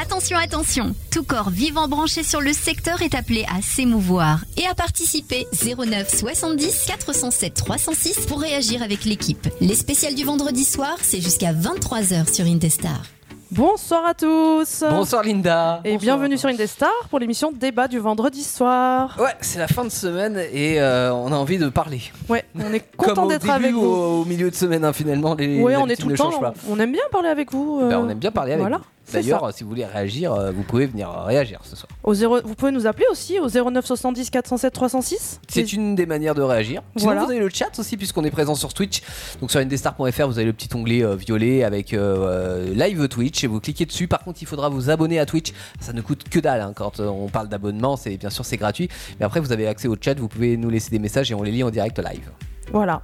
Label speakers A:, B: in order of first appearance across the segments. A: Attention, attention Tout corps vivant branché sur le secteur est appelé à s'émouvoir et à participer 09 70 407 306 pour réagir avec l'équipe. Les spéciales du vendredi soir, c'est jusqu'à 23h sur Indestar.
B: Bonsoir à tous
C: Bonsoir Linda
B: Et bienvenue sur Indestar pour l'émission Débat du vendredi soir.
C: Ouais, c'est la fin de semaine et euh, on a envie de parler.
B: Ouais, on est
C: Comme
B: content
C: au
B: d'être
C: début
B: avec
C: ou
B: vous.
C: au milieu de semaine, hein, finalement, les
B: Ouais,
C: les
B: on est
C: habitudes
B: tout le
C: ne
B: temps.
C: changent pas.
B: On aime bien parler avec vous. euh,
C: Ben, on aime bien parler avec
B: voilà,
C: vous.
B: c'est
C: D'ailleurs, si vous voulez réagir, euh, vous pouvez venir réagir ce soir.
B: Au zéro- Vous pouvez nous appeler aussi au 09 70 407 306.
C: C'est une des manières de réagir. Sinon,
B: Voilà.
C: vous avez le chat aussi, puisqu'on est présent sur Twitch. Donc sur indestar.fr, vous avez le petit onglet euh, violet avec euh, euh, live Twitch et vous cliquez dessus. Par contre, il faudra vous abonner à Twitch. Ça ne coûte que dalle hein, quand euh, on parle d'abonnement. C'est bien sûr c'est gratuit, mais après vous avez accès au chat. Vous pouvez nous laisser des messages et on les lit en direct live.
B: Voilà.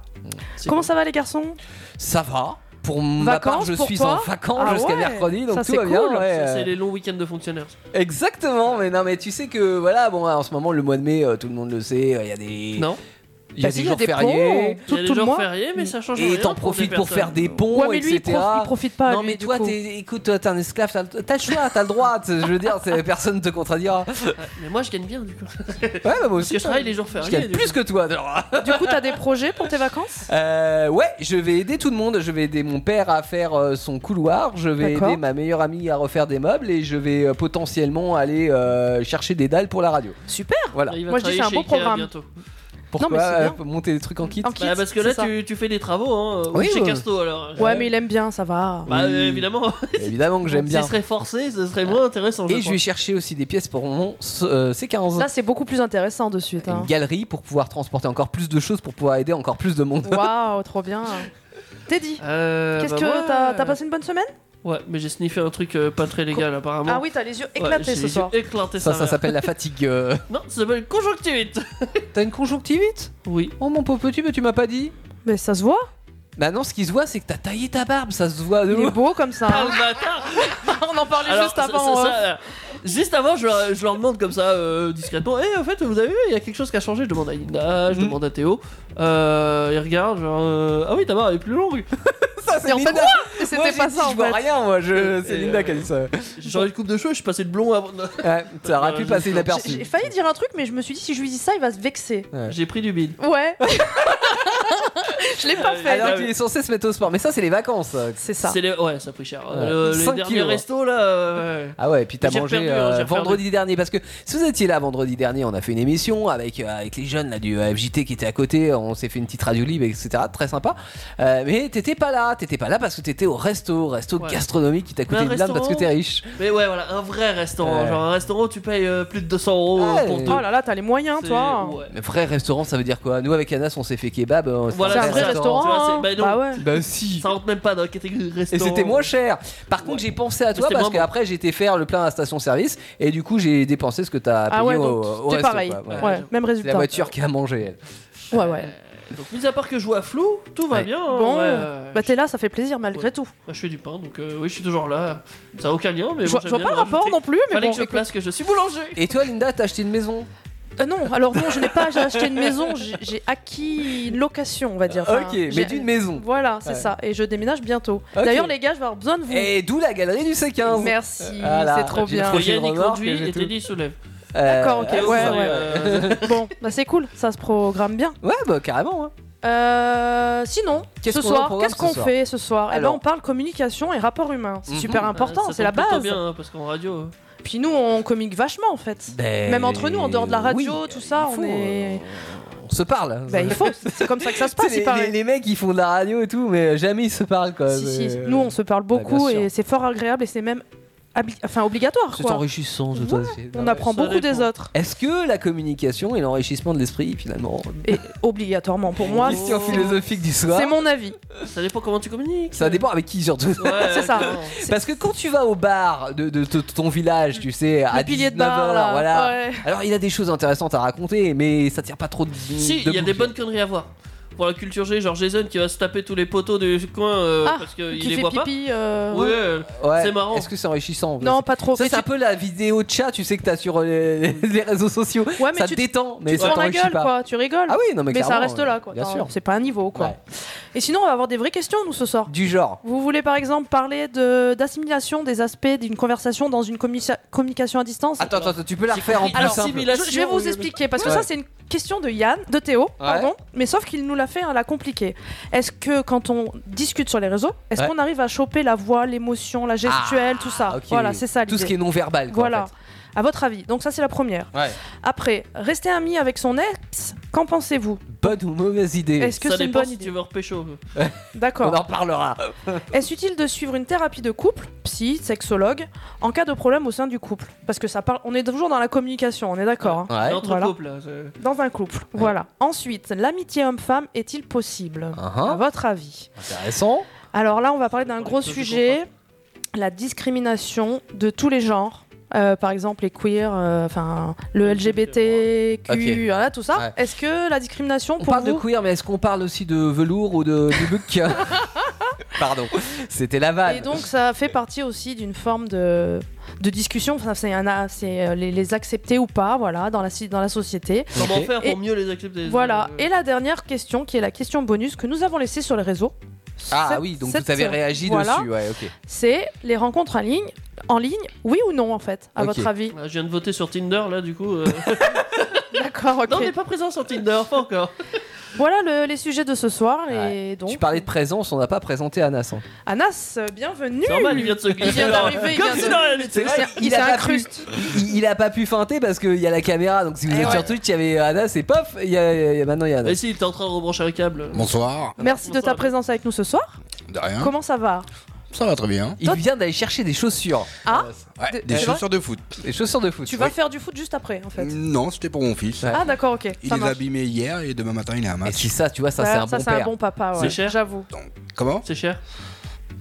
C: C'est
B: Comment
C: cool.
B: ça va les garçons
C: Ça va. Pour ma
B: Vacances
C: part, je
B: pour
C: suis
B: toi
C: en vacances
B: Ah
C: jusqu'à
B: ouais,
C: mercredi, donc
B: ça,
C: tout
B: c'est
C: va bien.
B: cool.
C: ouais.
D: Ça, C'est les longs week-ends de fonctionnaires.
C: Exactement, mais non, mais tu sais que voilà, bon, en ce moment, le mois de mai, euh, tout le monde le sait, euh, il y a des.
D: Non.
C: Il y a
B: Bah si,
C: des jours fériés.
B: ponts,
D: Il y
B: Tout,
D: a
B: tout
D: les
B: le
D: jours
B: mois.
D: fériés, mais ça change rien.
C: Et t'en
D: pour des
C: profites pour faire
D: personnes.
C: des ponts,
B: Ouais, mais lui, il,
C: etc.
B: prof- il profite pas.
C: non,
B: lui,
C: mais
B: du
C: toi,
B: coup.
C: t'es, écoute, toi, t'es un esclave, t'as, le- t'as le choix, t'as le droit, t'sais, je veux dire, c'est- personne ne te contredira. Ouais,
D: Ouais, Mais moi, je gagne bien, du coup.
C: bah, moi
D: Parce
C: aussi.
D: que je travaille les jours
C: je
D: fériés.
C: gagne
D: du
C: plus
D: coup.
C: que toi, alors.
B: Du coup, t'as des projets pour tes vacances
C: Euh, ouais, je vais aider tout le monde. Je vais aider mon père à faire euh, son couloir. Je vais
B: D'accord.
C: aider ma meilleure amie à refaire des meubles et je vais euh, potentiellement aller euh, chercher des dalles pour la radio.
B: Super
C: Voilà.
D: Il va
B: Moi, je dis,
D: travailler
B: c'est un
D: chez
B: bon
D: Ikea
B: programme.
D: bientôt.
C: Pourquoi
B: mais c'est
C: euh,
B: bien.
C: monter des trucs en kit
B: En kit,
D: Bah, parce que là,
B: c'est ça.
D: tu, tu fais des travaux hein,
C: Oui,
D: chez
C: bah.
D: Casto alors.
B: Ouais, mais il aime bien, ça va.
D: Bah,
C: Oui.
D: évidemment.
C: Évidemment que j'aime
D: Si
C: bien.
D: Ce serait forcé, ce serait moins intéressant.
C: Et je
D: crois.
C: vais chercher aussi des pièces pour mon euh, C15.
B: Là, c'est beaucoup plus intéressant de suite. hein.
C: une galerie pour pouvoir transporter encore plus de choses, pour pouvoir aider encore plus de monde.
B: Waouh, trop bien. Teddy,
D: Euh,
B: qu'est-ce
D: bah,
B: que
D: moi,
B: t'as t'as passé une bonne semaine
D: Ouais, mais j'ai sniffé un truc euh, pas très légal apparemment.
B: Ah oui, t'as les yeux
D: Ouais,
B: éclatés
D: j'ai
B: ce
D: les yeux
B: soir.
D: Éclatés,
C: Ça,
D: sa
C: ça
D: mère.
C: s'appelle la fatigue. euh.
D: Non, ça s'appelle conjonctivite.
C: T'as une conjonctivite
D: Oui.
C: Oh mon pauvre petit, mais tu m'as pas dit
B: Mais ça se voit.
C: Bah non, ce qui se voit, c'est que t'as taillé ta barbe, ça se voit de
B: Il est
C: ouf.
B: beau comme ça. hein.
D: Ah, le bâtard.
B: On en parlait
D: Alors,
B: juste
D: ça-
B: avant.
D: ça-
B: euh,
D: ça, euh, juste avant, je, leur- je leur demande comme ça, euh, discrètement. Eh, en fait, vous avez vu, il y a quelque chose qui a changé. Je demande à Linda, je
C: Mm.
D: demande à Théo. Euh, ils regardent, genre. euh, ah oui, ta barbe elle est plus longue.
C: Ça, c'est
B: Mais en fait,
C: Linda.
B: Et
C: Moi,
B: c'était
C: j'ai
B: pas
C: dit,
B: ça
C: Je
B: en
C: vois
B: fait.
C: rien, moi. Je...
D: Et-
C: C'est
D: et,
C: Linda
D: euh,
C: qui a dit ça.
D: J'ai changé de coupe de cheveux, je suis passé de blond avant.
C: Ouais, ça aurait
D: euh,
C: pu
D: je-
C: passer
B: J'ai- J'ai
C: inaperçu.
B: failli dire un truc, mais je me suis dit si je lui dis ça, il va se vexer.
D: euh, J'ai pris du bide.
B: Ouais. je l'ai pas fait.
D: Ah,
C: Alors
D: ouais.
C: qu'il est censé se mettre au sport, mais ça, c'est les vacances.
B: C'est ça.
D: C'est les- Ouais, ça a pris cher.
C: Ouais.
D: Euh, les
C: 5
D: derniers
C: kilos.
D: restos là. euh, ouais.
C: Ah ouais, et puis t'as
D: J'ai
C: mangé
D: reperdu, hein,
C: euh,
D: j'ai reperdu.
C: vendredi dernier parce que si vous étiez là vendredi dernier, on a fait une émission avec euh, avec les jeunes là du euh, FJT qui étaient à côté, on s'est fait une petite radio libre etc. Très sympa. Euh, mais t'étais pas là, t'étais pas là parce que t'étais au resto, resto
D: Ouais.
C: gastronomique qui t'a coûté
D: un
C: une blinde parce que
D: restaurant
C: t'es riche.
D: Mais ouais, voilà, un vrai restaurant.
C: Ouais.
D: Genre un restaurant où tu payes euh, plus de 200 euros euh,
C: Ouais.
D: pour deux.
B: Oh là là, t'as les moyens,
D: C'est-
B: toi.
D: ouais.
C: Mais vrai restaurant, ça veut dire quoi Nous avec Anas, on s'est fait kebab. euh, c'était
D: Voilà,
B: C'est un
D: c'est
B: vrai
D: ça.
B: restaurant.
D: Tu vois, c'est-
B: hein.
D: bah non.
B: Bah ouais.
C: Bah si.
D: Ça rentre même pas dans la catégorie
C: Et
D: restaurant.
C: c'était moins cher. Par contre,
D: Ouais.
C: j'ai pensé à toi
D: C'était
C: parce
D: moins bon.
C: qu'après j'ai été faire le plein à station-service et du coup j'ai dépensé ce que t'as payé
B: Ah ouais,
C: au,
B: donc
C: au
B: c'est
C: resto.
B: pareil.
C: quoi. Ouais.
B: Ouais,
D: Ouais.
B: même
C: C'est
B: résultat.
C: la voiture qui a mangé. Elle.
B: Ouais, ouais.
D: Donc, mis à part que je vois flou, tout va
C: Ouais.
D: bien. hein,
B: Bon,
D: ouais, euh,
B: bah
D: je-
B: t'es là, ça fait plaisir malgré tout.
D: bah, je fais du pain, donc euh, oui, je suis toujours là. Ça a aucun lien, mais bon,
B: Je vois je
D: j'aime
B: vois
D: bien
B: pas le
D: le
B: rapport
D: rajouter.
B: non plus, mais
D: Fallait
B: bon.
D: que je place que je suis boulanger.
C: Et toi, Linda, t'as acheté une maison
B: écoute- Euh, non, alors non, je n'ai pas j'ai acheté une maison, j'ai j'ai acquis une location, on va dire. Enfin,
C: Ok,
B: j'ai-
C: mais d'une maison.
B: Voilà, c'est
C: Ouais.
B: ça. Et je déménage bientôt.
C: Ok.
B: D'ailleurs, les gars, je vais avoir besoin de vous.
C: Et d'où la galerie du C15
B: Merci,
C: Voilà.
B: c'est trop
C: J'ai
B: bien.
C: trop-
D: Yannick
C: remorque,
D: conduit
C: j'ai
D: et
C: tout.
D: Teddy se lève.
C: Euh,
B: D'accord, ok,
C: ah oui,
B: ouais,
C: ça,
B: ouais. Bon, bah c'est cool, ça se programme bien.
C: Ouais, bah carrément. hein.
B: Euh, sinon,
C: Qu'est-ce
B: ce
C: qu'on a au
B: soir,
C: programme
B: qu'est-ce
C: ce
B: qu'on
C: soir
B: fait ce soir Eh ben,
C: Alors.
B: on parle communication et rapport humain. C'est
C: Mhm.
D: Ah, Bah,
B: super important, c'est la base.
D: bien, hein, parce qu'en radio.
B: Puis nous, on communique vachement en fait.
C: Ben,
B: Même entre nous, en dehors de la radio,
C: oui,
B: tout ça,
C: il
B: on
C: faut,
B: est.
C: euh, on se parle.
B: Bah, il faut, c'est comme ça que ça se
C: Tu sais,
B: passe, il
C: les,
B: paraît.
C: les- les mecs ils font de la radio et tout, mais jamais ils se parlent quoi.
B: Si,
C: C'est-
B: si, Nous, on se parle beaucoup
C: bien sûr.
B: et c'est fort agréable et c'est même habli- enfin, obligatoire.
C: C'est
B: quoi.
C: enrichissant, je dois dire.
B: On apprend
D: Ça
B: beaucoup des
D: dépend.
B: autres.
C: Est-ce que la communication et l'enrichissement de l'esprit finalement
B: Et obligatoirement pour moi.
C: Question
D: c'est-
C: philosophique du soir.
B: C'est mon avis.
D: Ça dépend comment tu communiques.
C: Ça dépend avec qui surtout.
D: Ouais,
B: C'est ça.
D: clairement.
C: Parce que quand tu vas au bar de, de- de ton village, tu sais, à
B: Le pilier de
C: 19 heures,
B: bar, là.
C: voilà.
B: Ouais.
C: Alors il a des choses intéressantes à raconter, mais ça tire pas trop de.
D: Si,
C: de
D: il y a des
C: boucle.
D: bonnes conneries à voir. pour la culture G, genre Jason qui va se taper tous les poteaux du coin euh,
B: Ah,
D: parce qu'il
B: qui
D: les
B: fait
D: voit pas.
B: pipi. euh,
D: Ouais, euh,
C: Ouais.
D: c'est marrant.
C: Est-ce que c'est enrichissant
B: Non, pas trop.
C: Ça,
B: Mais
C: c'est un
B: tu-
C: peu la vidéo de chat, tu sais, que t'as sur les, les réseaux sociaux.
B: Ouais, mais
C: ça
B: tu
C: te détend, mais
B: tu te
C: ça
B: prends la
C: t'enrichit
B: gueule,
C: pas.
B: quoi. Tu rigoles.
C: Ah oui, non, mais,
B: mais ça
C: clairement,
B: reste là, quoi.
C: Bien
B: Enfin,
C: sûr.
B: C'est pas un niveau, quoi.
C: Ouais.
B: Et sinon, on va avoir des vraies questions, nous, ce soir.
C: Du genre.
B: Vous voulez par exemple parler de- d'assimilation des aspects d'une conversation dans une communica- communication à distance
C: Attends, attends, attends, tu peux la
D: J'ai
C: refaire en
D: compris.
C: plus
D: Alors,
C: simple.
D: simulation,
B: je, je vais
D: au
B: vous
D: lieu de-
B: expliquer parce que
C: Ouais.
B: ça c'est une question de Yann, de Théo, pardon, mais sauf qu'il nous l'a fait hein, la compliquée. Est-ce que quand on discute sur les réseaux, est-ce
C: Ouais. Ah,
B: qu'on arrive à choper la voix, l'émotion, la gestuelle, tout ça
C: ok.
B: Voilà, c'est ça l'idée.
C: Tout ce qui est non-verbal, quoi.
B: voilà. À votre avis. Donc ça c'est la première.
C: en fait.
B: Après, rester ami avec son ex, qu'en pensez-vous
C: Bonne ou mauvaise idée
B: Est-ce que
D: ça
B: c'est une
D: dépend
B: bonne
D: si tu
B: idée
D: veux repécho.
B: D'accord.
C: On en parlera.
B: Est-ce utile de suivre une thérapie de couple, psy, sexologue, en cas de problème au sein du couple Parce que ça parle, on est toujours dans la communication, on est d'accord. hein.
C: Ouais.
D: Entre
B: voilà.
D: couples. là, c'est-
B: Dans un couple, voilà. Ensuite, l'amitié homme-femme est-il possible
C: Uh-huh.
B: À votre avis
C: Intéressant.
B: Alors là, on va parler d'un
D: Avec
B: gros
D: le
B: sujet la discrimination de tous les genres. Euh, par exemple, les queers, euh, enfin le LGBTQ,
C: Ok.
B: voilà, tout ça.
C: Ouais.
B: Est-ce que la discrimination
C: On
B: pour
C: parle
B: vous
C: de queer, mais est-ce qu'on parle aussi de velours ou de du bouc Pardon, c'était la vanne.
B: Et donc ça fait partie aussi d'une forme de, de discussion, enfin, c'est un a- c'est euh, les, les accepter ou pas, voilà, dans la, si- dans la société.
C: Ok.
D: Comment faire pour
B: Et-
D: mieux les accepter
B: Voilà,
D: euh,
B: et la dernière question qui est la question bonus que nous avons laissée sur les réseaux.
C: Ah
B: Cette-
C: oui, donc
B: cette-
C: vous avez réagi
B: voilà.
C: dessus, ouais, ok.
B: C'est les rencontres en ligne, en ligne, oui ou non en fait, à
C: Ok.
B: votre avis
D: ah, Je viens de voter sur Tinder là, du coup. euh.
B: D'accord, ok.
D: Non, on n'est pas présent sur Tinder, pas encore.
B: Voilà le- les sujets de ce soir et donc
C: Tu parlais de présence, on n'a pas présenté Anas. hein.
B: Anas, euh, bienvenue.
D: C'est normal, il vient de se
B: Il
D: glisser.
B: vient
D: alors,
B: d'arriver, il
D: Comme
B: vient
D: si
B: de-
D: de rien n'était.
C: C'est vrai,
B: Ah, il
C: a pas
B: s'incruste.
C: pu- Il, il a pas pu feinter parce qu'il y a la caméra, donc si vous
B: Eh
C: êtes
B: ouais.
C: sur Twitch, il y avait Anas et pof, il y a, il y a- maintenant il y a Anas.
D: Mais si, il était en train de rebrancher un câble.
E: Bonsoir,
B: Merci de
D: Bonsoir.
B: ta présence avec nous ce soir.
E: de rien.
B: Comment ça va
E: ça va très bien.
C: Il vient d'aller chercher des chaussures.
B: Ah,
E: Ouais,
B: De-
E: des
B: c'est vrai
E: chaussures de foot.
C: Des chaussures de foot.
B: tu vas
C: oui. Mm.
B: faire du foot juste après en fait.
E: Non, c'était pour mon fils.
C: Ouais.
B: Ah d'accord, ok.
E: Il
B: ça
E: les a
B: marche.
E: abîmés hier et demain matin il est à un
C: Et
E: match.
C: si ça, tu vois, ça c'est
B: Ouais,
C: un bon
B: c'est un
C: père.
B: bon papa, ouais.
D: C'est cher
B: J'avoue.
E: Comment
D: C'est cher,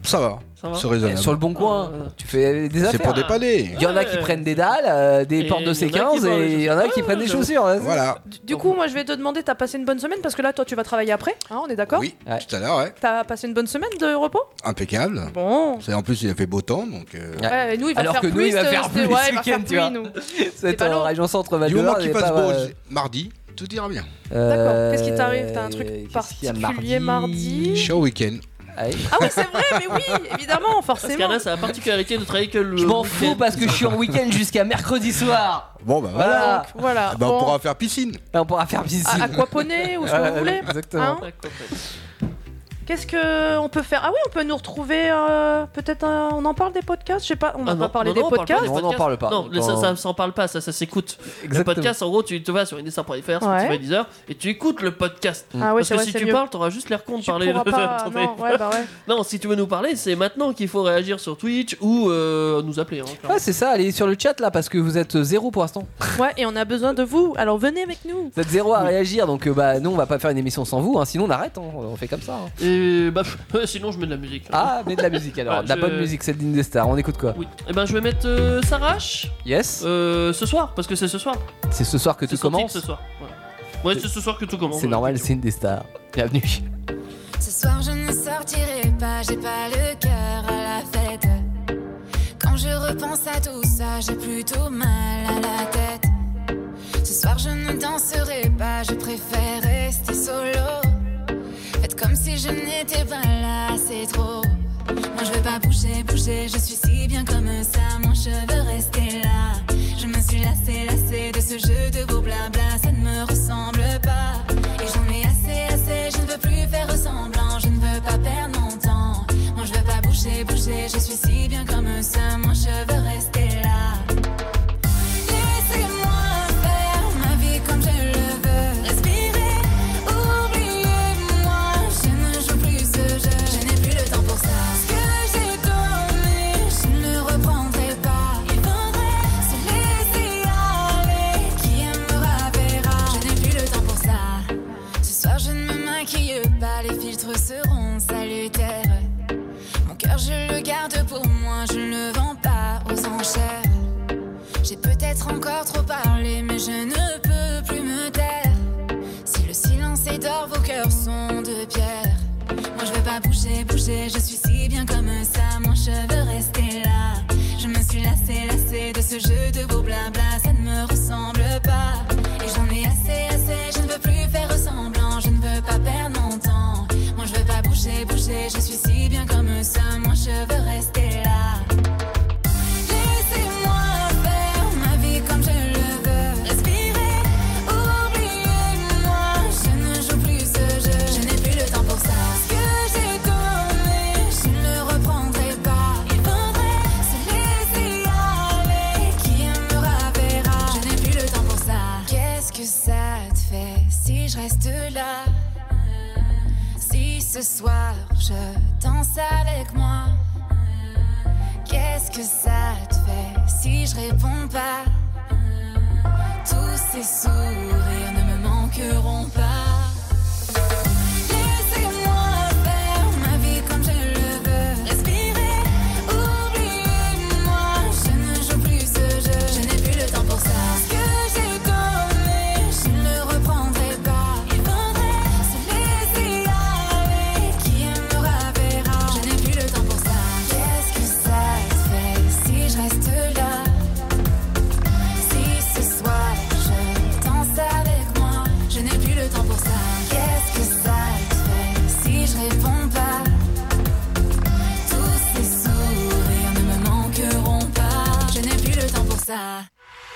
E: Ça va,
D: ça va
E: c'est
C: Eh,
E: raisonnable.
C: Sur le bon coin,
D: Ah, ouais.
C: tu fais des
E: C'est
C: affaires.
E: pour dépanner.
C: Il y en a
D: Ouais.
C: qui prennent des dalles, euh, des
D: Et
C: portes de
D: il y en a qui
C: séquence
D: portent des
C: et il y en a qui
D: chaussures.
B: Ah,
C: prennent des chaussures. hein, c'est-
E: Voilà.
B: Du, du coup, moi je vais te demander, t'as passé une bonne semaine parce que là, toi, tu vas travailler après, hein, on est d'accord
E: Oui,
C: Ouais.
E: tout à l'heure, ouais.
B: T'as passé une bonne semaine de repos
E: Impeccable.
B: Bon.
E: C'est- En plus, il a fait beau temps, donc. euh,
C: Ouais.
B: Ouais, et nous, il va
C: Alors
B: faire
C: que nous,
B: plus.
C: il va
B: euh,
C: faire
B: c'est-
C: plus
B: ouais,
C: ce
B: il va
C: week-end,
B: faire
C: tu vois.
B: plus, nous.
C: C'est
B: pas
C: en
B: long.
C: région centre Val
E: Du
C: de
E: moment
C: Loire,
E: qu'il
C: il y a
E: passe
C: pas,
E: beau
C: euh,
E: mardi, tout ira bien.
B: D'accord. Qu'est-ce qui t'arrive T'as un truc
C: euh, qu'est-ce qu'il y a
B: particulier mardi
E: Chaud week-end.
C: Ah oui.
B: Ah oui, c'est vrai, mais oui, évidemment,
D: Parce
B: forcément.
D: qu'Anna, ça a la particularité de travailler que le.
C: Je m'en
D: week-end.
C: fous parce que je suis en week-end jusqu'à mercredi soir.
E: Bon, bah voilà.
C: Voilà.
B: Donc, voilà.
E: Bah,
B: bon. Bah,
E: on pourra faire piscine.
C: Et on pourra faire
B: À-
C: piscine.
B: aquaponer ou ce que
C: Ouais,
B: vous voulez.
C: Exactement.
B: Hein
D: Ouais, quoi, quoi.
B: Qu'est-ce que on peut faire Ah oui, on peut nous retrouver. euh, Peut-être un- on en parle des podcasts. Je sais pas. On va
D: Ah
B: pas
D: non,
B: parler
D: non, non,
B: des
D: on parle pas
B: podcasts.
D: des
C: Non, on en
D: podcasts.
C: parle pas.
D: Non,
C: Dans-
D: ça, ça s'en parle pas, ça, ça s'écoute. Le
C: Exactement.
D: podcast, en gros, tu te vas sur indestar.fr,
B: Ouais.
D: Spotify Deezer, et tu écoutes le podcast.
B: Ah ouais,
D: Parce
B: c'est
D: que
B: vrai,
D: si
B: c'est
D: tu
B: mieux.
D: parles, t'auras juste l'air con de
B: Tu
D: parler.
B: pourras pas.
D: Attends, mais-
B: Non, ouais, bah ouais.
D: Non, si tu veux nous parler, c'est maintenant qu'il faut réagir sur Twitch ou euh, nous appeler. hein, clairement.
C: Ouais, c'est ça, allez sur le chat là parce que vous êtes euh, zéro pour l'instant.
B: Ouais, et on a besoin de vous. Alors venez avec nous.
C: Vous êtes zéro à réagir donc euh, bah nous on va pas faire une émission sans vous, hein, sinon on arrête, hein, on fait comme ça. hein.
D: Et bah, pff, sinon, je mets de la musique.
C: Ah, mais de la musique alors,
D: Ouais,
C: de la
D: je-
C: bonne musique, celle digne des stars, on écoute quoi
D: Oui. Et ben, je vais mettre euh, Sarah
C: Yes
D: euh, ce soir, parce que c'est ce soir.
C: C'est ce soir que
D: C'est
C: tout
D: sorti
C: commence
D: ce soir. Voilà. Ouais, c'est ce soir que tout commence.
C: C'est
D: ouais.
C: normal, c'est une des stars. Bienvenue.
F: Ce soir je ne sortirai pas, j'ai pas le cœur à la fête. Quand je repense à tout ça, j'ai plutôt mal à la tête. Ce soir je ne danserai pas, je préfère rester solo. Faites comme si je n'étais pas là, c'est trop. Moi je veux pas bouger, bouger, je suis si bien comme ça. Moi je veux rester là. Je me suis lassée, lassée de ce jeu de beau blabla, ça ne me ressemble pas. Et j'en ai assez, assez, je ne veux plus faire semblant, je ne veux pas perdre mon temps. Moi je veux pas bouger, bouger, je suis si bien comme ça. Moi je veux rester là. Laissez-moi faire ma vie comme je le veux. Respirer, oubliez-moi. Je ne joue plus ce jeu. Je n'ai plus le temps pour ça. Ce que j'ai donné, je ne reprendrai pas. Il faudrait se laisser aller. Qui aimera verra. Je n'ai plus le temps pour ça. Ce soir, je ne me maquille pas. Les filtres seront salutaires. Mon cœur, je le garde pour moi, je ne le vends pas aux enchères. bougez, bougez, je suis si bien comme ça, mon cheveu restez là. Je me suis lassée, lassée de ce jeu de beau blabla, ça ne me ressemble pas. Et j'en ai assez, assez, je ne veux plus faire ressemblant, je ne veux pas perdre mon temps. Moi je veux pas bouger, bouger, je suis si bien comme ça, mon cheveu restez là. Laissez-moi faire ma vie comme je le veux. Respirez, oubliez-moi. Je ne joue plus ce jeu. Je n'ai plus le temps pour ça. Ce que j'ai donné, je ne le reprendrai pas. Il faudrait se laisser aller. Qui aimera verra. Je n'ai plus le temps pour ça. Qu'est-ce que ça te fait si je reste là? Si ce soir je danse avec moi. Qu'est-ce que ça te fait si je réponds pas Tous ces sourires ne me manqueront pas. Laissez-moi faire ma vie comme je le veux. Respirez, oubliez-moi. Je ne joue plus ce jeu. Je n'ai plus le temps pour ça. Ce que j'ai donné, je ne le reprendrai pas. Il faudrait se laisser aller. Qui aimera verra. Je n'ai plus le temps pour ça. Qu'est-ce que ça te fait si je reste là Si ce soir je danse avec moi, je n'ai plus le temps pour ça. Qu'est-ce que ça te fait si je réponds pas Tous ces sourires ne me manqueront pas. Je n'ai plus le temps pour ça.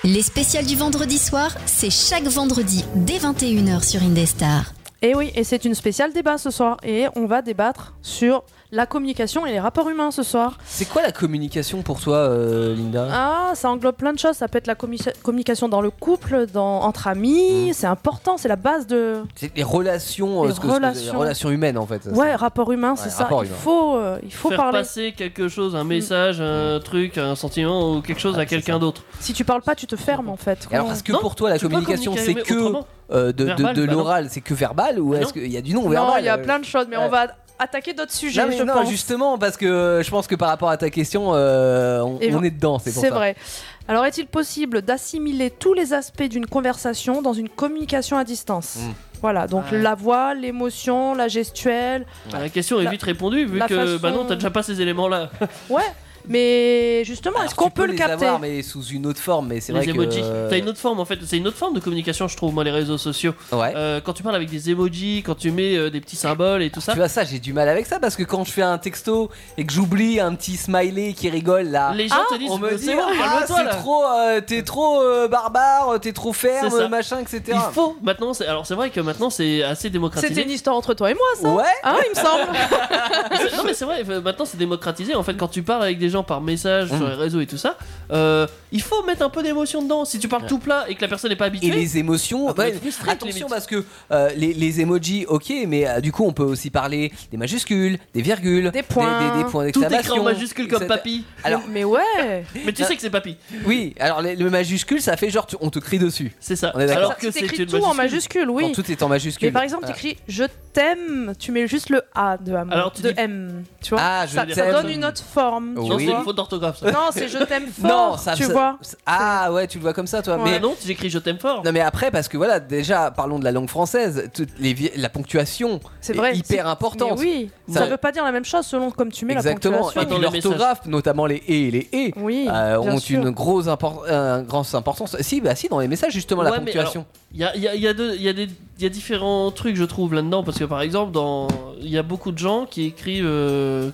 A: Les spéciales du vendredi soir, c'est chaque vendredi dès 21h sur Indestar.
B: Et oui, et c'est une spéciale débat ce soir. Et on va débattre sur la communication et les rapports humains ce soir.
C: C'est quoi la communication pour toi, euh, Linda
B: Ah, ça englobe plein de choses. Ça peut être la commi- communication dans le couple, dans, entre
C: Mm.
B: amis. C'est important, c'est la base de.
C: C'est les relations, euh,
B: Les
C: ce que- ce que- les
B: relations.
C: relations humaines en fait. ça,
B: Ouais, rapport humain, c'est
C: Ouais,
B: ça.
C: rapport
B: Il
C: humain.
B: faut, euh, il faut
D: Faire
B: parler.
D: passer quelque chose,
B: Mm.
D: un message, un truc, un sentiment ou quelque chose
C: Ah,
D: à
C: c'est ça.
D: quelqu'un d'autre.
B: Si tu parles pas, tu te fermes en fait.
C: c'est- Et alors, est-ce que
D: Non,
C: pour toi la
D: Tu peux
C: communication c'est
D: communiquer, mais
C: que
D: autrement.
C: euh, de, de-
D: Verbal,
C: de
D: bah non.
C: l'oral, c'est que verbal ou
D: Ah
C: est-ce
D: non.
C: qu'il y a du non verbal
B: non, il y a
C: euh,
B: plein de choses, mais
C: ouais.
B: on va attaquer d'autres sujets,
C: Non, mais
B: je
C: non,
B: pense.
C: justement, parce que euh, je pense que par rapport à ta question, euh, on,
B: Et
C: on
B: vra-
C: est dedans, c'est pour
B: C'est
C: ça.
B: vrai. Alors, est-il possible d'assimiler tous les aspects d'une conversation dans une communication à distance
C: Mm.
B: Voilà, donc
D: Hmm. Ouais.
B: la voix, l'émotion, la gestuelle.
D: Bah, La question est
B: La-
D: vite répondue vu
B: la
D: que
B: façon-
D: bah non, t'as déjà pas ces éléments là.
B: Ouais, mais justement,
C: Alors,
B: est-ce
C: tu
B: qu'on peut
C: peux
B: le
C: les
B: capter
C: avoir, mais sous une autre forme, mais c'est vrai
D: Les emojis.
C: que. euh,
D: T'as une autre forme en fait, c'est une autre forme de communication, je trouve, moi, les réseaux sociaux.
C: Ouais.
D: Euh, quand tu parles avec des emojis, quand tu mets euh, des petits symboles et tout ça,
C: Ah, Tu vois ça, j'ai du mal avec ça parce que quand je fais un texto et que j'oublie un petit smiley qui rigole là,
D: les gens
B: Ah,
D: te disent
C: on me
D: c'est
C: dit
D: bon,
C: ah,
D: calme-toi
C: c'est
D: là.
C: trop, euh, t'es trop euh, barbare, t'es trop
D: C'est ça.
C: ferme, machin, etc.
D: Il faut maintenant, c'est alors c'est vrai que maintenant c'est assez
B: C'était
D: démocratisé.
B: une histoire entre toi et moi, ça
C: Ouais.
B: Hein, il me semble
D: C'est- non mais c'est vrai, euh, maintenant c'est démocratisé. En fait, quand tu parles avec des gens par message
C: Mm.
D: sur les réseaux et tout ça, euh, il faut mettre un peu d'émotion dedans. Si tu parles tout plat et que la personne n'est pas habituée,
C: Et les émotions,
D: Ah, bah,
C: ouais,
D: être frustré,
C: attention
D: limite.
C: parce que euh, les, les emojis, ok, mais euh, du coup on peut aussi parler des majuscules, des virgules,
B: Des points.
C: des, des points
D: tout
C: d'exclamation.
D: écrit en majuscule comme
C: etc.
D: papy.
C: Alors
B: Mais ouais
D: Mais tu
C: Ah.
D: sais que c'est papy,
C: oui, alors les- le majuscule ça fait genre tu- on te crie dessus.
D: c'est ça.
C: On est d'accord.
D: Alors
B: Ça,
D: que
B: tu
D: c'est
B: t'écris
D: une
B: tout en majuscule,
C: Quand
B: oui.
C: tout est en majuscule.
B: Mais par exemple,
C: Voilà.
B: t'écris je t'aime, tu mets juste le A de, amour,
D: Alors, tu
B: de
D: dis-
B: M, euh, tu vois
C: Ah, je
B: ça, ça
C: t'aime.
B: donne une autre forme,
C: Oh.
B: tu
D: Non,
C: Oui.
D: c'est une faute d'orthographe. ça.
B: vois. Non, c'est je t'aime fort,
C: Non, ça
B: tu
C: ça-
B: vois
C: ça- Ah ouais, tu le vois comme ça toi.
B: Ouais.
C: Mais
D: Mais Ah non, tu écris je t'aime fort.
C: Non mais après parce que voilà déjà parlons de la langue française toutes les vi- la ponctuation
B: C'est vrai.
C: hyper
B: c'est-
C: importante.
B: mais oui,
C: Ça-
B: ça veut pas dire la même chose selon comme tu mets
C: exactement et
B: la
D: Pas
B: ponctuation.
D: dans
C: puis
D: les
C: l'orthographe notamment les E et et les et
B: Oui,
C: euh,
B: bien
C: ont
B: sûr.
C: une grosse impor- un grosse importance si bah si dans les messages justement la
D: Ouais, mais
C: ponctuation
D: Il y a, il y a- il y a deux- il y a des- il y a différents trucs, je trouve, là-dedans. Parce que par exemple, dans- il y a beaucoup de gens qui écrivent euh,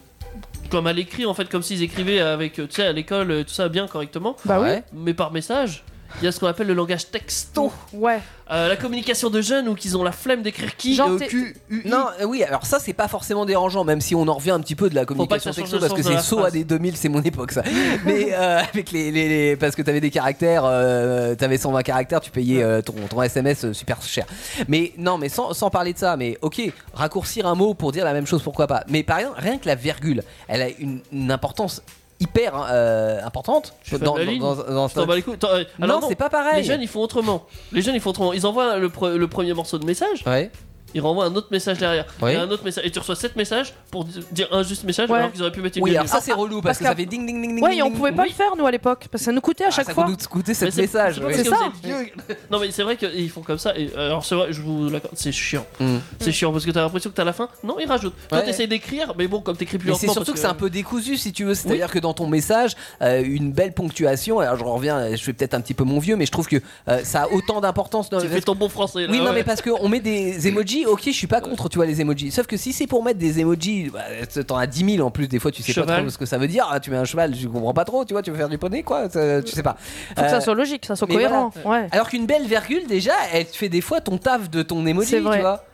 D: comme à l'écrit, en fait, comme s'ils écrivaient avec, euh, tu sais, à l'école, euh, tout ça bien correctement,
B: Bah oui.
C: Ouais.
D: mais par message. Il y a ce qu'on appelle le langage texto.
B: Ouais.
D: Euh, la communication de jeunes où qu'ils ont la flemme d'écrire qui.
B: Genre,
D: euh,
B: t'es-
D: Q, U, I.
C: Non, euh, oui, alors ça, c'est pas forcément dérangeant, même si on en revient un petit peu de la
D: pas que
C: communication
D: ça change
C: texto,
D: le
C: parce que
D: sens de
C: c'est
D: la
C: SOA
D: phrase.
C: des 2000, c'est mon époque, ça. Mais euh, avec les, les- les- Parce que t'avais des caractères, euh, t'avais 120 caractères, tu payais euh, ton, ton SMS euh, super cher. Mais non, mais sans, sans parler de ça, mais ok, raccourcir un mot pour dire la même chose, pourquoi pas. Mais par exemple, rien que la virgule, elle a une, une importance hyper hein, euh, importante
D: Je fais de la ligne.
C: dans-
D: Je t'en bats les couilles. T'en- euh,
C: Non,
D: alors non,
C: c'est pas pareil.
D: Les jeunes, ils font autrement. Les jeunes, ils font autrement. Ils envoient le, pre- le premier morceau de message.
C: Ouais.
D: ils renvoient un autre message derrière.
C: Oui.
D: Et un autre message. Et tu reçois 7 messages pour di- dire un juste message
B: Ouais. Ah,
D: alors qu'ils auraient pu mettre une
C: Oui,
D: vidéo.
C: alors ça c'est relou parce,
B: parce
C: que ça
B: qu'à-
C: fait ding ding ding ding.
B: Ouais, et on
C: ding,
B: pouvait
C: ding.
B: pas le faire, nous, à l'époque, parce que ça nous coûtait à
C: Ah,
B: chaque
C: ça
B: fois.
C: coûte coûter
D: Mais
C: cette
D: c'est-
C: message.
D: c'est pas
C: oui.
D: parce que
B: C'est
D: vous êtes vieux. Non mais c'est vrai qu'ils font comme ça. Et euh, alors c'est vrai, je vous l'accorde, c'est chiant.
C: Mm.
D: C'est chiant parce que t'as l'impression que t'as la fin. Non, ils rajoutent. Toi
C: Ouais.
D: t'essayes d'écrire, mais bon, comme t'écris plus
C: Mais
D: lentement.
C: c'est surtout
D: parce
C: que c'est un peu décousu si tu veux, c'est-à-dire que dans ton message, euh, une belle ponctuation, alors je reviens, euh, je fais peut-être un petit peu mon vieux, mais je trouve que euh, ça a autant d'importance dans
D: Tu fais ton bon français. Là,
C: Oui, non,
D: ouais.
C: mais parce qu'on met des emojis, ok, je suis pas contre, tu vois, les emojis. Sauf que si c'est pour mettre des emojis, bah, t'en as 10 000 en plus, des fois, tu sais pas
D: Cheval.
C: trop ce que ça veut dire. Ah, Tu mets un cheval, tu comprends pas trop, tu vois, tu veux faire du poney, quoi, ça, tu sais pas.
B: Faut que
C: Euh,
B: ça soit logique, ça soit
C: mais
B: cohérent. Ouais.
C: alors qu'une belle virgule, déjà, elle te fait des fois ton taf de ton emoji,
B: C'est vrai.
C: tu vois.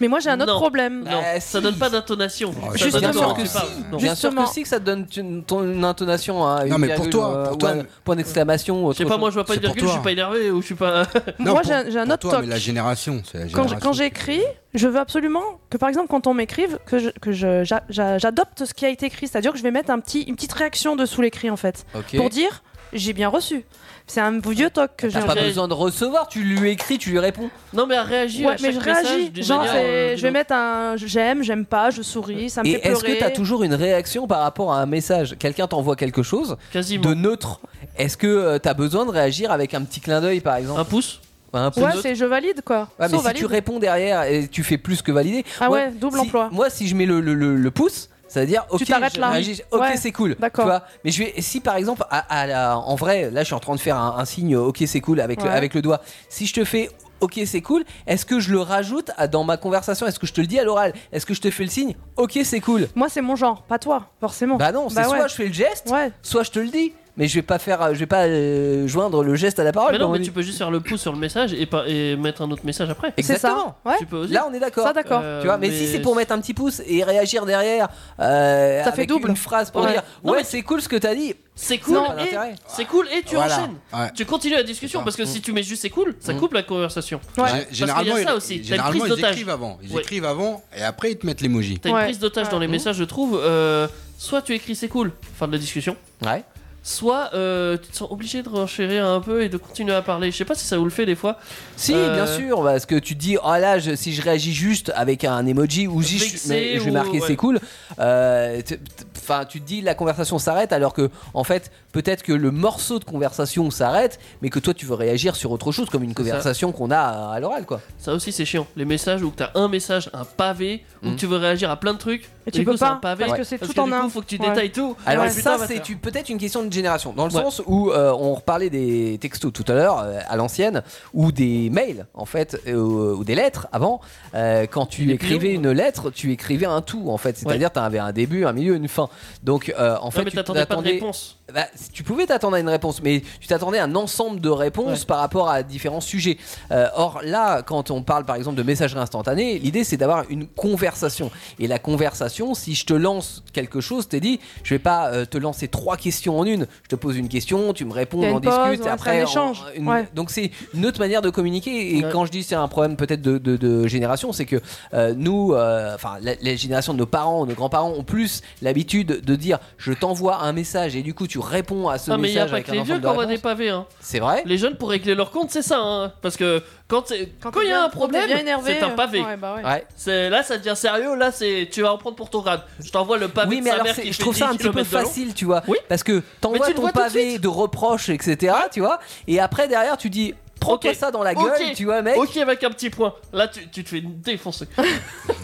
B: Mais moi, j'ai un autre
D: Non.
B: problème.
D: Non,
C: Bah,
D: Eh, ça
C: si.
D: donne pas d'intonation.
C: Ah,
E: Oh,
D: Ça
E: je suis
D: donne
E: d'accord
D: pas
E: que
D: de-
E: si.
D: pas- non.
C: Bien sûr
B: Justement.
C: que si que ça te donne une, ton- une intonation, hein, une
E: Non, mais pour
C: virgule,
E: toi,
C: euh,
E: pour
C: ou
E: toi.
C: un point d'exclamation.
D: Je sais pas, moi je vois pas
E: C'est
D: de virgule,
E: pour
D: je
E: toi.
D: suis pas énervé ou je suis pas.
E: Non,
B: moi,
E: pour-
B: j'ai un- j'ai un
E: pour
B: autre
E: toi,
B: toc.
E: mais la génération, c'est la
B: Quand
E: génération.
B: je- quand j'écris, je veux absolument que, par exemple, quand on m'écrive, que je- que je- j'a- j'a- j'adopte ce qui a été écrit. C'est-à-dire que je vais mettre un petit, une petite réaction dessous l'écrit, en fait.
C: Ok.
B: Pour dire, j'ai bien reçu. C'est un vieux toc que j'ai.
C: T'as
D: j'ai-
C: pas besoin de recevoir, tu lui écris, tu lui réponds.
D: Non, mais à réagir.
B: Ouais,
D: à
B: mais
D: chaque
B: je
D: message
B: réagis.
D: d'une
B: Genre,
D: manière,
B: c'est-
D: euh,
B: je vais
D: d'une autre.
B: mettre un j'aime, j'aime pas, je souris, ça me
C: Et
B: fait
C: est-ce
B: pleurer.
C: que t'as toujours une réaction par rapport à un message Quelqu'un t'envoie quelque chose, de
D: Quasiment.
C: neutre. Est-ce que euh, t'as besoin de réagir avec un petit clin d'œil par exemple
D: Un pouce.
C: Un peu.
D: une
B: Ouais,
D: autre.
B: c'est je valide quoi.
C: Ouais, mais
B: Saut
C: si
B: valide.
C: tu réponds derrière et tu fais plus que valider.
B: Ah
C: moi,
B: ouais, double
C: si-
B: emploi.
C: Moi, si je mets le, le- le- le pouce, ça veut dire ok,
B: t'arrêtes
C: je
B: là.
C: réagis, ok,
B: Ouais,
C: c'est cool.
B: d'accord.
C: tu vois. mais je vais, si par exemple, à- à la- en vrai, là, je suis en train de faire un, un signe ok, c'est cool avec, le,
B: Ouais.
C: avec le doigt. Si je te fais ok, c'est cool, est-ce que je le rajoute à- dans ma conversation Est-ce que je te le dis à l'oral Est-ce que je te fais le signe ok, c'est cool
B: Moi, c'est mon genre, pas toi, forcément.
C: Bah non, c'est
B: Bah
C: soit
B: ouais.
C: je fais le geste,
B: Ouais.
C: soit je te le dis. Mais je vais pas faire, euh, je vais pas euh, joindre le geste à la parole.
D: Mais non,
C: comme on
D: mais
C: dit.
D: tu peux juste faire le pouce sur le message et, pas, et mettre un autre message après.
B: C'est ça.
C: Exactement.
B: Ouais.
D: Tu peux aussi.
C: Là, on est d'accord.
B: Ça, d'accord.
D: Euh,
C: Tu vois, mais, si c'est pour mettre un petit pouce et réagir derrière, euh,
B: Ça
C: avec
B: fait double.
C: une phrase pour
B: Ouais.
C: dire
D: Non,
C: ouais,
D: mais-
C: c'est cool ce que t'as dit.
D: C'est cool,
C: Non,
D: et...
C: l'intérêt.
D: c'est cool et tu
E: Voilà.
D: enchaînes.
E: Ouais. Mm.
D: Tu continues la discussion parce que si tu mets juste c'est cool, ça coupe la conversation.
E: Gé-
B: Ouais.
E: Généralement,
D: ça
E: ils-
D: aussi, t'as une
E: généralement,
D: prise
E: ils
D: d'otage.
E: écrivent avant. Ils
D: Ouais.
E: écrivent avant et après ils te mettent l'emoji.
D: T'as une
B: Ouais.
D: prise d'otage dans les
B: Ouais.
D: messages, je trouve. euh, soit tu écris c'est cool, fin de la discussion.
C: Ouais.
D: Soit euh, tu te sens obligé de renchérir un peu et de continuer à parler. Je sais pas si ça vous le fait des fois.
C: Si,
D: Euh,
C: bien sûr, parce que tu te dis ah là, je- si je réagis juste avec un emoji ou si je,
D: Vexé
C: mais je vais
D: ou-
C: marquer
D: ouais.
C: c'est cool. euh, t- t- Enfin, tu te dis la conversation s'arrête alors que en fait peut-être que le morceau de conversation s'arrête, mais que toi tu veux réagir sur autre chose comme une
D: ça.
C: conversation qu'on a à l'oral quoi.
D: Ça aussi c'est chiant. Les messages où t'as un message, un pavé, où
C: Mm.
D: tu veux réagir à plein de trucs.
B: Et
D: du
B: tu
D: coup,
B: peux
D: c'est un
B: pas,
D: pavé.
B: parce que c'est
D: Parce
B: tout
D: que
B: en
D: du
B: un.
D: coup, faut que tu
B: Ouais.
D: détailles tout.
C: Alors
D: Ouais.
C: ça,
D: Putain, va
C: c'est
D: faire.
C: tu- peut-être une question de génération, dans le
D: Ouais.
C: sens où euh, on reparlait des textos tout à l'heure euh, à l'ancienne, ou des mails en fait, euh, ou des lettres avant. euh, quand tu
D: Des
C: écrivais
D: pions.
C: une lettre, tu écrivais un tout en fait, c'est-à-dire tu avais un début, un milieu, une fin. Donc euh, en fait,
D: Non, mais
C: tu
D: t'attendais pas de
C: t'attendais-
D: réponse.
C: bah, tu pouvais t'attendre à une réponse, mais tu t'attendais à un ensemble de réponses
D: Ouais.
C: par rapport à différents sujets. Euh, or là, quand on parle par exemple de messagerie instantanée, l'idée c'est d'avoir une conversation. Et la conversation, si je te lance quelque chose, t'es dit, je vais pas euh, te lancer trois questions en une. Je te pose une question, tu me réponds,
B: Il y a
C: on en
B: une pause,
C: discute,
B: ouais,
C: après
B: c'est un
C: on-
B: échange.
C: une-
B: Ouais.
C: Donc c'est une autre manière de communiquer. Et
D: Ouais.
C: quand je dis c'est un problème peut-être de, de- de génération, c'est que euh, nous, euh, enfin la, la génération de nos parents, nos grands-parents ont plus l'habitude de dire je t'envoie un message et du coup tu réponds à ce
D: Ah, mais
C: message
D: il n'y a pas
C: avec
D: que
C: un
D: les
C: ensemble de
D: vieux qui envoient des
C: réponses.
D: pavés. Hein.
C: C'est vrai.
D: Les jeunes, pour régler leur compte, c'est ça. hein. Parce que quand c'est-
B: Quand
D: quand il y a un problème,
B: bien énervé,
D: c'est un
B: euh,
D: pavé.
B: ouais, bah ouais.
C: Ouais.
D: C'est Là, ça devient sérieux. Là, c'est tu vas en prendre pour ton grade. Je t'envoie le pavé
C: Oui,
D: de
C: mais
D: sa
C: alors
D: mère
C: c'est-
D: qui
C: je
D: fait
C: trouve ça
D: 10
C: un petit peu
D: kilomètres de long.
C: facile, tu vois,
D: Oui.
C: parce que
D: Mais
C: t'envoies
D: tu le
C: ton
D: vois tout de
C: pavé
D: suite.
C: de reproches, etc. Tu vois, et après derrière tu dis prends-toi
D: Ok.
C: ça dans la gueule,
D: Ok.
C: tu vois, mec.
D: Ok, avec un petit point. Là, tu, tu te fais défoncer.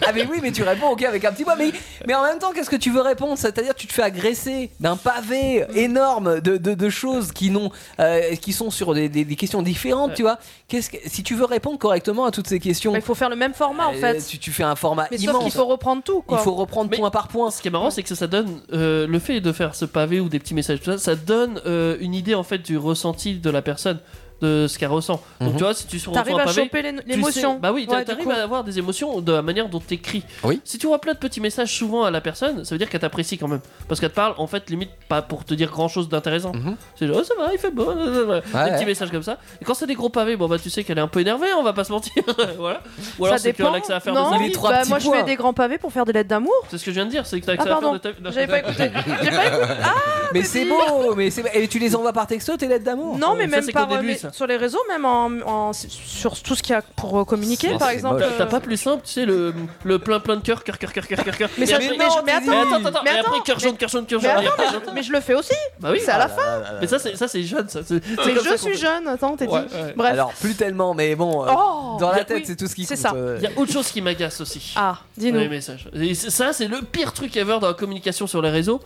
C: Ah mais oui, mais tu réponds ok avec un petit bois, mais, mais en même temps, qu'est-ce que tu veux répondre C'est-à-dire tu te fais agresser d'un pavé énorme de, de, de choses qui, n'ont, euh, qui sont sur des, des- des questions différentes, tu vois. Qu'est-ce que, si tu veux répondre correctement à toutes ces questions,
B: Bah, il faut faire le même format en
C: euh,
B: fait.
C: tu, tu fais un format
B: Mais sauf
C: immense.
B: qu'il faut reprendre tout
C: Il
B: quoi.
C: faut reprendre
D: Mais-
C: point par point.
D: Ce qui est marrant, c'est que ça donne euh, le fait de faire ce pavé ou des petits messages, tout ça, ça donne euh, une idée en fait du ressenti de la personne, de ce qu'elle ressent. Donc
C: Mhm.
D: tu vois, si tu reçois un
B: T'arrives à
D: pavé,
B: choper l'é-
D: tu sais-
B: l'émotion.
D: Bah oui,
B: Ouais, du
D: t'arrives
B: coup.
D: à avoir des émotions de la manière dont t'écris.
E: Oui.
D: Si tu vois plein de petits messages souvent à la personne, ça veut dire qu'elle t'apprécie quand même, parce qu'elle te parle en fait limite pas pour te dire grand chose d'intéressant.
C: Mhm.
D: C'est genre oh, ça va, il fait beau, des
C: ouais.
D: petits messages comme ça. Et quand c'est des gros pavés, bon bah tu sais qu'elle est un peu énervée, on va pas se mentir, voilà. Ou alors
B: ça
D: c'est
B: dépend.
D: qu'elle a que ça à faire de
B: non,
D: sa
C: Les
D: vie.
C: trois
B: bah,
C: petits
B: moi je
C: points.
B: fais des grands pavés pour faire des lettres d'amour.
D: C'est ce que je viens de dire, c'est que t'as que
B: Ah,
D: ça à faire
B: pardon.
D: de ta vie. Non.
B: J'avais pas écouté. J'ai pas écouté. Ah,
C: Mais c'est beau, mais c'est... et tu les envoies par texto tes lettres d'amour.
B: Non, mais
D: Oh, Ça,
B: même
D: c'est qu'au
B: par, euh,
D: début,
B: mais-
D: ça. ça.
B: Sur les réseaux, même en, en- sur tout ce qu'il y a pour euh, communiquer,
C: Non,
B: par
C: c'est
B: exemple.
C: moche.
B: euh,
D: T'as pas plus simple, tu sais, le, le plein plein de cœur, cœur, cœur, cœur, cœur, cœur, cœur.
B: Mais ça-
D: après-
B: mais je- mais
D: mais attends,
B: attends,
D: attends,
B: mais
D: et après
B: attends,
D: cœur jaune, cœur jaune, cœur
B: mais
D: jaune.
B: attends, mais je, mais je le fais aussi.
D: Bah oui,
B: c'est à la
C: Ah
B: fin.
D: mais ça, c'est, ça, c'est jeune, ça. C'est, c'est
B: Mais
D: comme ça
B: je
D: qu'on
B: suis
D: fait.
B: jeune. Attends, t'es dit.
D: Ouais, ouais.
B: Bref.
C: Alors, plus tellement, mais bon, euh,
B: oh
C: dans
D: y a-
C: la tête,
D: oui,
C: c'est tout ce qui
B: c'est
C: compte.
B: ça.
C: euh.
D: Il y a autre chose qui m'agace aussi.
B: Ah,
D: Dans
B: dis-nous.
D: les messages. Et c'est- ça, c'est le pire truc ever dans la communication sur les réseaux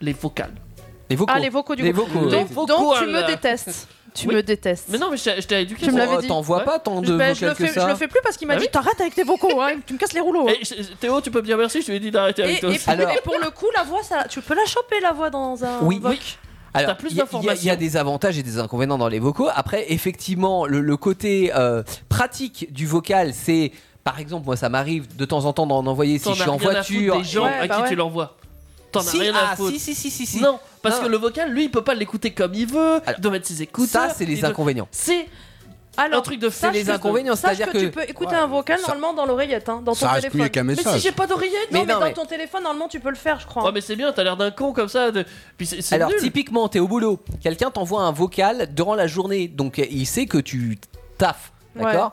D: les vocales.
C: Les vocaux.
B: Ah, les vocaux du
C: Les
B: groupe.
C: vocaux,
B: Donc,
D: oui.
B: donc
D: Vocaux,
B: tu me
D: là.
B: détestes. Tu
D: euh, Oui.
B: me détestes.
D: Mais non, mais je t'ai- je t'ai éduqué.
B: Tu me
D: pour- euh,
B: l'avais
C: Oh,
B: dit.
C: T'en vois
D: Ouais.
C: pas tant de
B: Je- ben, je,
C: vocales
B: le
C: que
B: fais,
C: ça
B: je le fais plus parce qu'il m'a
D: Bah
B: dit
D: oui.
B: t'arrêtes avec tes vocaux, hein, tu me casses les rouleaux. hein.
D: Eh, je- Théo, tu peux me dire merci, je te l'ai dit d'arrêter
B: Et,
D: avec toi
B: et
D: aussi.
B: pour,
C: Alors-
B: et pour le coup, la voix, ça, tu peux la choper la voix dans un.
C: Oui.
B: voc.
C: Alors,
D: euh, T'as plus
C: il y a- il y, a- il y
D: d'informations.
C: a des avantages et des inconvénients dans les vocaux. Après, effectivement, le, le côté euh, pratique du vocal, c'est. Par exemple, moi, ça m'arrive de temps en temps d'en envoyer si
D: T'en
C: je
D: as
C: suis en
D: rien à foutre
C: voiture.
D: des gens
B: Ouais,
D: à
B: bah
D: qui
B: ouais.
D: tu l'envoies. T'en as
C: Si,
D: rien
C: ah,
D: à foutre.
C: si, si, si, si, si.
D: Non, parce
C: Non.
D: que le vocal, lui, il peut pas l'écouter comme il veut.
C: Alors,
D: il doit mettre ses écouteurs.
C: ça, c'est
D: il
C: les
D: doit-
C: inconvénients.
D: C'est un
B: Alors,
D: truc de
B: sache
D: fou.
C: Les inconvénients,
B: sache
C: c'est-à-dire
B: que, tu peux écouter un vocal
C: Ça-
B: normalement dans l'oreillette, hein, dans ton
E: Ça reste
B: téléphone.
E: plus qu'un
B: mais si
E: message.
B: j'ai pas d'oreillette,
C: Mais
B: non, mais,
C: non,
B: dans
C: mais-
B: ton téléphone normalement tu peux le faire, je crois.
D: Ouais, mais c'est bien, t'as l'air d'un con comme ça. de- Puis c'est, c'est
C: Alors
D: nul.
C: typiquement, t'es au boulot, quelqu'un t'envoie un vocal durant la journée, donc euh, il sait que tu taffes. D'accord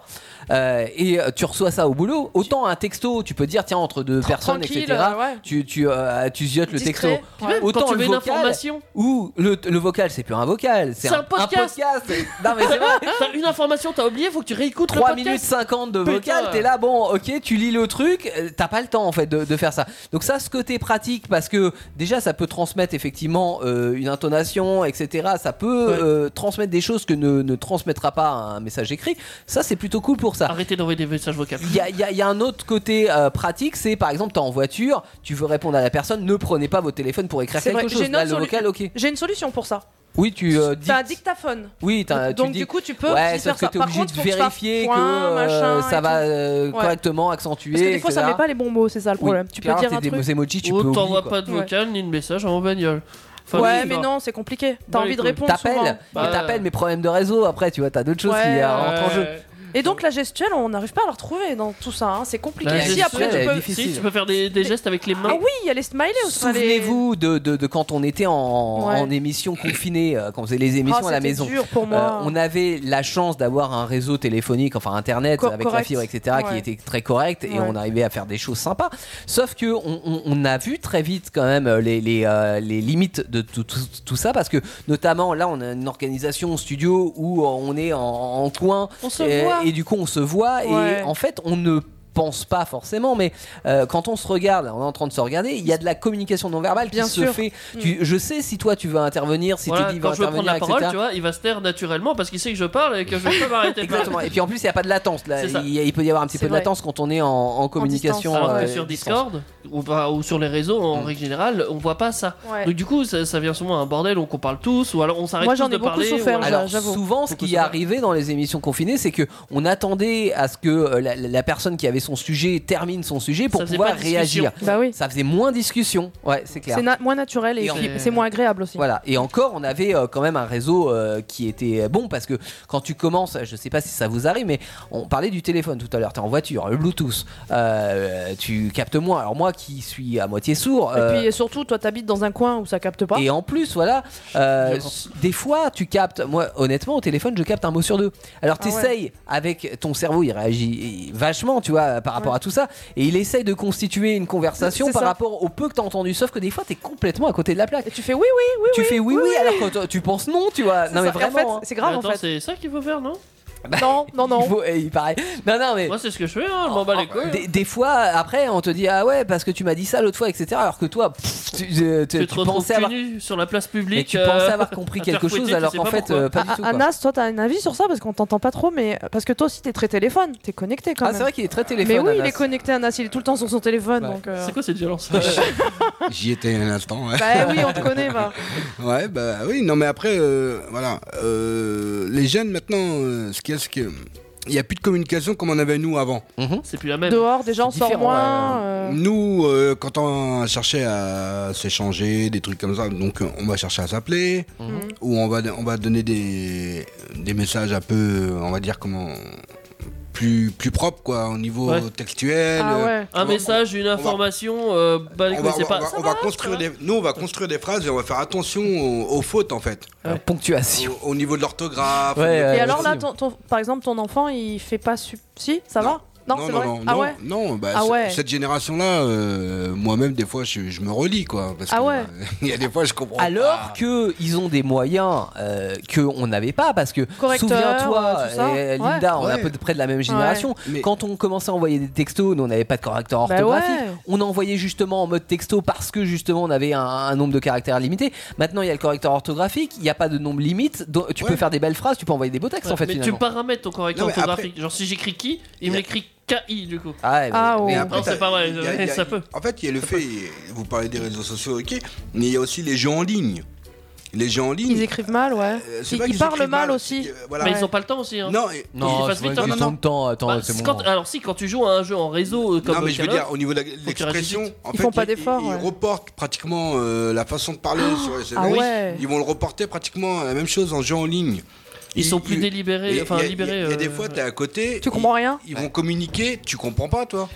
C: Euh, Et euh, tu reçois ça au boulot. Autant un texto, tu peux dire, tiens, entre deux personnes,
B: Tranquille,
C: etc.
B: euh, ouais.
C: Tu, tu, euh, tu ziotes le texto.
B: Discret.
D: Puis
B: Ouais.
D: même
C: autant
D: quand tu
C: le
D: mets une
C: vocal-
D: information,
C: Ou le, le vocal, c'est plus un vocal, c'est
D: C'est
C: un,
D: un podcast.
C: podcast. non, mais c'est vrai.
D: t'as une information, t'as oublié, faut que tu réécoutes
C: 3
D: le podcast.
C: minutes 50 de
D: Putain.
C: vocal, t'es là, bon, ok, tu lis le truc, euh, t'as pas le temps en fait de, de faire ça. Donc ça, ce côté pratique, parce que déjà, ça peut transmettre effectivement euh, une intonation, etc. Ça peut
D: Ouais.
C: euh, transmettre des choses que ne, ne transmettra pas un message écrit. Ça, c'est plutôt cool pour ça.
D: Arrêtez d'envoyer des messages vocaux.
C: Il y a, il y a- il y a un autre côté euh, pratique, c'est par exemple, t'es en voiture, tu veux répondre à la personne, ne prenez pas votre téléphone pour écrire
B: C'est
C: quelque
B: vrai, j'ai
C: chose.
B: une
C: Là,
B: autre
C: le
B: solu-
C: vocal, ok.
B: J'ai une solution pour ça.
C: Oui, tu euh, dis.
B: T'as un dictaphone.
C: Oui, t'as-
B: Donc
C: tu dis.
B: du coup, tu peux
C: ouais, sauf
B: aussi faire
C: que
B: ça.
C: t'es
B: Par
C: obligé
B: contre,
C: de
B: faut que tu fasses
C: vérifier que
B: point,
C: euh,
B: machin et
C: ça va
B: tout.
C: euh,
B: Ouais.
C: correctement accentuer.
B: Parce que des fois, ça
C: etc.
B: met pas les bons mots, c'est ça le
C: Oui,
B: problème. Tu
C: puis
B: peux
C: alors,
B: dire
C: t'es
B: un
C: des
B: truc.
C: mots emojis, tu
D: Ou
C: peux oublier,
D: Oh, t'envoies
C: quoi.
D: pas de
B: Ouais.
D: vocal ni de message en bagnole. Enfin,
B: Ouais,
D: oui,
B: mais
D: bah.
B: non, c'est compliqué.
D: Bah,
B: T'as envie de
D: écoute,
B: répondre souvent.
C: T'appelles,
D: Bah,
C: mais t'appelles mes problèmes de réseau après, tu vois, t'as d'autres choses
B: Euh. Ouais.
C: qui euh,
B: Ouais.
C: rentrent en jeu.
D: Ouais.
B: Et donc la gestuelle, on n'arrive pas à la retrouver dans tout ça. hein, C'est compliqué.
D: La
B: si après
D: gestuelle,
B: tu
C: elle est
B: peux.
C: difficile.
D: Si, tu peux faire des, des gestes avec les mains.
B: Ah oui, il y a les smileys aussi. enfin, les-
C: Souvenez-vous de, de- de quand on était en,
B: Ouais.
C: en émission confinée, euh, quand on faisait les
B: Ah,
C: émissions à la
B: c'était
C: maison.
B: dur pour
C: Euh,
B: moi.
C: on avait la chance d'avoir un réseau téléphonique, enfin internet,
B: Co-
C: avec la
B: correct.
C: fibre, etc., qui
B: Ouais.
C: était très correct et
B: Ouais.
C: on arrivait à faire des choses sympas. Sauf que on, on- on a vu très vite quand même euh, les, les, euh, les limites de tout, tout- tout ça parce que notamment là on a une organisation studio où euh, on est en, en coin
D: On se
C: et,
D: voit.
C: et du coup on se voit
B: Ouais.
C: et en fait on ne pense pas forcément mais euh, quand on se regarde on est en train de se regarder il y a de la communication non verbale
B: Bien
C: qui se
B: sûr.
C: fait Tu- je sais si toi tu vas intervenir si
D: Mm. Voilà,
C: Teddy va
D: quand je veux
C: intervenir
D: prendre la
C: etc.
D: parole, tu vois, il va se taire naturellement parce qu'il sait que je parle et que je vais pas m'arrêter. de parler.
C: Exactement. Et puis en plus, il n'y a pas de latence. Là.
D: C'est ça.
C: Il, y a- il peut y avoir un petit
B: C'est
C: peu de
B: vrai.
C: latence quand on est en, en communication.
B: distance.
D: Alors que
C: euh,
D: sur
C: distance.
D: Discord ou, bah, ou sur les réseaux en
C: Mm.
D: règle générale, on voit pas ça.
B: Ouais.
D: Donc du coup, ça, ça vient souvent à un bordel donc on parle tous ou alors on s'arrête
B: Moi,
D: tous
B: j'en ai
D: de
B: beaucoup
D: parler. ou
B: souffert,
D: alors-
C: Alors
B: j'avoue.
C: souvent, ce qui est
D: ça va.
C: arrivé dans les émissions confinées, c'est que on attendait à ce que euh, la, la personne qui avait son sujet termine son sujet pour
D: Ça faisait
C: pouvoir
D: pas discussion.
C: réagir.
B: Bah oui.
C: Ça faisait moins discussion. Ouais, c'est clair.
B: C'est na- moins naturel et,
C: Et
B: puis
D: en-
B: c'est moins agréable aussi.
C: Voilà, et encore, on avait euh, quand même un réseau euh, qui était bon parce que quand tu commences, je sais pas si ça vous arrive, mais on parlait du téléphone tout à l'heure, t'es en voiture, le Bluetooth, euh, tu captes moins. Alors, moi qui suis à moitié sourd,
B: Et
C: euh,
B: puis et surtout, toi, t'habites dans un coin où ça capte pas.
C: Et en plus, voilà, euh,
D: Violence.
C: des fois, tu captes. Moi, honnêtement, au téléphone, je capte un mot sur deux. Alors,
B: Ah
C: t'essayes avec ton cerveau, il réagit vachement, tu vois, par rapport à tout ça, et il essaye de constituer une conversation
B: C'est
C: par
B: ça.
C: rapport au peu que t'as entendu. Sauf que des fois, t'es complètement à côté de la plaque.
B: Et tu fais oui, oui, oui.
C: tu fais oui, oui, alors que toi, tu penses non, tu vois.
B: C'est
C: Non, mais
B: ça. Et en
C: vraiment.
B: fait, c'est
D: Mais
B: grave en
D: Attends,
B: fait.
D: c'est ça qu'il faut faire, non
C: hein.
B: Non, non,
C: Il
B: non.
C: faut- et il paraît. Non, non, mais. Ah,
D: Moi, c'est ce que je fais, hein, je m'en bats les couilles. hein.
C: Des, des fois, après, on te dit ah ouais parce que tu m'as dit ça l'autre fois, etc. Alors que toi, pff, tu, euh, tu-
D: Tu
C: tu
D: te retrouves
C: pensais
D: tout
C: avoir,
D: nu sur la place
C: mais
D: publique.
C: tu
D: euh,
C: pensais avoir compris
D: à te faire
C: quelque
D: fouetter,
C: chose,
D: tu
C: alors
D: sais
C: qu'en
D: pas
C: fait,
D: pourquoi.
C: euh, pas du
B: Ah,
C: tout. quoi.
B: Anas, toi, t'as un avis sur ça parce qu'on t'entend pas trop, mais parce que toi aussi, t'es très téléphone, t'es connecté quand
C: Ah, c'est
B: même.
C: vrai qu'il est très téléphone.
B: Mais oui, il
C: Anas.
B: est connecté, Anas, il est tout le temps sur son téléphone.
C: Ouais.
B: Donc, euh,
D: C'est quoi cette violence
E: J'y étais un instant. Ouais.
B: Bah oui, on te connaît, va.
E: Ouais, bah oui, non, mais après, euh, voilà. euh, les jeunes maintenant, euh, ce qu'il y a, c'est que. Il n'y a plus de communication comme on avait nous avant.
D: Mhm. C'est plus la même.
B: Dehors, déjà, on
C: C'est
B: sort
C: différent,
B: moins. euh,
E: Nous, euh, quand on cherchait à s'échanger, des trucs comme ça, donc euh, on va chercher à s'appeler,
C: Mhm.
E: euh, ou on va, on va donner des, des messages un peu, on va dire, comment. plus, plus propre, quoi, au niveau
D: Ouais.
E: textuel.
B: Ah
E: euh,
B: ouais.
E: on
D: Un
E: va-
D: message, une information, euh, bah les
E: On
D: couilles,
E: va,
D: c'est
E: on
D: pas.
E: va-
D: ça
E: on
D: va,
E: va construire
D: ça
E: des, nous, on va construire des phrases et on va faire attention aux, aux fautes, en fait.
C: Alors, Ponctuation.
E: Au, au niveau de l'orthographe.
C: Ouais,
E: au-
C: ouais.
B: Et
C: Euh,
B: alors là,
C: si.
B: ton- ton- par exemple, ton enfant, il fait pas su... Si, ça va Non,
E: non,
B: c'est
E: non,
B: vrai.
E: non,
B: ah
E: non,
B: ouais.
E: non, bah,
B: Ah
E: c-
B: ouais.
E: cette génération-là, euh, moi-même, des fois, je, je me relis, quoi. Parce
B: Ah
E: que,
B: ouais.
E: euh, Il y a des fois, je comprends.
C: Alors
E: pas.
C: que ils ont des moyens euh, que on n'avait pas parce que
B: Correcteur,
C: souviens-toi
B: euh, tout ça.
C: eh, Linda on est à
E: Ouais.
C: peu près de la même génération
E: Mais-
C: quand on commençait à envoyer des textos nous on n'avait pas de correcteur
B: Bah ouais.
C: orthographique on envoyait justement en mode texto parce que justement on avait un, un nombre de caractères limité maintenant il y a le correcteur orthographique il n'y a pas de nombre limite donc tu peux
E: Ouais.
C: faire des belles phrases tu peux envoyer des beaux textes
D: va.
C: en fait
D: mais tu
C: finalement
D: paramètres ton
E: Non,
D: correcteur
E: mais après-
D: orthographique. Genre si j'écris qui, il me
E: Y a-
D: l'écrit KI du coup.
C: ah, ouais,
B: Ah,
C: mais-
B: ouais.
C: mais
E: Et
C: après,
D: Non, c'est
E: t'as-
D: pas vrai,
E: il y a-
D: euh,
E: il y a-
D: ça peut.
E: En fait, il y a le fait, vous parlez des réseaux sociaux, ok, mais il y a aussi les jeux en ligne. Les jeux en ligne.
B: Ils écrivent mal, ouais.
E: euh, c'est
B: Ils,
E: pas
B: ils
E: qu'ils
B: parlent
E: écrivent
B: mal aussi.
E: c'est que, voilà.
D: Mais ils ont pas le temps aussi. Hein.
E: Non, et-
D: Ils
C: non
D: passent
C: c'est pas une
D: vite, hein.
C: question de temps attends
D: Bah,
C: c'est
D: c'est
C: bon
D: quand- alors si quand tu joues à un jeu en réseau euh, comme
E: hein. non, mais je veux
D: Call of,
E: dire, au niveau de la-
D: qu'ils réagissent
E: l'expression,
D: vite.
E: en
B: Ils
E: fait,
B: font pas
E: ils-
B: d'efforts,
E: Ils, ils
B: ouais.
E: reportent pratiquement euh, la façon de parler sur les SMS.
B: Ah ouais.
E: Ils vont le reporter pratiquement la même chose en jeu en ligne.
D: ils sont plus délibérés,
E: et-
D: enfin
E: il y a-
D: libérés.
E: Il y a- il y a des
D: euh,
E: fois, t'es à côté.
B: Tu
E: ils-
B: comprends rien
E: Ils vont communiquer, tu comprends pas, toi.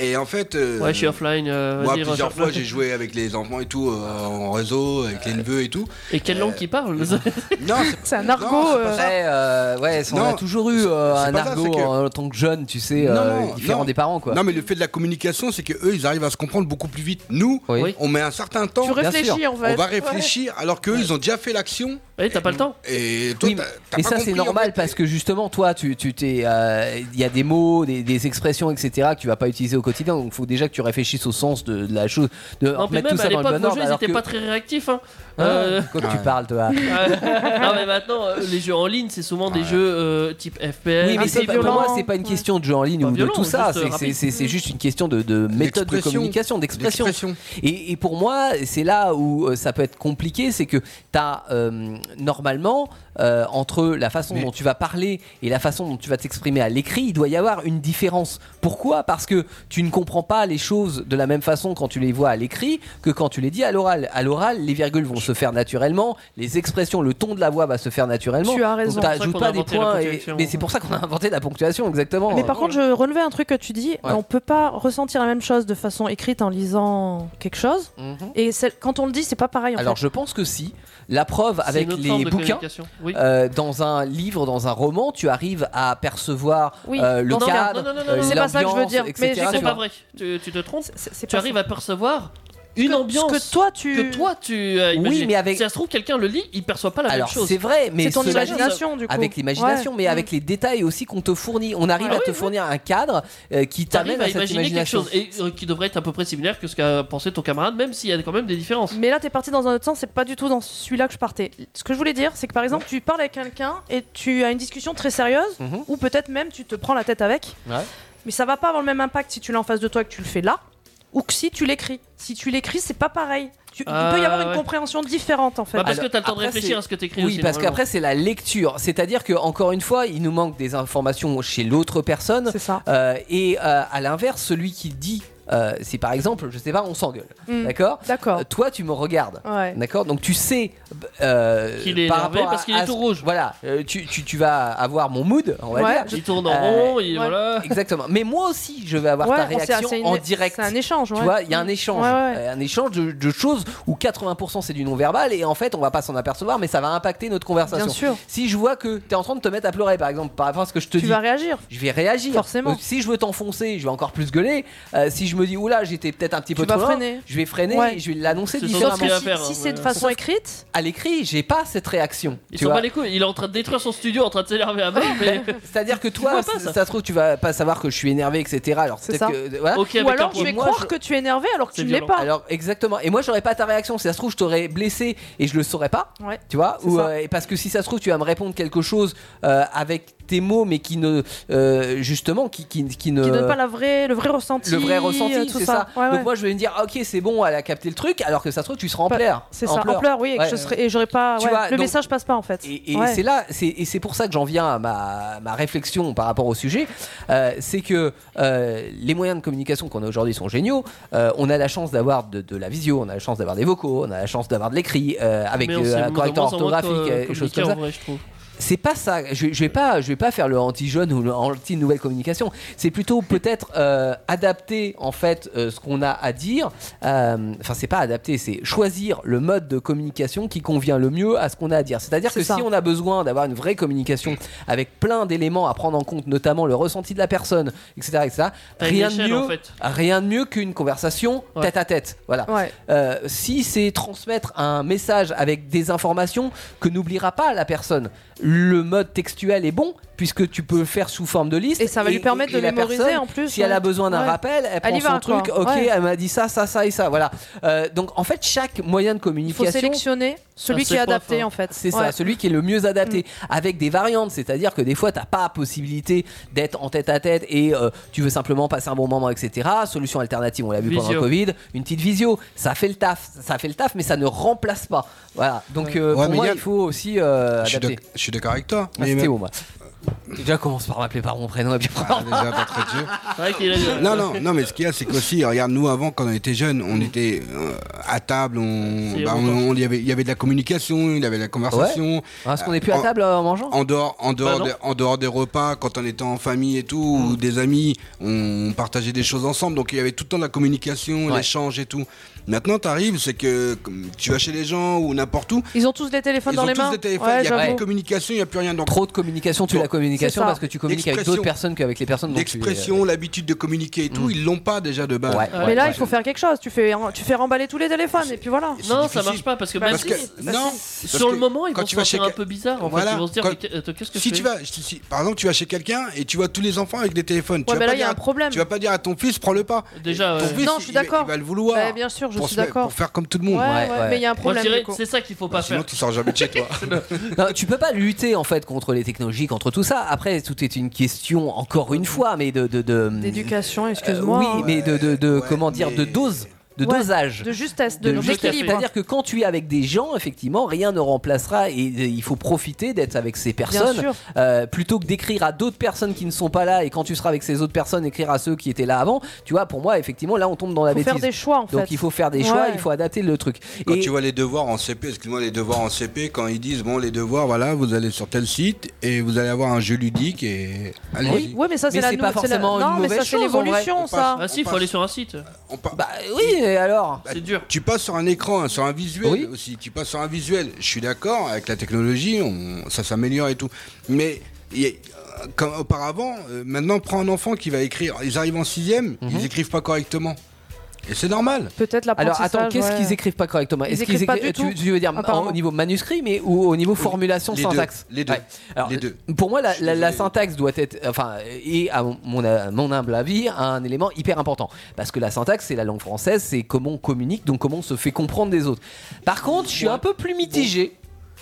E: Et en fait. euh,
D: Ouais, je suis offline. euh,
E: Moi,
D: vas-y,
E: plusieurs
D: recherche-
E: fois, j'ai joué avec les enfants et tout, euh, en réseau, avec les neveux et tout. Euh,
D: Et quelle langue qui parle
E: Non, c'est
B: C'est un
E: Non,
B: argot.
E: c'est pas
B: euh,
E: ça.
C: Ouais, euh, ouais, ça, on
E: Non,
C: a toujours eu euh,
E: c'est
C: un
E: pas ça,
C: argot
E: c'est que-
C: en tant que jeune, tu sais,
E: Non,
C: euh,
E: non,
C: différent
E: non.
C: des parents, quoi.
E: Non, mais le fait de la communication, c'est que eux, ils arrivent à se comprendre beaucoup plus vite. Nous,
C: Oui.
D: Oui.
E: on met un certain temps.
B: Tu réfléchis
C: sûr.
B: en fait.
E: On va réfléchir, alors qu'eux, ils ont déjà fait l'action.
D: Eh, t'as pas le temps.
E: Et toi,
C: Oui, mais-
E: t'as- t'as
C: mais
E: pas
C: ça c'est
E: compris, en
C: normal
E: fait.
C: parce que justement toi tu tu t'es euh, il y a des mots des, des expressions etc que tu vas pas utiliser au quotidien donc faut déjà que tu réfléchisses au sens de, de la chose de
D: Non, mais
C: remettre tout
D: même à
C: ça dans le
D: l'époque,
C: bon
D: vos
C: ordre
D: jeux, ils
C: alors
D: étaient
C: que
D: pas très réactifs. hein.
C: Hein,
D: Euh,
C: quand tu
E: Ouais.
C: parles toi
D: Ouais. non mais maintenant euh, les jeux en ligne c'est souvent des jeux euh, type FPS
C: oui mais
B: c'est
C: Ah, c'est pas, pour
B: violent.
C: moi c'est pas une question de jeu en ligne
D: Pas
C: ou de
D: violent,
C: tout ça
D: juste, euh,
C: c'est- c'est
D: rapide.
C: c'est- c'est juste une question de, de méthode de
E: D'expression.
C: communication d'expression
E: L'expression.
C: Et, et pour moi, c'est là où euh, ça peut être compliqué, c'est que tu as normalement, euh, entre la façon
E: Mais-
C: dont tu vas parler et la façon dont tu vas t'exprimer à l'écrit, il doit y avoir une différence. Pourquoi Parce que tu ne comprends pas les choses de la même façon quand tu les vois à l'écrit que quand tu les dis à l'oral. À l'oral, les virgules vont se faire naturellement, les expressions, le ton de la voix va se faire naturellement.
B: Tu as raison.
C: Donc
B: C'est pour
D: ça
C: t'ajoutes
D: qu'on a
C: pas des
D: inventé la
C: points. et-
D: ponctuation.
C: mais c'est pour ça qu'on a inventé la ponctuation, exactement.
B: Mais par contre, je relevais un truc que tu dis.
C: Oh, Ouais.
B: On peut pas ressentir la même chose de façon écrite en lisant quelque chose.
C: Mhm.
B: Et c'est- quand on le dit, c'est pas pareil. En
C: Alors je pense que si. La preuve
D: c'est
C: avec
D: une autre
C: les
D: forme de
C: bouquins.
D: communication. Oui.
C: Euh, dans un livre, dans un roman, tu arrives à percevoir
B: Oui,
C: euh, le
B: dans ce
C: cadre,
D: cas. Non, non, non,
C: euh,
D: non, non.
B: C'est pas ça que je veux dire,
C: l'ambiance,
B: mais
C: etc.,
B: j'ai
C: tu
D: c'est pas
C: vois.
D: vrai tu, tu te trompes
B: fait. C'est- c'est
D: tu
B: pas
D: arrives
B: ça.
D: à percevoir une
B: Que-
D: ambiance
B: ce que toi tu.
D: que toi tu as
C: Oui,
D: imaginé.
C: mais avec-
D: si ça se trouve quelqu'un le lit il perçoit pas la
C: Alors
D: même chose Mmh.
C: c'est vrai, mais
B: C'est ton
C: cela dit,
B: imagination du coup.
C: Avec l'imagination,
B: Ouais.
C: mais avec les détails aussi qu'on te fournit. On arrive
D: Ah
C: à te
D: oui,
C: fournir un cadre euh, qui t'amène
D: T'arrives
C: à,
D: à
C: cette
D: imaginer quelque
C: imagination.
D: chose et euh, qui devrait être à peu près similaire que ce qu'a pensé ton camarade, même s'il y a quand même des différences.
B: Mais là, t'es parti dans un autre sens, c'est pas du tout dans celui-là que je partais. Ce que je voulais dire, c'est que par exemple, tu parles avec quelqu'un et tu as une discussion très sérieuse,
C: Mhm.
B: ou peut-être même tu te prends la tête avec,
C: Ouais.
B: mais ça va pas avoir le même impact si tu l'as en face de toi et que tu le fais là, ou que si tu l'écris. Si tu l'écris, c'est pas pareil. Tu- il peut y
D: Ah,
B: avoir une
D: ouais.
B: compréhension différente en fait.
D: Bah, parce
C: Alors,
D: que t'as le temps de
C: après, c'est-
D: réfléchir à ce que t'écris
C: Oui,
D: aussi,
C: parce
D: normalement.
C: qu'après c'est la lecture, c'est-à-dire que encore une fois, il nous manque des informations chez l'autre personne
B: c'est ça.
C: Euh, et euh, à l'inverse, celui qui dit, euh, c'est par exemple, je sais pas, on s'engueule,
B: Mm.
C: d'accord
B: D'accord.
C: Euh, Toi, tu me regardes.
B: Ouais.
C: D'accord Donc tu sais euh,
D: Qu'il est
C: par
D: énervé
C: rapport à-
D: parce qu'il est
C: à
D: tout
C: ce-
D: rouge.
C: Voilà, euh, tu, tu- tu vas avoir mon mood, on va
B: Ouais.
C: dire.
D: Il tourne en
C: Euh,
D: rond, il
B: ouais.
D: voilà.
C: Exactement. Mais moi aussi, je vais avoir
B: Ouais,
C: ta
B: on s'est-
C: réaction
B: c'est une-
C: en direct.
B: C'est un échange, ouais. Mm.
C: Tu vois, il y a un échange,
B: Ouais, ouais.
C: Euh, un échange de, de choses où 80% c'est du non-verbal et en fait on va pas s'en apercevoir, mais ça va impacter notre conversation.
B: Bien sûr.
C: Si je vois que t'es en train de te mettre à pleurer, par exemple, par rapport à ce que je te
B: Tu
C: dis,
B: vas réagir.
C: je vais réagir.
B: Forcément.
C: Donc, si je veux t'enfoncer, je vais encore plus gueuler. Euh, si je me dis, oula, j'étais peut-être un petit peu
B: Tu vas
C: trop loin,
B: freiner.
C: je vais freiner
B: Ouais.
C: et je vais l'annoncer
D: C'est
C: différemment.
D: surtout ce qu'il va
B: Si,
D: faire,
B: si
D: hein,
B: c'est de
D: ouais.
B: façon écrite,
C: À l'écrit, j'ai pas cette réaction.
D: Il
C: tu
D: s'en
C: vois.
D: bat les couilles, il est en train de détruire son studio, en train de s'énerver à mort, mais
C: C'est-à-dire que
D: Je
C: toi,
D: vois pas, ça.
C: ça se trouve, tu vas pas savoir que je suis énervé, etc. Alors,
B: C'est
C: peut-être
B: ça.
C: que- voilà.
D: ok,
B: Euh, ou
D: avec un
B: alors
D: point.
B: je vais
C: moi,
B: croire
C: je-
B: que tu es énervé alors que
D: C'est
B: tu ne l'es
D: violent.
B: pas.
C: Alors exactement. Et moi j'aurais pas ta réaction. Si ça se trouve je t'aurais blessé et je le saurais pas.
B: Ouais.
C: Tu vois
B: C'est
C: Ou
B: ça.
C: euh, et parce que si ça se trouve tu vas me répondre quelque chose euh, avec tes mots mais qui ne euh, justement qui qui, qui ne
B: qui donne pas la vraie, le vrai ressenti.
C: euh, le vrai
B: euh,
C: ressenti,
B: tout
C: c'est ça.
B: Ouais, ouais.
C: Donc moi je vais me dire ah, ok c'est bon elle a capté le truc alors que ça se trouve tu seras en
B: Pas-
C: pleurs.
B: c'est
C: En
B: ça,
C: pleurs.
B: en pleurs, oui, et, que
C: Ouais,
B: je serais- et j'aurais pas.
C: Tu
B: ouais,
C: vois,
B: le
C: donc-
B: message passe pas en fait.
C: Et, et
B: Ouais.
C: c'est là, c'est, et c'est pour ça que j'en viens à ma, ma réflexion par rapport au sujet, euh, c'est que euh, les moyens de communication qu'on a aujourd'hui sont géniaux. Euh, on a la chance d'avoir de, de la visio, on a la chance d'avoir des vocaux, on a la chance d'avoir de l'écrit euh, avec
D: Mais
C: euh,
D: on s'est
C: un
D: de
C: correcteur
D: moins en moins,
C: orthographique,
D: euh,
C: et choses
D: communiqué,
C: comme ça.
D: en vrai, je trouve.
C: c'est pas ça. Je, je vais pas, je vais pas faire le anti-jeune ou le anti-nouvelle communication. C'est plutôt peut-être euh, adapter en fait euh, ce qu'on a à dire. Euh, Enfin, c'est pas adapter, c'est choisir le mode de communication qui convient le mieux à ce qu'on a à dire. C'est-à-dire
B: C'est
C: que
B: ça.
C: si on a besoin d'avoir une vraie communication avec plein d'éléments à prendre en compte, notamment le ressenti de la personne, etc., etc.
D: T'as une
C: Rien de
D: échelle,
C: mieux,
D: en fait.
C: rien de mieux qu'une conversation
D: Ouais.
C: tête à tête. Voilà.
B: Ouais.
C: Euh, si c'est transmettre un message avec des informations que n'oubliera pas la personne, le mode textuel est bon puisque tu peux le faire sous forme de liste.
B: Et ça va lui permettre de
C: la
B: mémoriser,
C: personne,
B: en plus,
C: Si elle a
B: ouais.
C: besoin d'un
B: Ouais.
C: rappel, elle, prend
B: y va,
C: son truc.
B: quoi.
C: Ok,
B: Ouais.
C: elle m'a dit ça, ça, ça et ça. Voilà. Euh, donc en fait, chaque moyen de
B: Il faut
C: communication.
B: sélectionner celui
D: Ah,
B: qui
D: c'est
B: est
D: pas
B: adapté
D: fin.
B: en fait.
C: C'est
B: Ouais. Mm.
C: ça, celui qui est le mieux adapté, avec des variantes, c'est-à-dire que des fois, t'as pas possibilité d'être en tête à tête et euh, tu veux simplement passer un bon moment, etc. Solution alternative, on l'a vu pendant le
D: Visio.
C: Covid, une petite visio, ça fait le taf, ça fait le taf, mais ça ne remplace pas. Voilà, donc euh,
E: Ouais,
C: pour
E: mais
C: moi,
E: Yann,
C: il faut aussi euh,
E: Je suis
C: adapter.
E: d'ac- je suis d'accord avec toi.
C: Ah,
E: mais-
C: c'est Théo, moi. Déjà, commence par m'appeler par mon prénom et puis après-
E: Ah, déjà, pas très dur.
D: C'est vrai qu'il a-
E: Non, non, non, mais ce qu'il y a, c'est qu'aussi, regarde, nous, avant, quand on était jeunes,
C: Mm.
E: on était euh, à table, on,
D: C'est
E: bah, on-
D: longtemps.
E: on- il y avait, il y avait de la communication, il y avait de la conversation.
C: Ah, Est-ce qu'on est plus à
E: En-
C: table euh, en mangeant
E: En dehors, en, dehors
D: non.
E: des, en dehors des repas, quand on était en famille et tout,
C: Mm.
E: ou des amis, on partageait des choses ensemble. Donc il y avait tout le temps de la communication,
C: Ouais.
E: l'échange et tout. Maintenant, t'arrives, c'est que comme tu vas chez les gens ou n'importe où,
B: Ils ont tous des téléphones
E: ils
B: dans
E: ont
B: les
E: tous
B: mains.
E: des téléphones, il
B: Ouais,
E: n'y a plus
B: j'avoue.
E: de communication, il n'y a plus rien. Donc
C: Trop de communication, tu
E: Trop.
C: la communication
B: C'est ça.
C: parce que tu communiques avec d'autres
E: L'expression.
C: personnes qu'avec les personnes dont tu es- euh, Hmm.
E: l'expression, l'habitude de communiquer et tout, ils l'ont pas déjà de base.
C: Ouais,
D: Mais
B: Euh, Mais là,
C: ouais.
B: il faut faire quelque chose. Tu fais, tu fais remballer tous les téléphones et puis voilà.
E: C'est
D: Non, ça
E: difficile.
D: marche pas parce que
B: Bah,
D: même
E: Parce
B: si,
E: que
B: parce
E: non, parce
D: sur
E: que
D: le moment, ils
E: quand
D: vont
E: tu
D: se
E: vas chez
D: sentir un
E: quel-
D: peu bizarre. En
E: Voilà,
D: fait, ils vont se dire
E: quand-
D: mais qu'est- attends, qu'est-ce que
E: si
D: je
E: tu
D: fais
E: vas, si- si- par exemple, tu vas chez quelqu'un et tu vois tous les enfants avec des téléphones. tu
B: Ouais,
E: vas
B: mais
E: pas
B: là, il y a
E: dire
B: un problème.
E: Tu vas pas dire à ton fils, prends le pas.
D: Déjà, euh,
E: Ton
D: ouais.
E: fils,
B: Non, je suis
E: il va-
B: d'accord.
E: Il va le vouloir.
B: Bah, bien sûr, je
E: pour
B: suis
E: se mettre-
B: d'accord.
E: Pour faire comme tout le
B: Ouais,
E: monde.
B: ouais,
C: ouais.
B: mais il y a un
D: Moi, je
B: problème.
D: dirais,
B: du coup.
D: c'est ça qu'il faut
E: Bah,
D: pas
E: sinon,
D: faire.
E: tu sors jamais de chez toi.
C: Non, tu peux pas lutter en fait contre les technologies, contre tout ça. Après, tout est une question, encore une fois, mais de de, de-
B: D'éducation,
C: euh,
B: excuse-moi.
C: oui,
B: hein.
C: mais de, de, de-
E: Ouais,
C: comment dire, de
E: mais-
C: dose, de
B: Ouais,
C: dosage.
B: De justesse,
C: De
B: de
D: juste
C: d'équilibre.
B: équilibre.
C: c'est-à-dire que quand tu es avec des gens, effectivement, rien ne remplacera et euh, il faut profiter d'être avec ces personnes
B: sûr.
C: euh, plutôt que d'écrire à d'autres personnes qui ne sont pas là et quand tu seras avec ces autres personnes, écrire à ceux qui étaient là avant. Tu vois, pour moi, effectivement, là, on tombe dans la
B: faut
C: bêtise.
B: faire des choix en fait.
C: Donc il faut faire des choix,
B: Ouais.
C: il faut adapter le truc.
E: Quand
C: Et-
E: tu vois les devoirs en CP, excuse-moi, les devoirs en CP, quand ils disent, bon, les devoirs, voilà, vous allez sur tel site et vous allez avoir un jeu ludique et. allez-y.
C: Oui.
B: Ouais, mais ça,
C: Mais
B: c'est la
C: c'est
B: nou-
C: pas
B: c'est la-
C: forcément une
B: Non, mais ça,
C: mauvaise
B: c'est
C: chose, en vrai.
B: l'évolution, ça.
E: On
D: Ah si, il faut
E: passe.
D: aller sur un site.
E: On par-
C: Bah oui, et alors
D: C'est dur.
E: Bah, Tu passes sur un écran, hein, sur un visuel
C: Oui.
E: aussi. Tu passes sur un visuel. Je suis d'accord avec la technologie, on- ça s'améliore et tout. Mais il y a- euh, comme auparavant, euh, maintenant, prends un enfant qui va écrire. Ils arrivent en sixième,
C: Mhm.
E: ils écrivent pas correctement. Et c'est normal.
B: Peut-être
C: Alors
B: l'apprentissage.
C: attends, qu'est-ce
B: ouais.
C: qu'ils écrivent pas correctement
B: Ils
C: Est-ce
B: écrivent
C: qu'ils
B: pas
C: écri- euh,
B: du tout, Ah,
C: tu, tu veux dire en-
B: apparemment.
C: au niveau manuscrit, mais ou au niveau formulation
E: Les deux.
C: syntaxe
E: Les deux.
C: Ouais. Alors,
E: Les deux.
C: Pour moi, la,
E: Je suis
C: la- la
E: désolé.
C: syntaxe doit être, enfin, et à mon, à mon humble avis, un élément hyper important parce que la syntaxe, c'est la langue française, c'est comment on communique, donc comment on se fait comprendre des autres. Par contre, je suis un peu plus mitigé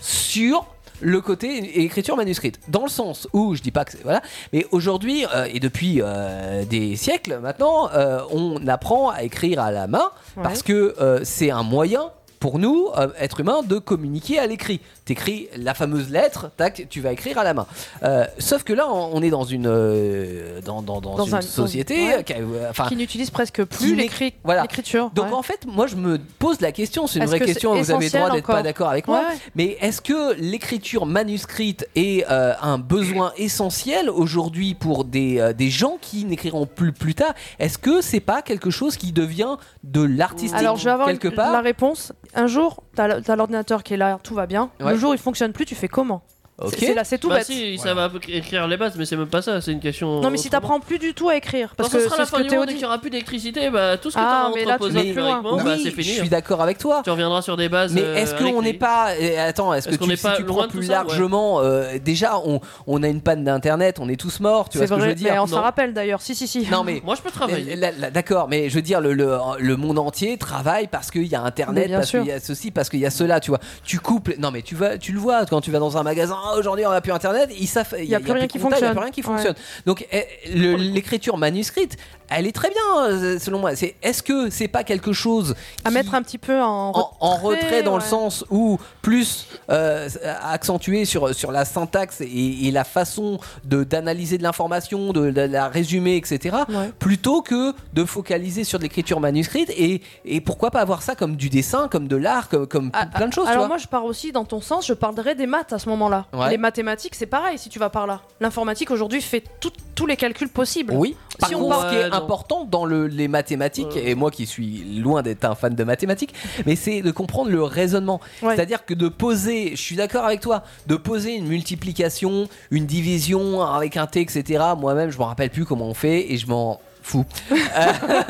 C: sur le côté é- écriture manuscrite dans le sens où je dis pas que c'est- voilà mais aujourd'hui euh, et depuis euh, des siècles maintenant euh, on apprend à écrire à la main
B: Ouais.
C: parce que euh, c'est un moyen pour nous, euh, êtres humains, de communiquer à l'écrit. T'écris la fameuse lettre, tac, tu vas écrire à la main. Euh, sauf que là, on on est dans une euh, dans, dans, dans
B: Dans
C: une
B: un- dans-
C: société
B: ouais.
C: qui a- euh, enfin,
B: Qui n'utilisent presque
C: Qui
B: plus
C: n'éc-
B: l'écrit-
C: voilà.
B: l'écriture.
C: donc
B: ouais.
C: en fait, moi je me pose la question, c'est une
B: Est-ce
C: vraie
B: que c'est
C: question, vous avez le droit
B: essentiel
C: d'être
B: encore
C: pas d'accord avec moi,
B: Ouais, ouais.
C: mais est-ce que l'écriture manuscrite est euh, un besoin essentiel aujourd'hui pour des, euh, des gens qui n'écriront plus plus tard Est-ce que c'est pas quelque chose qui devient de l'artistique
B: Alors, je vais avoir
C: quelque
B: une-
C: part
B: la réponse. Un jour, t'as l- t'as l'ordinateur qui est là, tout va bien.
C: Ouais.
B: Le jour, il fonctionne plus, tu fais comment
C: Ok.
B: C'est- C'est là, c'est tout
D: bah
B: bête.
D: si, ça
E: Voilà.
D: va un peu écrire les bases, mais c'est même pas ça, c'est une question.
B: Non, mais si
D: autrement.
B: t'apprends plus du tout à écrire, parce
D: Quand
B: que
D: ce sera
B: c'est
D: la
B: ce
D: fin
B: que
D: du
B: Théo
D: monde et qu'il
B: dit.
D: n'y aura plus d'électricité, bah, tout ce que
B: Ah, mais
D: tu
B: là,
D: auras
B: tu
D: entreposé
C: vas
B: plus loin.
D: théoriquement,
C: Oui,
D: bah, c'est
C: je
D: fini.
C: suis d'accord avec toi.
D: Tu reviendras sur des bases.
C: Mais
D: euh,
C: est-ce
D: avec
C: qu'on n'est
D: les-
C: pas eh, attends est-ce que
D: Est-ce qu'on
C: tu,
D: n'est
C: si
D: pas
C: tu
D: loin
C: prends
D: de
C: plus
D: tout ça, ouais.
C: largement euh, déjà on, on a une panne d'internet on est tous morts tu vois
B: C'est
C: ce que je veux
B: vrai, mais
C: dire
B: on s'en
D: Non.
B: rappelle d'ailleurs. Si, si, si.
C: non mais
D: Moi, je peux
C: mais,
D: travailler.
C: là, là, D'accord, mais je veux dire, le, le, le monde entier travaille parce qu'il y a
B: Mais
C: Internet,
B: bien
C: parce
B: sûr.
C: qu'il y a ceci, parce qu'il y a cela, tu vois. Tu couples, non mais tu, vas, tu le vois quand tu vas dans un magasin, Ah, aujourd'hui on n'a plus Internet, ils savent- il
B: y a plus rien
C: de
B: qui
C: contact, il y a
B: fonctionne.
C: plus rien qui
B: Ouais.
C: fonctionne. Donc eh, le- l'écriture manuscrite, elle est très bien euh, selon moi. C'est- Est-ce que c'est pas quelque chose
B: À
C: qui-
B: mettre un petit peu en
C: en, en retrait dans le
B: ouais.
C: sens où plus euh, accentué sur, sur la syntaxe et, et la façon de d'analyser de l'information, de, de la résumer, etc.
B: Ouais.
C: Plutôt que de focaliser sur de l'écriture manuscrite et, et pourquoi pas avoir ça comme du dessin, comme de l'art, comme, comme
B: Ah,
C: plein de choses. tu
B: Alors
C: vois.
B: moi je pars aussi dans ton sens, je parlerai des maths à ce moment-là.
C: Ouais.
B: Les mathématiques, c'est pareil si tu vas par là. L'informatique aujourd'hui fait tout- tous les calculs possibles.
C: Oui, par
B: Si on
C: contre,
D: parle-
C: ce qui est
D: Ouais, non.
C: important dans le- les mathématiques,
D: Ouais.
C: et moi qui suis loin d'être un fan de mathématiques, mais c'est de comprendre le raisonnement.
B: Ouais.
C: C'est-à-dire que de poser, je suis d'accord avec toi, de poser une multiplication, une division avec un T, etc. Moi-même, je me rappelle plus comment on fait et je m'en fous. Euh,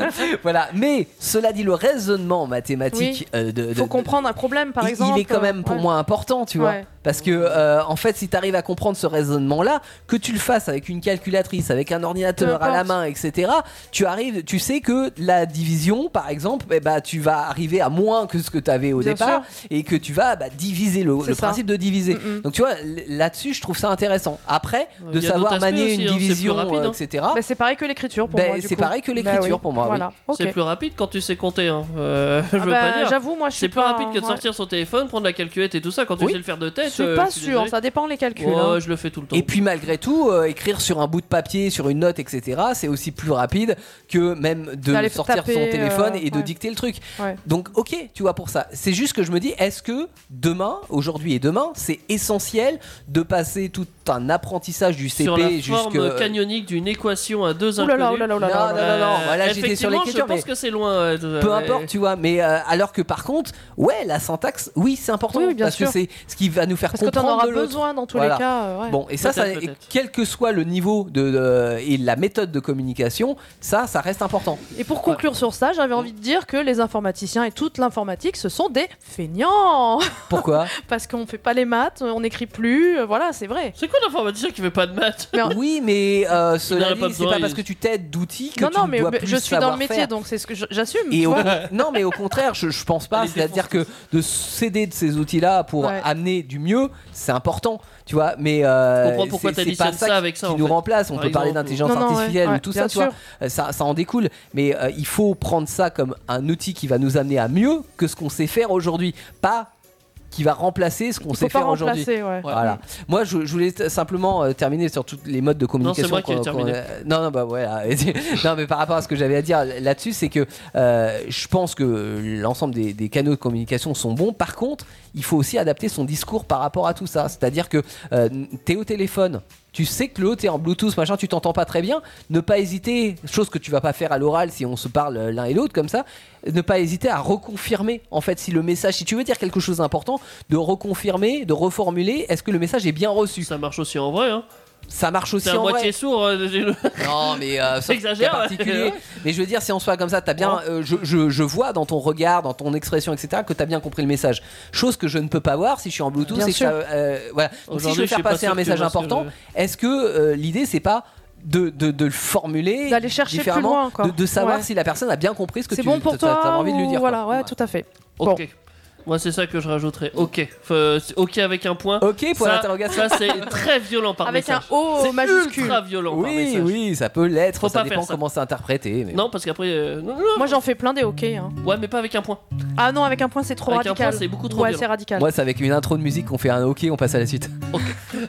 C: voilà, mais cela dit, le raisonnement mathématique euh, de, de-
B: Faut
C: de-
B: comprendre un problème par
C: il-
B: exemple. euh,
C: Il est quand même pour
B: Ouais.
C: moi important, tu vois.
B: Ouais.
C: Parce que, euh, en fait, si tu arrives à comprendre ce raisonnement-là, que tu le fasses avec une calculatrice, avec un ordinateur
B: Peu
C: à la
B: importe.
C: main, etc., tu arrives, tu sais que la division, par exemple, eh ben, tu vas arriver à moins que ce que tu avais au
B: Bien
C: départ et que tu vas bah, diviser le,
B: C'est
C: le
B: ça.
C: principe de diviser.
B: Mm-mm.
C: Donc, tu vois, l- là-dessus, je trouve ça intéressant. Après,
D: Il y
C: de
D: a
C: savoir
D: d'autres aspects
C: manier
D: aussi,
C: une
D: hein, c'est plus
C: division,
D: rapide,
C: euh,
D: hein.
C: etc.,
B: Bah, c'est pareil que l'écriture pour
C: Ben,
B: moi. du
C: c'est
B: coup.
C: pareil que
B: Bah
C: l'écriture
B: oui.
C: pour moi, oui.
B: Voilà. Ok.
D: C'est plus rapide quand tu sais compter. hein. Euh, je
B: Ah
D: veux
B: bah,
D: pas dire.
B: J'avoue, moi je suis
D: C'est plus
B: pas-
D: rapide que de
B: ouais.
D: sortir son téléphone, prendre la calculette et tout ça. Quand tu
C: Oui.
D: sais le faire de
B: Je
D: tête.
B: suis
D: euh,
B: pas
D: je suis
B: sûr,
D: désolé.
B: ça dépend les calculs.
D: Oh,
B: hein.
D: je le fais tout le temps.
C: Et puis malgré tout, euh, écrire sur un bout de papier, sur une note, etc., c'est aussi plus rapide que même de
B: D'aller
C: sortir
B: taper,
C: son
B: euh,
C: téléphone et de
B: ouais.
C: dicter le truc.
B: Ouais.
C: Donc ok, tu vois pour ça. C'est juste que je me dis, est-ce que demain, aujourd'hui et demain, c'est essentiel de passer tout un apprentissage du
D: sur la
C: CP
D: forme
C: jusqu'à...
D: canionique d'une équation à deux
B: Ouh là là,
D: inconnus.
C: Non,
B: ouh là là, ouh là là.
C: non, non, non.
D: Euh,
C: Voilà, j'étais sur
D: effectivement,
C: l'écriture,
D: Je
C: mais
D: pense que c'est loin. euh, de-
C: peu
D: euh,
C: importe, tu vois. Mais euh, alors que par contre, ouais, la syntaxe, oui, c'est important
B: Oui, oui, bien
C: parce que
B: sûr.
C: c'est ce qui va nous faire
B: Parce que t'en
C: comprendre
B: auras
C: de l'autre.
B: besoin dans tous
C: Voilà.
B: les cas. euh, ouais.
C: Bon, et ça, ça
D: Peut-être, peut-être.
C: quel que soit le niveau de, de- et la méthode de communication, ça, ça reste important.
B: Et pour conclure sur ça, j'avais envie de dire que les informaticiens et toute l'informatique, ce sont des feignants
C: Pourquoi
B: Parce qu'on fait pas les maths, on n'écrit plus, euh, voilà, c'est vrai.
D: C'est quoi l'informaticien qui fait pas de maths
C: Oui, mais euh,
D: Il n'en
C: cela
D: a pas
C: dit, c'est
D: besoin,
C: pas
D: il-
C: parce que tu t'aides d'outils que
B: non,
C: tu
B: non, mais
C: dois
B: mais
C: plus
B: je suis dans le
C: savoir
B: métier,
C: faire.
B: donc c'est ce que je- j'assume.
C: Et
B: tu
C: au-
B: vois.
C: non, mais au contraire, je, je pense pas.
D: Elle est
C: C'est-à-dire que de s'aider de ces outils-là pour
B: Ouais.
C: amener du mieux, c'est important, tu vois. Mais euh,
D: Je comprends pourquoi
C: c'est-
D: t'as
C: c'est
D: dit
C: pas
D: ça,
C: ça,
D: ça
C: qui-
D: avec ça,
C: qui
D: en
C: nous
D: fait.
C: remplace. On
D: Par
C: peut parler
D: exemple.
C: d'intelligence
B: Non, non, ouais,
C: artificielle
B: ouais,
C: ou tout
B: bien
C: ça, tu vois.
B: sûr.
C: Euh, ça, ça en découle. Mais euh, il faut prendre ça comme un outil qui va nous amener à mieux que ce qu'on sait faire aujourd'hui, pas qui va remplacer ce qu'on
B: Il faut
C: sait
B: pas
C: faire aujourd'hui.
B: remplacer, ouais.
C: Voilà. Moi, je, je voulais t- simplement euh, terminer sur tous les modes de communication.
D: moi qui ai
C: qu'on-
D: terminé.
C: qu'on- euh, non, non, bah ouais. ah, non, mais par rapport à ce que j'avais à dire l- là-dessus, c'est que euh, je pense que l'ensemble des, des canaux de communication sont bons. Par contre, il faut aussi adapter son discours par rapport à tout ça. C'est-à-dire que euh, t'es au téléphone. Tu sais que l'autre est en Bluetooth, machin, tu t'entends pas très bien. Ne pas hésiter, chose que tu vas pas faire à l'oral si on se parle euh, l'un et l'autre comme ça, ne pas hésiter à reconfirmer en fait si le message, si tu veux dire quelque chose d'important, de reconfirmer, de reformuler, est-ce que le message est bien reçu
D: Ça marche aussi en vrai. Hein.
C: Ça marche aussi
D: C'est à
C: en
D: moitié
C: vrai.
D: sourd. euh, j'ai le-
C: Non mais euh, sauf
D: J'exagère,
C: cas
D: ouais.
C: particulier. mais je veux dire si on se fait comme ça, t'as bien,
D: Ouais.
B: Oh.
C: euh, je, je- je vois dans ton regard, dans ton expression, etc. que t'as bien compris le message. Chose que je ne peux pas voir si je suis en Bluetooth.
B: Bien
C: et que
B: sûr.
C: ça, euh, voilà. Donc si je
D: Aujourd'hui,
C: veux
D: je
C: faire
D: suis pas
C: passer
D: sûr
C: un
D: que
C: message
D: moi, sur
C: important,
D: le-
C: est-ce que euh, l'idée c'est pas de, de- de le formuler
B: D'aller chercher plus
C: différemment,
B: loin, quoi.
C: de, de savoir
B: Ouais.
C: si la personne a bien compris ce que
B: C'est
C: tu
B: bon pour
C: t'as- t'as
B: toi
C: envie de lui
B: ou-
C: dire. quoi.
B: Voilà, ouais, tout à fait. Bon.
D: Ok. Moi, c'est ça que je rajouterais. Ok. Enfin, c'est ok avec un point.
C: Ok, point
D: Ça-
C: d'interrogation.
D: Ça, c'est très violent par
B: Avec un
D: message.
B: O
D: C'est
B: Oh, majuscule.
D: ultra violent par
C: Oui,
D: message.
C: oui, ça peut l'être.
D: Faut
C: ça
D: pas
C: dépend
D: faire ça.
C: comment c'est interprété. Mais...
D: Non, parce qu'après. euh, non, non.
B: Moi j'en fais plein des OK. hein.
D: Ouais, mais pas avec un point.
B: Ah non, avec un point c'est trop
D: Avec un
B: radical.
D: point, c'est beaucoup trop
B: Ouais,
D: violent.
B: c'est radical.
C: Moi, c'est avec une intro de musique qu'on fait un ok, on passe à la suite.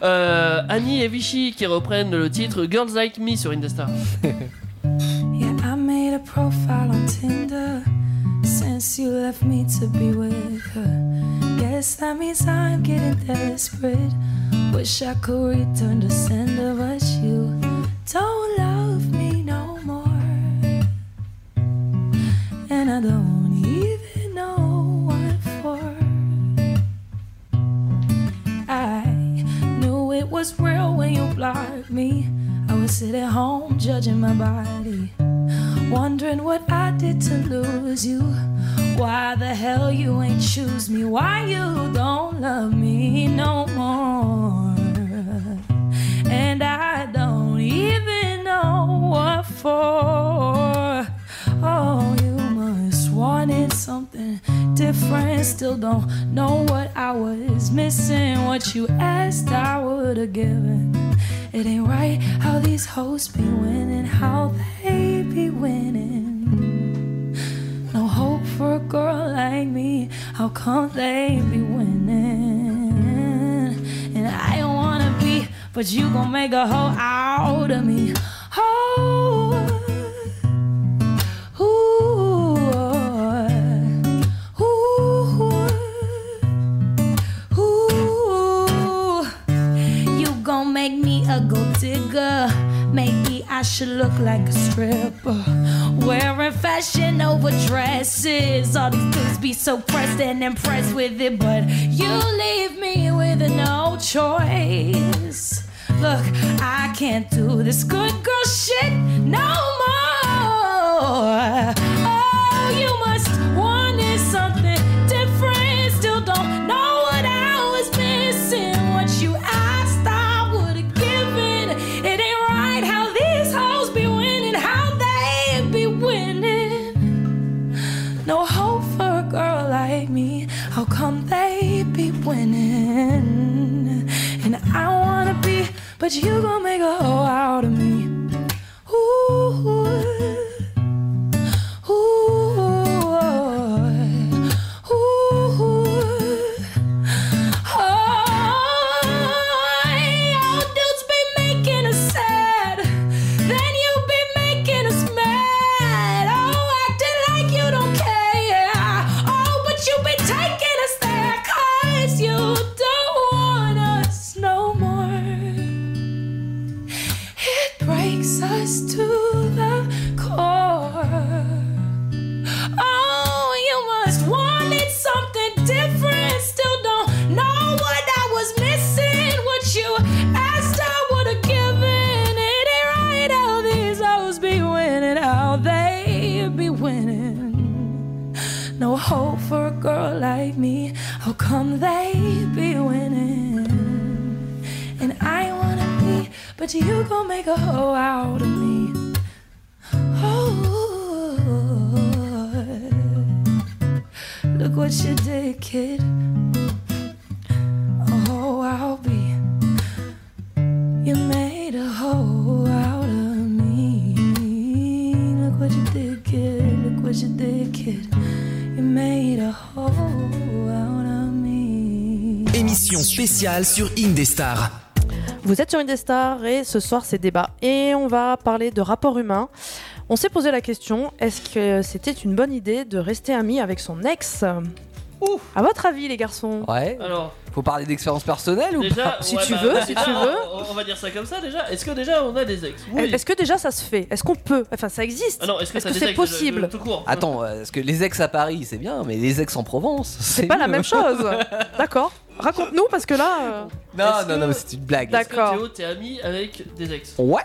D: Euh, Annie et Vichy qui reprennent le titre Girls Like Me sur Indestar.
G: Yeah, I made a profile on Tinder since you left me to be with her. Guess that means I'm getting desperate. Wish I could return to sender, but you don't love me no more. And I don't even know what for. I knew it was real when you blocked me. I would sit at home judging my body, wondering what I did to lose you. Why the hell you ain't choose me? Why you don't love me no more? And I don't even know what for. Oh, you must wanted something different. Still don't know what I was missing. What you asked, I would have given. It ain't right how these hoes be winning, how they be winning. No hope for a girl like me. How come they be winning? And I don't wanna be, but you gon' make a hoe out of me. Oh. Ooh, ooh, ooh, ooh. gon' make me a gold digger. Maybe I should look like a stripper. Wearing fashion over dresses. All these dudes be so pressed and impressed with it, but you leave me with no choice. Look, I can't do this good girl shit no more. Oh, you must wanted something different. Still don't know what I was missing. What you asked, I would have given. It ain't right how these hoes be winning, how they be winning no hope for a girl like me. How come they be winning? And I wanna be, but you gon' make a hoe out of me. Ooh, ooh, ooh, Oh, dudes be making us sad. Then you be making us mad. Oh, acting like you don't care. Oh, but you be taking us there 'cause you don't want us no more. It breaks us to the core. Oh, you must wanted something different. Still don't know what I was missing. What you asked, I would have given. It ain't right how these hoes be winning, how they be winning. No hope for a girl like me. How come they be winning? And I wanna be, but you gon' make a hoe out of me. Oh, look what you did, kid. A hoe I'll be. You made a hoe out of me. Look what you did, kid. Look what you did, kid. You made a hoe out of me.
H: Émission spéciale sur Indestar.
B: Vous êtes sur une des stars et ce soir c'est débat et on va parler de rapport humain. On s'est posé la question est-ce que c'était une bonne idée de rester ami avec son ex
D: Ouh.
B: À votre avis les garçons
C: Ouais.
D: Alors,
C: Faut parler d'expérience personnelle ou pas
D: déjà.
B: Si
D: ouais,
B: tu
D: bah,
B: veux,
D: bah,
B: si
D: déjà,
B: tu
D: on-
B: veux.
D: On, on va dire ça comme ça déjà. Est-ce que déjà on a des ex Oui.
B: Est-ce que déjà ça se fait Est-ce qu'on peut Enfin ça existe
D: Ah non, est-ce que,
B: est-ce
D: t'as
B: que
D: des
B: c'est
D: ex,
B: possible
D: euh, Tout court.
C: Attends, euh, parce que les ex à Paris, c'est bien, mais les ex en Provence,
B: C'est pas la
C: mieux.
B: même chose D'accord Raconte-nous parce que là. euh,
C: Non,
D: Est-ce
C: non, non,
D: que-
C: mais c'est une blague.
B: D'accord.
D: Est-ce que Théo, t'es ami avec des ex
C: Ouais.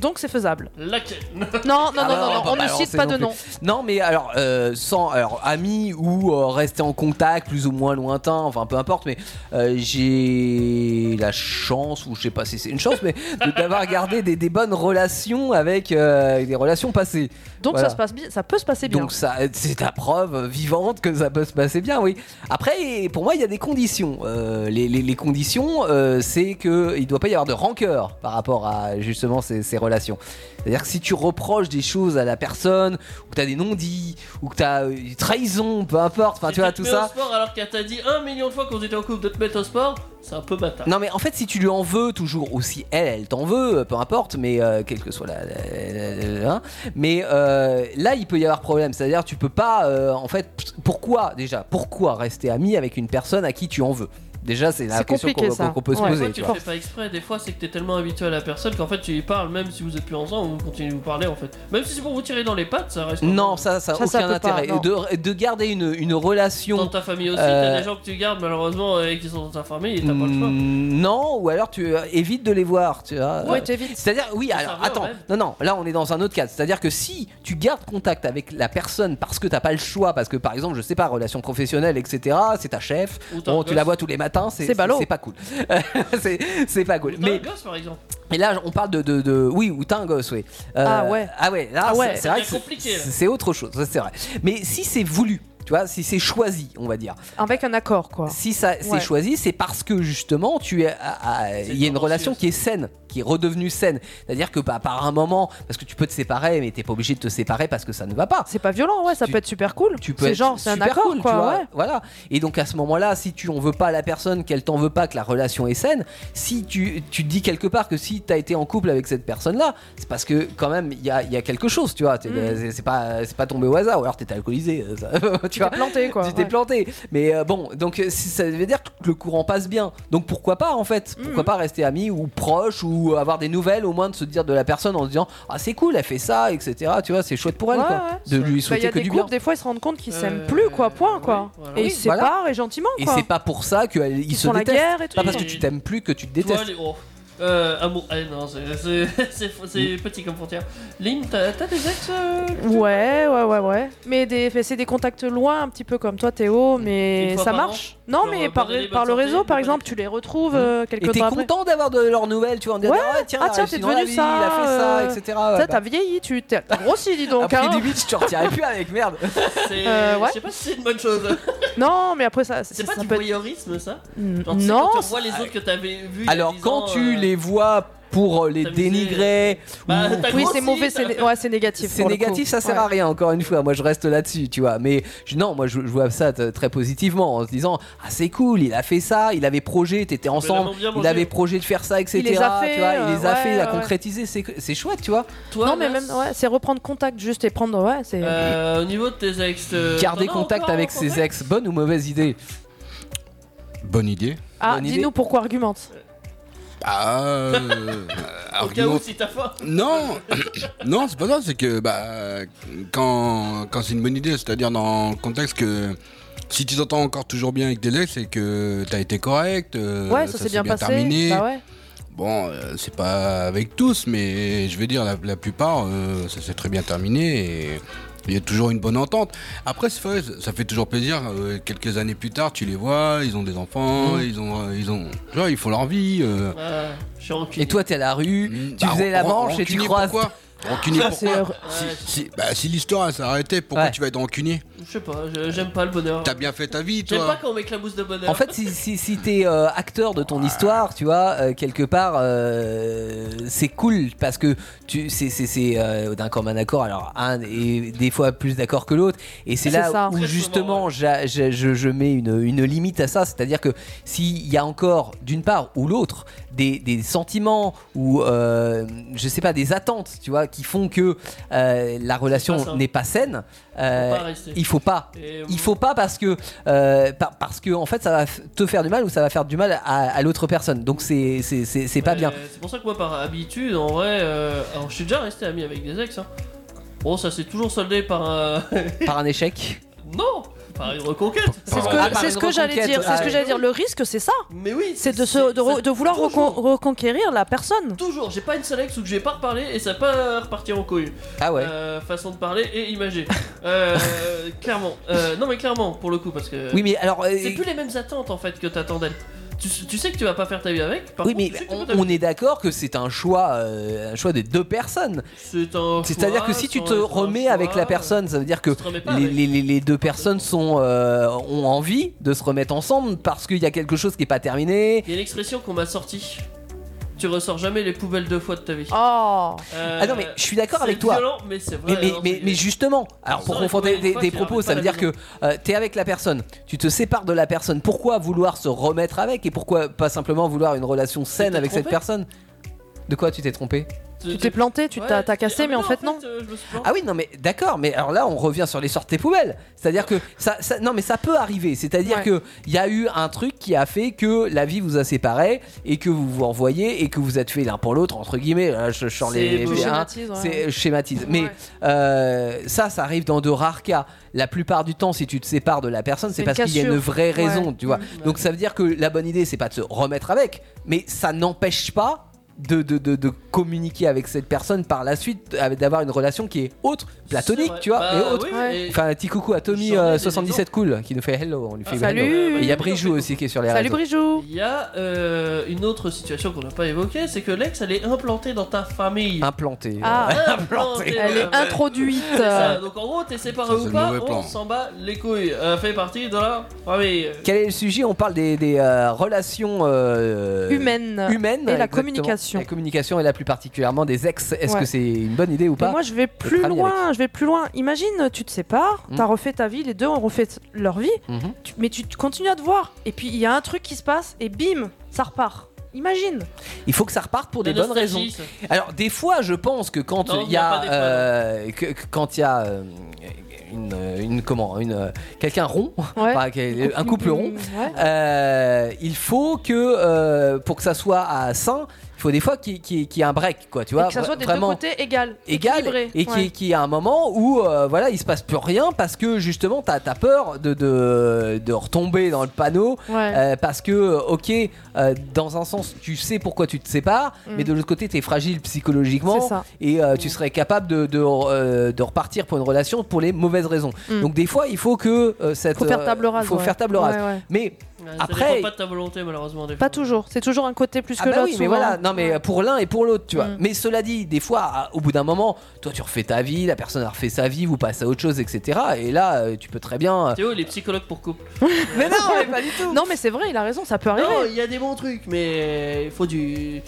B: Donc c'est faisable.
D: Laquelle
B: Non, non,
C: Ah bah,
B: non, non,
C: on
B: non,
C: va
B: on
C: pas
B: ne
C: balancer
B: cite pas
C: non
B: de
C: plus.
B: nom.
C: Non, mais alors, euh, sans, alors, amis ou euh, rester en contact, plus ou moins lointain, enfin peu importe, mais euh, j'ai la chance, ou je sais pas si c'est une chance, mais de- d'avoir gardé des, des bonnes relations avec euh, des relations passées.
B: Donc
C: Voilà.
B: ça, se passe bi- ça peut se passer bien.
C: Donc ça, c'est la preuve vivante que ça peut se passer bien, oui. Après, pour moi, il y a des conditions. Euh, les, les- les conditions, euh, c'est que il doit pas y avoir de rancœur par rapport à justement ces, ces relations. C'est-à-dire que si tu reproches des choses à la personne, ou que t'as des non-dits, ou que t'as euh, une trahison, peu importe, enfin
D: Si
C: tu vois
D: te
C: tout
D: mets
C: ça.
D: au sport alors qu'elle t'a dit un million de fois qu'on était en couple de te mettre au sport, c'est un peu bâtard.
C: Non mais en fait si tu lui en veux toujours ou si elle elle t'en veut peu importe mais euh, quelle que soit la, la- la- la- hein. mais euh, là il peut y avoir problème c'est à dire tu peux pas euh, en fait pss- pourquoi déjà pourquoi rester ami avec une personne à qui tu en veux déjà c'est la
B: C'est
C: question
B: compliqué,
C: qu'on
B: ça.
C: qu'on peut se
B: Ouais.
D: Des
C: poser tu
D: fois, tu
C: vois.
D: le fais pas exprès, des fois c'est que t'es tellement habitué à la personne qu'en fait tu lui parles même si vous êtes plus ensemble, vous continuez de vous parler en fait. Même si c'est pour vous tirer dans les pattes, ça reste.
C: non ça ça a
B: Ça,
C: aucun
B: ça peut pas,
C: intérêt
B: non.
C: de, de garder une, une relation
D: Dans ta famille aussi,
C: Euh,
D: t'as des gens que tu gardes malheureusement euh, et qui sont dans ta famille et t'as pas le choix.
C: Mm, non ou alors tu euh, évites de les voir tu vois
B: Ouais, tu évites.
C: C'est-à-dire, oui, alors
D: serveur,
C: attends,
D: même.
C: non, non, là on est dans un autre cadre. C'est-à-dire que si tu gardes contact avec la personne parce que t'as pas le choix, parce que par exemple, je sais pas, relation professionnelle, etc., c'est ta chef,
D: Ou t'as
C: bon,
D: un
C: tu
D: gosse.
C: la vois tous les matins, c'est
B: C'est ballot.
C: pas cool. c'est c'est pas cool.
D: T'as un
C: Mais,
D: gosse par exemple.
C: mais là, on parle de. de, de- oui, ou t'as un gosse, oui. Euh,
B: Ah ouais.
C: Ah ouais, là,
B: Ah
C: c'est-
B: ouais.
C: c'est vrai que
D: Ça devient
C: c'est-
D: compliqué, là.
C: c'est c'est autre chose, ça, c'est vrai. Mais si c'est voulu. Tu vois, si c'est choisi, on va dire.
B: Avec un accord quoi.
C: Si ça c'est
B: Ouais.
C: choisi, c'est parce que justement, tu es, à- à- il y a une
D: tendancieux,
C: relation
D: ça.
C: qui est saine, qui est redevenue saine. C'est-à-dire que bah, par un moment, parce que tu peux te séparer, mais t'es pas obligé de te séparer parce que ça ne va pas.
B: C'est pas violent, ouais, ça
C: Tu-
B: peut être super cool.
C: Tu peux
B: C'est
C: être
B: genre, c'est un
C: super
B: accord
C: cool,
B: quoi,
C: tu vois,
B: ouais.
C: Voilà. Et donc à ce moment-là, si tu en veux pas à la personne, qu'elle t'en veut pas, que la relation est saine, si tu, tu te dis quelque part que si t'as été en couple avec cette personne-là, c'est parce que quand même il y a, il y a quelque chose, tu vois. T'es-
B: Mm.
C: C'est c'est pas c'est pas tombé au hasard, ou alors t'es alcoolisé. euh, ça- tu tu
B: tu t'es
C: vois.
B: planté quoi.
C: tu t'es
B: ouais.
C: planté. Mais euh, bon, donc euh, si- ça veut dire que le courant passe bien. Donc pourquoi pas en fait Pourquoi
B: Mhm.
C: pas rester ami ou proche ou avoir des nouvelles au moins de se dire de la personne en se disant ah c'est cool, elle fait ça, etc. Tu vois, c'est chouette pour elle
B: Ouais,
C: quoi. De
B: ouais.
C: lui
B: Bah, Il y
C: souhaiter
B: a
C: que
B: des
C: du
B: groupes,
C: bien.
B: des fois, ils se rendent compte qu'ils
D: Euh,
B: s'aiment plus, quoi, point, quoi.
D: oui, voilà.
B: Et ils
C: Oui,
B: se
C: voilà.
B: séparent, et gentiment,
C: Et
B: quoi.
C: c'est pas pour ça qu'ils
B: Ils
C: se
B: font la
C: détestent.
B: guerre et tout.
C: Pas parce que tu t'aimes plus que tu te
D: Tu vois,
C: détestes.
D: les- oh. Euh, amour, eh, non, c'est- c'est c'est-
C: Hmm.
D: c'est petit comme frontière. Lynn, t'as
C: Ah,
D: t'as des ex euh,
B: Ouais, ouais, ouais, ouais. Mais des, fait- c'est des contacts loin, un petit peu comme toi, Théo,
D: Une
B: mais
D: Mmh. fois
B: ça
D: par an
B: marche. Non,
D: Genre,
B: mais
D: euh,
B: par,
D: bonne année,
B: par
D: bonne
B: le
D: santé,
B: réseau, par
D: bonne
B: exemple, tu les
D: Mmh.
B: retrouves euh,
C: Et
B: quelques
C: t'es
B: temps après.
C: content d'avoir de leurs nouvelles, tu vois, en disant
B: Ouais.
C: ah tiens,
B: Ah, tiens,
C: je suis
B: t'es
C: dans la
B: devenu
C: vie,
B: ça,
C: il a fait ça,
B: euh,
C: etc.
B: Ça,
C: Ouais,
B: t'as
C: bah,
B: vieilli, tu t'as t'as grossi, dis donc.
C: Après
B: hein.
C: du bitch, tu retirais plus avec merde.
D: c'est-
B: Euh, ouais.
D: Je sais pas si c'est une bonne chose.
B: Non, mais après, ça,
D: C'est
B: ça-
D: pas
B: ça
D: du
B: peut être-
D: voyeurisme, ça Genre, tu sais,
B: Non,
D: quand tu vois les autres que t'avais vus. il y a
C: Alors
D: 10
C: quand
D: ans,
C: tu
D: euh,
C: les vois pour euh, les
D: t'amuser.
C: dénigrer,
D: Bah,
C: ou-
D: t'as
B: oui,
D: grossi,
B: c'est mauvais,
D: t'as-
B: c'est né- ouais, c'est négatif.
C: c'est
B: pour le coup.
C: négatif, ça sert
B: Ouais.
C: à rien, encore une fois. Moi, je reste là-dessus, tu vois. Mais je- non, moi, je, je vois ça t- très positivement en se disant Ah, c'est cool, il a fait ça, il avait projet, t'étais ensemble,
D: l'avons bien
C: il
D: mangé.
C: avait projet de faire ça, etc.
B: les a fait,
C: tu vois, il les a
B: euh,
C: fait, il
B: ouais,
C: a
B: ouais.
C: concrétisé, c'est c'est chouette, tu vois.
D: Toi,
B: Non, mais
D: Nas,
B: même, ouais, c'est reprendre contact juste et prendre, ouais, c'est.
D: euh, au niveau de tes ex. euh,
C: Garder
D: t'en as
C: contact
D: encore
C: avec
D: en
C: ses
D: contact
C: ex, bonne ou mauvaise idée
E: Bonne idée.
B: ah,
C: euh, bonne idée.
B: dis-nous pourquoi argumente.
E: Ah, euh,
D: Au cas où,
E: argument-
D: si t'as faim.
E: Non, non, c'est pas ça. C'est que bah quand, quand c'est une bonne idée, c'est-à-dire dans le contexte que si tu t'entends encore toujours bien avec tes ex, c'est que t'as été correct. euh,
B: ouais, ça, s'est bien, passé.
E: terminé.
B: Bah ouais.
E: Bon, euh, c'est pas avec tous, mais je veux dire la, la plupart, euh, ça s'est très bien terminé. et Il y a toujours une bonne entente. Après, c'est vrai, ça fait toujours plaisir. euh, quelques années plus tard, tu les vois, ils ont des
B: Mmh.
E: enfants, ils ont, euh, ils ont, genre, ils font leur vie. euh,
D: Ah, Je suis
C: Et
D: rancunier.
C: toi, t'es à la rue,
E: Mm,
C: tu
E: bah,
C: faisais la
E: ran-
C: manche et tu
E: rancunier,
C: croises.
E: Pourquoi Rancunier
B: C'est
E: pourquoi
B: heureux.
E: si, si- bah, si l'histoire elle s'arrêtait, pourquoi
C: Ouais.
E: tu vas être rancunier
D: Je sais pas, je- j'aime pas le bonheur.
E: T'as bien fait ta vie,
D: J'aime pas
E: toi.
D: quand on m'éclabousse de bonheur.
C: En fait, si, si, si t'es euh, acteur de ton histoire, tu vois, euh, quelque part, euh, c'est cool parce que tu, c'est, c'est, c'est euh, d'un commun accord. Alors, un est des fois plus d'accord que l'autre. Et c'est
B: C'est
C: là
B: ça.
C: où,
D: Très souvent,
C: justement, j'a- j'a- je, je mets une, une limite à ça. C'est-à-dire que s'il y a encore, d'une part ou l'autre, des, des sentiments ou, euh, je sais pas, des attentes, tu vois, qui font que euh, la relation
D: ça.
C: n'est pas saine, euh,
D: Faut pas rester.
C: il faut pas.
D: Et, euh,
C: Il faut pas parce que euh, par- parce que en fait ça va f- te faire du mal ou ça va faire du mal à, à l'autre personne. Donc c'est c'est c'est- c'est pas
D: Ouais,
C: bien.
D: C'est pour ça que moi, par habitude, en vrai, euh, alors je suis déjà resté ami avec des ex. Hein. Bon, ça s'est toujours soldé par un.
C: Par un échec.
D: non Par une reconquête
B: C'est ce
C: Ah, par
B: que, c'est
C: une
B: ce que j'allais
C: reconquête,
B: dire. C'est ce
C: ouais.
B: que j'allais dire. Le risque, c'est ça.
D: Mais oui
B: C'est de, se, de, re-
D: c'est-
B: de vouloir recon-
D: toujours,
B: reconquérir la personne.
D: toujours, j'ai pas une seule ex où que je vais pas reparler et ça va pas repartir en couille.
C: Ah ouais.
D: Euh, façon de parler et imagée. Euh, clairement. Euh, non, mais clairement, pour le coup, parce que.
C: oui mais alors. euh,
D: C'est plus les mêmes attentes en fait que t'attendais. Tu, tu sais que tu vas pas faire ta vie avec. Par
C: oui
D: contre,
C: mais
D: tu sais que tu
C: on,
D: peux ta vie.
C: on est d'accord que c'est un choix euh, un choix des deux personnes.
D: C'est un.
C: C'est-à-dire
D: choix,
C: que si tu
D: c'est
C: te
D: un- c'est un
C: remets
D: choix,
C: avec la
D: euh,
C: personne, ça veut dire que
D: tu te remets pas
C: les,
D: avec.
C: les- les- les deux personnes sont euh, ont envie de se remettre ensemble parce qu'il y a quelque chose qui est pas terminé.
D: Il y a une expression qu'on m'a sortie. Tu ressors jamais les poubelles deux fois de ta vie.
B: Oh,
D: Euh,
C: Ah non mais je suis d'accord
D: c'est
C: avec toi.
D: violent, mais c'est vrai.
C: Mais, mais,
D: hein,
C: mais-
D: c'est-
C: mais justement, alors
D: Ça,
C: pour
D: il
C: confronter
D: faudrait une
C: des,
D: fois
C: des
D: qu'il
C: propos,
D: ramène
C: ça
D: pas
C: veut
D: la
C: dire que euh, t'es avec la personne, tu te sépares de la personne. Pourquoi vouloir se remettre avec et pourquoi pas simplement vouloir une relation saine
D: t'es
C: avec cette
D: trompé
C: personne De quoi tu t'es trompé
B: tu t'es planté, tu
D: Ouais,
B: t'as t'as
D: tu-
B: cassé,
D: ah,
B: mais en fait, non.
D: euh, je me suis planté.
C: Ah oui, non mais d'accord, mais alors là on revient sur les sortes des poubelles. C'est-à-dire que ça, ça- non mais ça peut arriver. C'est-à-dire
B: Ouais.
C: que il y a eu un truc qui a fait que la vie vous a séparés et que vous vous envoyez et que vous êtes fait l'un pour l'autre entre guillemets. Là, Je, je sors les,
D: C'est
C: les-
D: beau.
B: Tu
D: bien,
C: hein.
B: schématises, ouais.
C: C'est je schématise. Mais
B: Ouais.
C: euh, ça, ça arrive dans de rares cas. La plupart du temps, si tu te sépares de la personne, c'est
B: une
C: parce qu'il y a une
B: cassure.
C: vraie raison,
B: Ouais.
C: tu vois. Donc ça veut dire que la bonne idée, c'est pas de se remettre avec, mais ça n'empêche pas de, de, de- de communiquer avec cette personne par la suite, avec- d'avoir une relation qui est autre, platonique,
D: C'est vrai.
C: tu vois,
D: Bah,
C: et autre.
D: oui,
B: Ouais.
D: et-
C: Enfin, un petit coucou à
D: J'en ai des
C: Tommy77
D: exemples.
C: Cool qui nous fait hello. On lui fait
D: Ah,
B: salut.
C: hello. Et il y a
D: Bah,
C: Brijou
D: oui,
C: aussi qui est sur les
B: Salut
C: réseaux.
B: Brijou.
D: Il y a euh, une autre situation qu'on n'a pas évoquée, c'est que l'ex elle est implantée dans ta famille.
C: Implanté.
B: Ah,
D: Implantée.
B: elle est introduite.
D: Ça, donc en gros, t'es séparé
E: Ça, c'est
D: ou
E: le
D: pas,
E: mauvais
D: on
E: plan.
D: s'en bat les couilles. Elle fait partie de la famille.
C: Quel est le sujet On parle des, des, euh, relations euh,
B: Humaine.
C: humaines
B: Et la
C: exactement.
B: communication.
C: La communication et là plus particulièrement des ex. Est-ce
B: Ouais.
C: que c'est une bonne idée ou
B: Mais
C: pas
B: moi, je vais plus
C: ami
B: loin. Je vais plus loin. Imagine, tu te sépares,
C: Mm.
B: t'as refait ta vie, les deux ont refait leur vie,
C: Mhm.
B: tu- mais tu continues à te voir. Et puis, il y a un truc qui se passe, et bim, ça repart. Imagine.
C: Il faut que ça reparte pour des
D: La
C: bonnes raisons.
D: nostalgie, ça.
C: Alors des fois, je pense que quand
D: Non,
C: il
D: il
C: y
D: y a
C: a,
D: pas d'étoiles.
C: euh, que- que- quand il y a euh, une, euh, une comment, une euh, quelqu'un rond,
B: Ouais.
C: enfin, quel- un couple rond.
B: Ouais.
C: Euh, il faut que euh, pour que ça soit à sain, il faut des fois qu'il qu'il- qu'il y ait un break, quoi, tu vois,
B: Et que ça soit des
C: vraiment
B: deux côtés égal,
C: égal
B: équilibré.
C: et
B: Ouais.
C: qui qui a un moment où euh, voilà il se passe plus rien parce que justement t'as as peur de, de de retomber dans le panneau
B: Ouais.
C: euh, parce que ok euh, dans un sens tu sais pourquoi tu te sépares mais de l'autre côté t'es fragile psychologiquement
B: Mm. C'est ça. Mm.
C: et euh, tu serais capable de de, euh, de repartir pour une relation pour les mauvaises raisons
B: Mm.
C: donc des fois il faut que euh, cette
B: Faut faire
C: euh,
B: table rase.
C: faut
B: ouais.
C: faire table rase
B: Ouais, ouais.
C: mais Après-
D: ça dépend pas de ta volonté malheureusement. Des
B: Pas
D: fois.
B: toujours. C'est toujours un côté plus que
C: Ah bah
B: l'autre.
C: oui, mais
B: souvent.
C: voilà, non mais pour l'un et pour l'autre, tu vois.
B: Mm.
C: Mais cela dit, des fois, à- au bout d'un moment, toi tu refais ta vie, la personne a refait sa vie, vous passez à autre chose, etc. Et là, euh, tu peux très bien. euh,
D: Théo, il est psychologue pour couple.
C: Mais non, mais pas du tout.
B: Non, mais c'est vrai, il a raison, ça peut
D: Non,
B: arriver.
D: il y a des bons trucs, mais il faut du.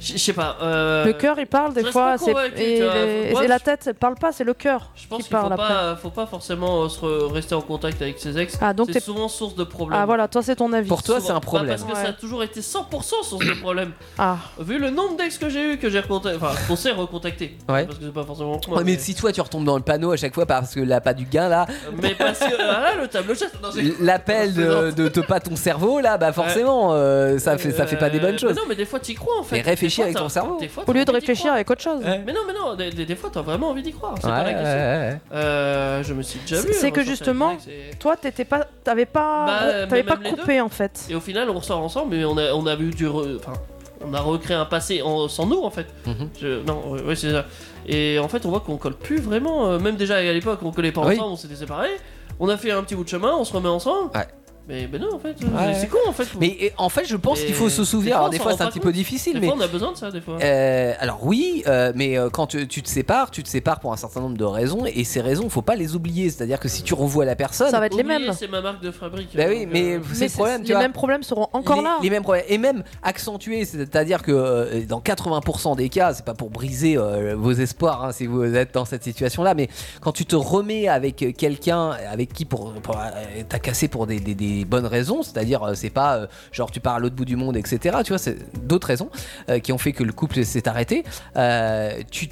D: Je je sais pas. euh,
B: Le cœur, il parle
D: je
B: des
D: reste
B: fois,
D: pas
B: c'est
D: convaincu,
B: et,
D: tu vois.
B: les-
D: Moi,
B: et la
D: je-
B: tête, elle parle pas, c'est le cœur Ah,
D: Je pense
B: qui
D: qu'il faut
B: parle après.
D: pas, faut pas forcément euh, se re- rester en contact avec ses ex.
B: Ah, donc t'es-
D: c'est souvent source de problèmes.
B: Ah voilà, toi c'est ton avis.
C: Pour toi, c'est
D: Souvent.
C: un problème.
D: Bah, parce que
B: Ouais.
D: ça a toujours été 100% source de problème.
B: Ah.
D: Vu le nombre d'ex que j'ai eu, que j'ai recontacté, enfin qu'on s'est recontacté.
C: Ouais.
D: Parce que c'est pas forcément pour moi.
C: Ouais, mais si toi tu retombes dans le panneau à chaque fois parce que là, pas du gain là,
D: mais parce que ah là, le tableau chat. Non, c'est-
C: l'appel de, de, de pas ton cerveau là, bah forcément, euh, ça fait ça fait pas des bonnes
D: Euh,
C: choses.
D: mais non, mais des fois t'y crois en fait.
C: Mais réfléchis
D: Des fois,
C: avec
D: t'as-
C: ton cerveau.
D: des fois,
B: Au
D: t'as
B: lieu de
D: envie d'y
B: réfléchir
D: croire.
B: avec autre chose.
C: Ouais.
D: Mais non, mais non, des, des- des fois t'as vraiment envie d'y croire. C'est
C: Ouais,
D: pas la question.
C: ouais, ouais.
D: Euh, je me suis déjà vu.
B: C'est- c'est
D: hein,
B: que
D: ressortir
B: justement-
D: avec des ex
B: Toi, t'étais pas, t'avais pas,
D: Bah, euh,
B: t'avais
D: mais
B: pas
D: même les
B: coupé en fait.
D: Et, et au final, on ressort ensemble, mais on a, on a vu du. re- Enfin, on a recréé un passé en- sans nous en fait.
C: Mhm.
D: Je- non, ouais, ouais, c'est ça. Et en fait, on voit qu'on colle plus vraiment. euh, même déjà à l'époque, on collait pas
C: Oui.
D: ensemble, on s'était séparés. On a fait un petit bout de chemin, on se remet ensemble.
C: Ouais.
D: Mais ben non, en fait, euh,
C: Ouais.
D: c'est con en fait.
C: Mais et, en fait, je pense
D: Et
C: qu'il faut se
D: des
C: souvenir.
D: fois,
C: Alors,
D: on
C: Des
D: s'en
C: fois,
D: rend
C: c'est un
D: pas
C: petit peu
D: compte.
C: difficile,
D: des
C: mais
D: fois, on a besoin de ça des fois.
C: Euh, alors oui, euh, mais euh, quand tu, tu te sépares, tu te sépares pour un certain nombre de raisons, et ces raisons, faut pas les oublier. C'est-à-dire que si tu revois la personne,
B: Ça va être les
D: Oublier,
B: mêmes.
D: C'est ma marque de fabrique.
C: bah
D: euh,
C: oui,
D: donc,
C: mais
D: euh,
C: c'est le problème, tu
B: les
C: vois.
B: mêmes problèmes seront encore
C: les,
B: là.
C: les mêmes problèmes et même accentués, c'est-à-dire que euh, dans 80% des cas, c'est pas pour briser euh, vos espoirs hein, si vous êtes dans cette situation-là, mais quand tu te remets avec quelqu'un avec qui pour, pour, euh, t'as cassé pour des, des- des bonnes raisons, c'est-à-dire euh, c'est pas euh, genre tu pars à l'autre bout du monde, etc. Tu vois, c'est d'autres raisons euh, qui ont fait que le couple s'est arrêté. euh, tu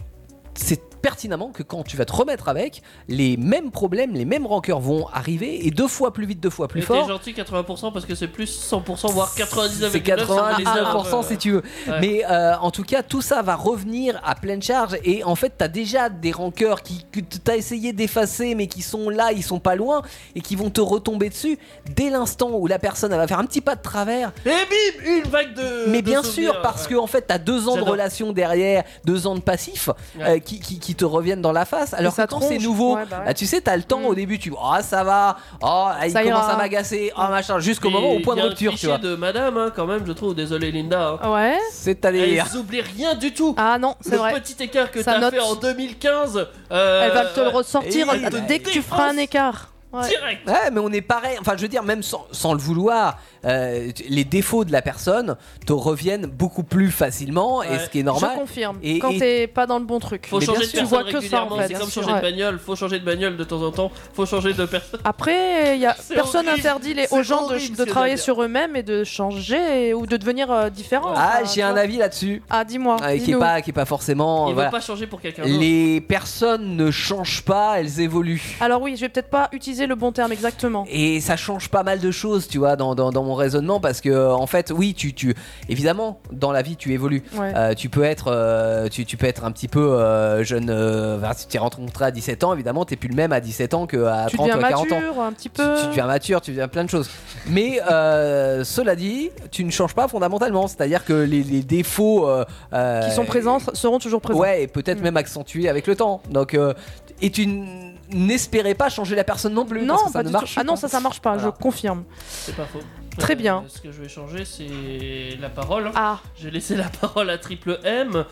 C: c'est pertinemment que quand tu vas te remettre avec, les mêmes problèmes, les mêmes rancœurs vont arriver et deux fois plus vite, deux fois plus
D: mais
C: fort.
D: T'es gentil 80% parce que c'est plus 100% voire 99%.
C: C'est ah,
D: euh.
C: 99% si tu veux.
D: Ouais.
C: Mais euh, en tout cas, tout ça va revenir à pleine charge. Et en fait, t'as déjà des rancœurs qui, que t'as essayé d'effacer, mais qui sont là, ils sont pas loin, et qui vont te retomber dessus dès l'instant où la personne elle va faire un petit pas de travers.
D: Et bim, une vague de.
C: mais
D: de
C: bien
D: souvenirs,
C: sûr, parce
D: ouais.
C: que en fait, t'as deux ans de
D: J'adore.
C: relation derrière, deux ans de passif
D: Ouais.
C: euh, qui, qui, qui te reviennent dans la face. Alors que
B: ça
C: quand
B: tronche.
C: c'est nouveau,
B: Ouais, bah ouais.
C: là, tu sais, t'as le temps
B: Mm.
C: au début, tu ah ça va, oh là, il
B: Ça
C: commence
B: ira.
C: à m'agacer, oh machin, jusqu'au moment
D: Et
C: au point de
D: il y a un
C: rupture, tu
D: cliché
C: vois.
D: de madame, hein, quand même, je trouve. Désolé, Linda. hein.
B: Ouais.
C: C'est-à-dire.
D: Elles oublient rien du tout.
B: Ah non, c'est
D: le
B: vrai.
D: petit écart que
B: Ça
D: t'as
B: note.
D: fait en 2015. euh,
B: Elle va te le
D: et
B: ressortir
D: elle te
B: dès que tu feras un écart. Ouais.
D: Direct.
C: Ouais, mais on est pareil. Enfin, je veux dire, même sans, sans le vouloir, euh, tu- les défauts de la personne te reviennent beaucoup plus facilement, et
D: Ouais.
C: ce qui est
B: Je
C: normal.
B: confirme.
C: Et-
B: quand
C: et-
B: t'es pas dans le bon truc.
D: Faut
C: Mais bien
D: changer de
C: sûr.
D: personne
B: Tu vois que ça, en
D: régulièrement,
B: fait.
D: c'est
B: Bien
D: comme
B: sûr,
D: changer
B: ouais. Ah.
D: de bagnole, faut changer de bagnole de temps en temps, faut changer de personne.
B: Après, y a
D: C'est
B: personne
D: horrible.
B: n'interdit les-
D: C'est
B: aux gens de-
D: horrible,
B: de,
D: ce que
B: travailler
D: je veux
B: sur eux-mêmes et de changer et- ou de devenir euh, différent.
C: Ah,
B: Enfin,
C: j'ai un
B: tu vois.
C: avis là-dessus,
B: Ah, dis-moi.
C: euh, qui est
B: dis-nous.
C: pas, qui est pas forcément.
D: Il
C: voilà.
D: veut pas changer pour quelqu'un d'autre.
C: Les personnes ne changent pas, elles évoluent.
B: Alors oui, je vais peut-être pas utiliser le bon terme exactement.
C: Et ça change pas mal de choses, tu vois, dans, dans- dans mon raisonnement, parce que euh, en fait, oui, tu, tu, évidemment, dans la vie, tu évolues.
B: Ouais.
C: Euh, tu peux être, euh, tu, tu peux être un petit peu euh, jeune. euh, enfin, si tu t'es rencontré à 17 ans, évidemment, t'es plus le même à 17 ans qu'à
B: tu
C: 30
B: deviens
C: ou à 40 euh, ans.
B: mature, un petit
C: tu,
B: peu.
C: tu deviens mature, tu deviens plein de choses. Mais euh, cela dit, tu ne changes pas fondamentalement. C'est-à-dire que les, les défauts euh, euh,
B: qui sont présents seront toujours présents.
C: ouais, et peut-être
B: Mm.
C: même accentués avec le temps. Donc, euh, et tu n- n'espérais pas changer la personne non plus.
B: Non,
C: parce que ça
B: pas
C: ne
B: du
C: marche
B: tout. Ah non,
C: pas.
B: ça, ça marche pas,
C: Voilà.
B: je confirme.
D: C'est pas faux.
B: Très bien.
D: Ce que je vais changer, c'est la parole.
B: Ah,
D: J'ai laissé la parole à Triple M.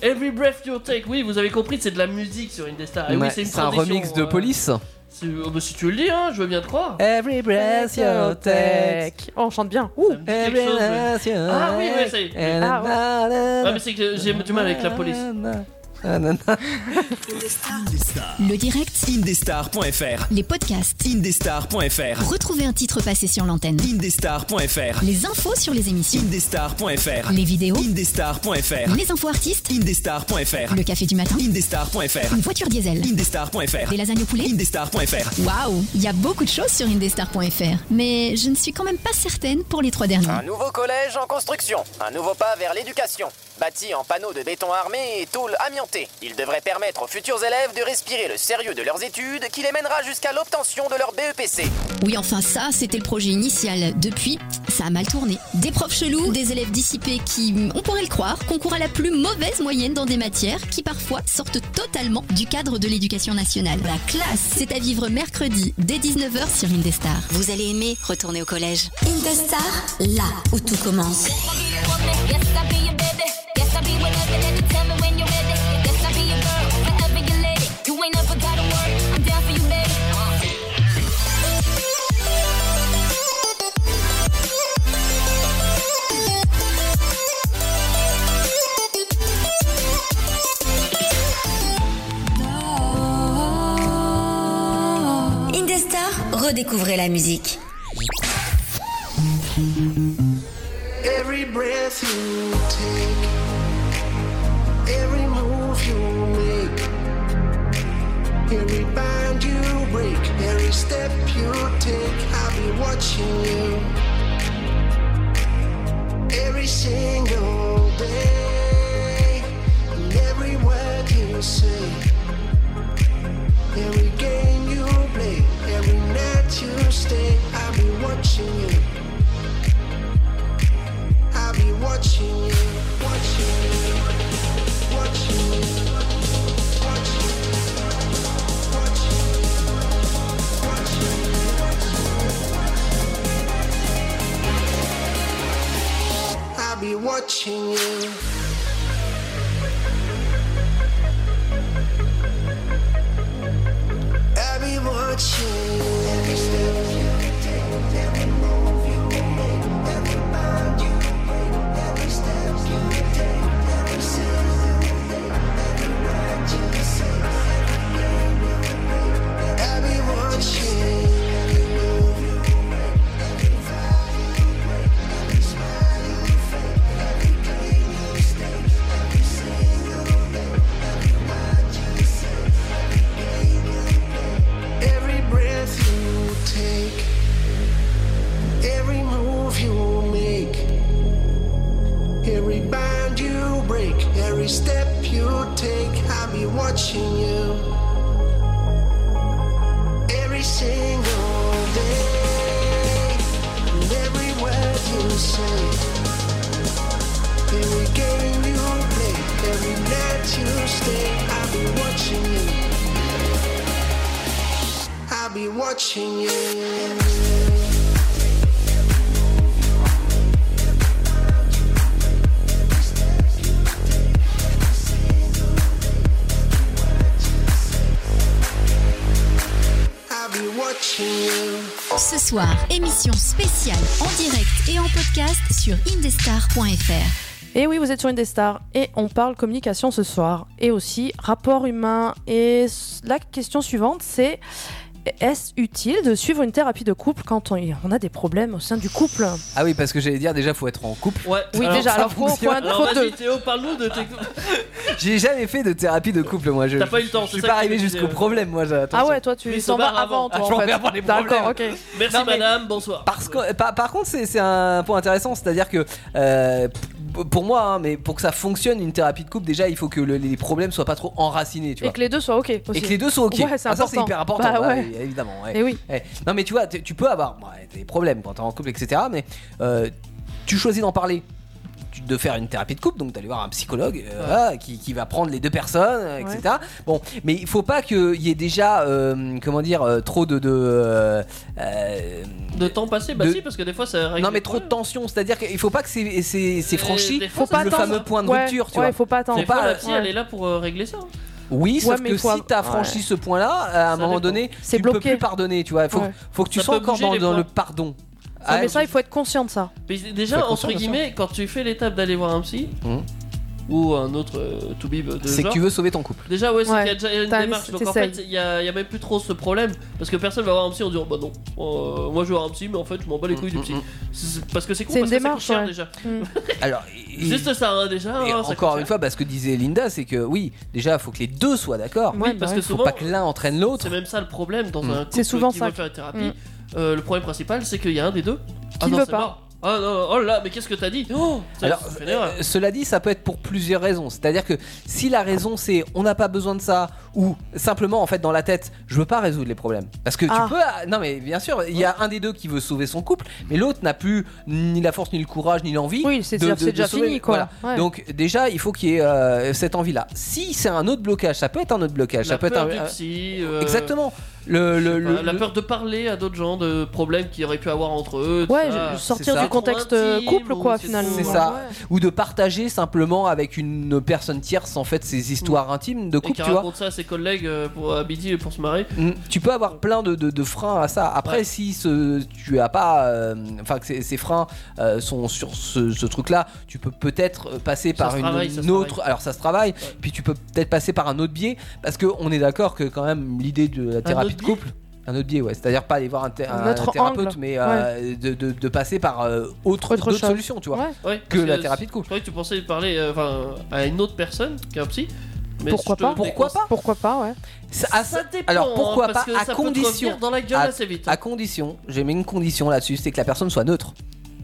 D: Every breath you take, oui, vous avez compris, c'est de la musique sur Indestar. Et Ah oui,
C: Ouais,
D: c'est une
C: c'est un
D: tradition,
C: remix de
D: euh,
C: Police.
D: si- oh, bah, si tu le dis, hein, je veux bien te croire.
C: Every breath you take.
B: Oh, on chante bien.
D: me dit quelque
C: Every
D: chose,
C: breath you
D: Ah oui, ouais,
C: take.
D: ça y est.
C: And
B: Ah
C: na- na-
D: Ouais, mais c'est que j'ai j'ai du mal avec la police.
C: Ah, non, non.
I: Indestar.
A: Le direct,
I: Indestar.fr.
A: les podcasts.
I: Indestar.fr.
A: Retrouvez un titre passé sur l'antenne.
I: Indestar.fr.
A: Les infos sur les émissions.
I: Indestar.fr.
A: Les vidéos.
I: Indestar.fr.
A: Les infos artistes.
I: Indestar.fr.
A: Le café du matin.
I: Indestar.fr.
A: Une voiture diesel.
I: Indestar.fr.
A: Des lasagnes au poulet.
I: Indestar.fr.
A: Waouh, il y a beaucoup de choses sur indestar.fr. Mais je ne suis quand même pas certaine pour les trois dernières.
H: Un nouveau collège en construction, un nouveau pas vers l'éducation. Bâti en panneaux de béton armé et tôle amiantée, il devrait permettre aux futurs élèves de respirer le sérieux de leurs études qui les mènera jusqu'à l'obtention de leur E BEPC.
A: Oui, enfin ça, c'était le projet initial. Depuis, ça a mal tourné. Des profs chelous, des élèves dissipés qui, on pourrait le croire, concourent à la plus mauvaise moyenne dans des matières qui parfois sortent totalement du cadre de l'éducation nationale. La classe, c'est à vivre mercredi dès 19h sur Indestar. Vous allez aimer retourner au collège.
G: Indestar, là
A: Ah,
G: où tout commence. Indestar, redécouvrez la musique.
J: Every breath you take, every move you make, every bind you break, every step you take, I'll be watching you. Every single day, and every word you say, every game you play, every night you stay, I'll be watching you. I'll be watching you, watching you, watching you, watching you, watching you, watching you. I'll be watching you. I'll be watching you. Every step you take, every move you make, every bound you break, every step you take, every season you take, every word you say, every game you play. I'll be watching every move you make, every vow you break, every smile you fake, every game you stay, every single day, every word you say, every game you play. Every breath you take, every move you make, every bind you break, every step you take, I'll be watching you. Every single day, and every word you say, every game you play, every night you stay, I'll be watching you. I'll be watching you. I'll be watching you.
A: Ce soir, émission spéciale en direct et en podcast sur indestar.fr.
B: Et oui, vous êtes sur Indestar et on parle communication ce soir et aussi rapport humain. Et s- la question suivante, c'est est-ce utile de suivre une thérapie de couple quand on on a des problèmes au sein du couple
C: Ah oui, parce que j'allais dire déjà, faut être en couple.
D: Ouais.
B: Oui, déjà,
C: ça
B: alors faut, faut,
C: fonctionne.
B: un-
D: Alors
B: faut
D: vas-y
B: deux.
D: Euh, Théo, parle-nous de tes...
C: J'ai jamais fait de thérapie de couple, moi. Je,
D: T'as pas eu le temps,
C: Je
D: c'est
C: suis
D: ça
C: pas
D: que
C: arrivé
D: tu dis,
C: jusqu'au
D: euh.
C: problème, moi. j'ai-
B: Ah
C: attention.
B: ouais, toi tu
D: Mais
B: t'en
D: se
B: vas
D: barre avant.
B: avant, toi
C: Ah, je
B: en
C: m'en
B: fait.
C: vais avant les
B: D'accord, ok.
D: Merci
B: Non, mais-
D: madame, bonsoir.
C: Parce que, par, par contre, c'est c'est un point intéressant, c'est-à-dire que euh, p- pour moi, hein, mais pour que ça fonctionne une thérapie de couple, déjà, il faut que le- les problèmes soient pas trop enracinés, tu
B: Et
C: vois.
B: que les deux soient ok.
C: Et
B: aussi.
C: que les deux sont ok.
B: Ouais, c'est
C: Ah, ça, c'est
B: important.
C: hyper important,
B: Bah
C: bah,
B: ouais.
C: oui, évidemment. ouais.
B: Et oui.
C: Eh, Non, mais tu vois, t- tu peux avoir ouais, des problèmes quand t'es en couple, etc. Mais euh, tu choisis d'en parler, tu- de faire une thérapie de couple, donc d'aller voir un psychologue euh, voilà, qui, qui va prendre les deux personnes, euh, etc. Bon, mais il faut pas qu'il y ait déjà, euh, comment dire, euh, trop de. de euh, euh,
D: De temps passé, bah
C: de-
D: si, parce que des fois ça règle
C: non
D: les
C: mais trop de
D: problèmes.
C: tension, c'est-à-dire qu'il faut pas que c'est- c'est c'est
D: Euh,
C: franchi.
D: des fois,
B: Faut
D: ça
B: pas
D: se
C: le
D: passe.
B: attendre.
C: fameux point de
B: Ouais,
C: rupture, tu
B: ouais,
C: vois.
B: faut pas attendre.
D: Des fois,
C: pas-
D: la psy,
B: Ouais.
D: elle est là pour euh, régler ça.
C: Oui, sauf
B: mais
C: que
B: faut
C: si
B: av-
C: t'as franchi
B: ouais.
C: ce point-là, à un
D: Ça
C: moment
D: dépend.
C: donné,
B: C'est
C: tu
B: bloqué.
C: peux plus pardonner, tu vois. Faut,
B: Ouais.
C: faut que tu
D: Ça
C: sois
D: peut
C: encore
D: bouger
C: dans,
D: les
C: dans
D: points.
C: le pardon.
B: Ouais,
C: Ah,
B: mais ça, il faut être conscient de ça.
D: Mais
C: Faut
D: déjà,
C: être conscient
D: entre
C: de ça.
D: guillemets, quand tu fais l'étape d'aller voir un psy,
C: Mhm.
D: ou un autre euh, toubib de
C: C'est que
D: genre.
C: tu veux sauver ton couple.
D: Déjà, ouais, c'est
B: Ouais,
D: qu'il y a déjà une
B: t'as-
D: démarche. Donc en
B: t'essayes.
D: fait, il n'y a, il y a même plus trop ce problème. Parce que personne va avoir un psy en disant Bah non, euh, moi je vais avoir un psy, mais en fait, je m'en bats les
C: Mm,
D: couilles du psy. C'est- c'est- Parce que c'est con,
B: C'est une
D: parce que ça coûte
B: démarche,
D: cher
B: ouais.
D: déjà.
B: Mm.
C: Alors,
D: Juste ça, hein, déjà.
C: Et
D: hein, ça
C: encore une
D: coûte cher.
C: fois, parce que disait Linda, c'est que oui, déjà, il faut que les deux soient d'accord.
B: Ouais,
D: parce
B: bah
D: que
B: ouais.
C: faut
D: souvent,
C: pas que l'un entraîne l'autre.
D: c'est même ça le problème dans
C: Mm.
D: un
B: C'est
D: couple
B: souvent
D: qui
B: ça.
D: veut faire une thérapie.
B: Mm.
D: Euh, le problème principal, c'est qu'il y a un des deux
B: Qui
D: non,
B: veut
D: c'est
B: pas.
D: mort. Ah non, oh là, mais qu'est-ce que t'as dit oh, ça-
C: Alors,
D: ça fait une erreur.
C: euh, cela dit, ça peut être pour plusieurs raisons. C'est-à-dire que si la raison c'est on n'a pas besoin de ça, ou simplement en fait dans la tête, je veux pas résoudre les problèmes. Parce que
B: Ah.
C: tu peux. ah, Non mais bien sûr, il y a un des deux qui veut sauver son couple, mais l'autre n'a plus ni la force, ni le courage, ni l'envie.
B: Oui, c'est
C: de-
B: déjà-
C: de-
B: c'est
C: de
B: déjà
C: sauver-
B: fini, quoi.
C: voilà.
B: Ouais.
C: Donc déjà, il faut qu'il y ait euh, cette envie-là. Si c'est un autre blocage, ça peut être un autre blocage, euh,
D: La
C: ça peut être
D: peur
C: un-
D: du
C: un-
D: psy, euh,
C: Exactement. Le, le-
D: je sais pas,
C: le-
D: la
C: le-
D: peur de parler à d'autres gens de problèmes qu'ils auraient pu avoir entre eux. tout
B: Ouais,
D: ça.
B: je- sortir
C: ça.
B: du contexte
D: Trop
B: euh,
D: intime,
B: couple,
D: ou
B: quoi,
D: c'est
B: finalement.
C: C'est
D: trop-
C: ça. Ou de partager simplement avec une personne tierce en fait ces histoires intimes de
D: Mm. Et
C: couple,
D: qui
C: tu vois.
D: raconte ça à ses collègues euh, pour à midi et pour se marrer.
C: Mm, Tu peux avoir plein de, de- de freins à ça. Après,
D: Ouais.
C: si ce, tu as pas, euh, enfin que ces, ces freins euh, sont sur ce, ce truc-là, tu peux peut-être euh, passer
D: Ça
C: par
D: se
C: une,
D: travaille, ça se
C: une autre. Alors ça se travaille. Puis tu peux peut-être passer par un autre biais, parce que on est d'accord que quand même l'idée de la thérapie de
D: biais
C: couple. Un autre biais, ouais. C'est-à-dire pas aller voir un, thé-
B: Un
C: un
B: autre
C: thérapeute,
B: angle.
C: mais euh, de, de- de passer par euh, autre,
B: Autre
C: d'autres
B: chose.
C: solutions, tu vois.
B: Ouais.
D: Ouais,
C: Que
D: parce
C: la thérapie de
D: Je
C: couple.
D: croyais que tu pensais parler euh, enfin, à une autre personne qu'un psy. Mais
B: Pourquoi
D: je te
B: pas
C: Pourquoi pas
B: Pourquoi pas, ouais.
C: Ça- à
D: Ça
C: ça-
D: dépend.
C: Alors pourquoi
D: hein,
C: pas
D: parce que
C: à
D: ça peut te
C: condition
D: revenir dans la gueule
C: à-
D: assez vite. hein.
C: À condition, j'ai mis une condition là-dessus, c'est que la personne soit neutre.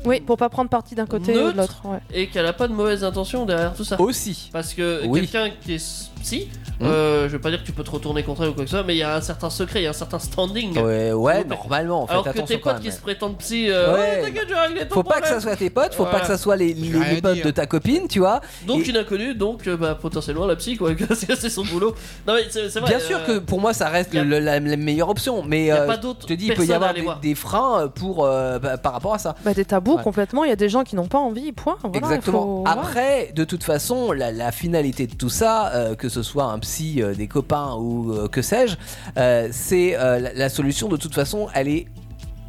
B: Oui, pour pas prendre parti d'un côté ou
D: Neutre.
B: de l'autre. Ouais.
D: Et qu'elle a pas de mauvaise intention derrière tout ça.
C: Aussi.
D: Parce que
C: Oui.
D: quelqu'un qui est psy,
C: Mhm.
D: euh, je vais pas dire que tu peux te retourner contre elle ou quoi que ce soit, mais il y a un certain secret, il y a un certain standing.
C: Ouais, ouais,
D: plaît.
C: normalement, en fait,
D: Alors que
C: attention
D: tes
C: quand
D: potes
C: même.
D: qui se prétendent psy, euh,
C: Ouais.
D: ouais, t'inquiète, je vais régler ton
C: Faut pas
D: problème.
C: que ça soit tes potes, faut
D: Voilà.
C: pas que ça soit les, les-
E: rien
C: les potes
E: dire.
C: de ta copine, tu vois.
D: Donc
C: Et-
D: une inconnue, donc euh, bah, potentiellement la psy, quoi, parce que c'est son boulot. Non mais c'est c'est vrai. euh,
C: Bien sûr que pour moi, ça reste
D: y a-
C: le- la, la meilleure option, mais
D: y a
C: euh,
D: pas
C: je
D: d'autre
C: te dis, il peut y
D: personne à
C: avoir
D: aller
C: des,
D: voir.
C: des freins pour, euh, bah, par rapport à ça.
B: Bah, des tabous
C: Ouais.
B: complètement. Il y a des gens qui n'ont pas envie, point. Voilà, il
C: Exactement.
B: faut- ouais.
C: Après, de toute façon, la, la finalité de tout ça, euh, que ce soit un psy, euh, des copains ou euh, que sais-je, euh, c'est euh, la, la solution. De toute façon, elle est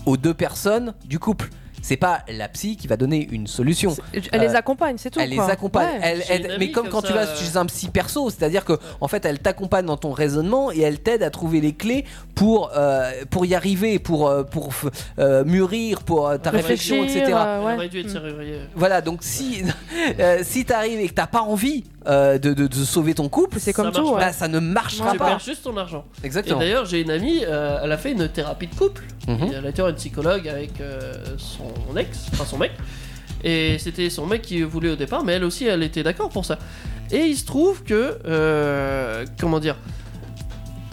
C: aux deux personnes du couple. C'est pas la psy qui va donner une solution.
B: C'est- Elle les accompagne, c'est tout.
C: euh, Elle les
B: quoi.
C: accompagne.
B: Ouais.
C: Elle,
D: J'ai
C: elle-
D: une
C: mais
D: amie
C: comme
D: comme
C: quand
D: ça,
C: tu vas
D: euh.
C: chez un psy perso, c'est-à-dire que en fait, elle t'accompagne dans ton raisonnement et elle t'aide à trouver les clés pour euh, pour y arriver, pour euh, pour f- euh, mûrir, pour euh, ta
B: Réfléchir,
C: réflexion, etc.
B: euh,
D: On
B: ouais.
D: aurait dû être
B: Mm.
D: serrurier.
C: Voilà, donc si euh, si t'arrives et que t'as pas envie euh, de, de- de sauver ton couple,
B: C'est comme
D: marche
B: tout.
D: pas.
B: ouais.
C: bah, ça ne marchera
D: Tu
B: Ouais.
C: pas.
D: perds juste ton argent. Et
C: Exactement.
D: d'ailleurs, j'ai une amie, euh, elle a fait une thérapie de couple.
C: Mhm.
D: Et Elle a été voir une psychologue avec euh, son ex, enfin son mec. Et c'était son mec qui voulait au départ, mais elle aussi, elle était d'accord pour ça. Et il se trouve que, euh, comment dire,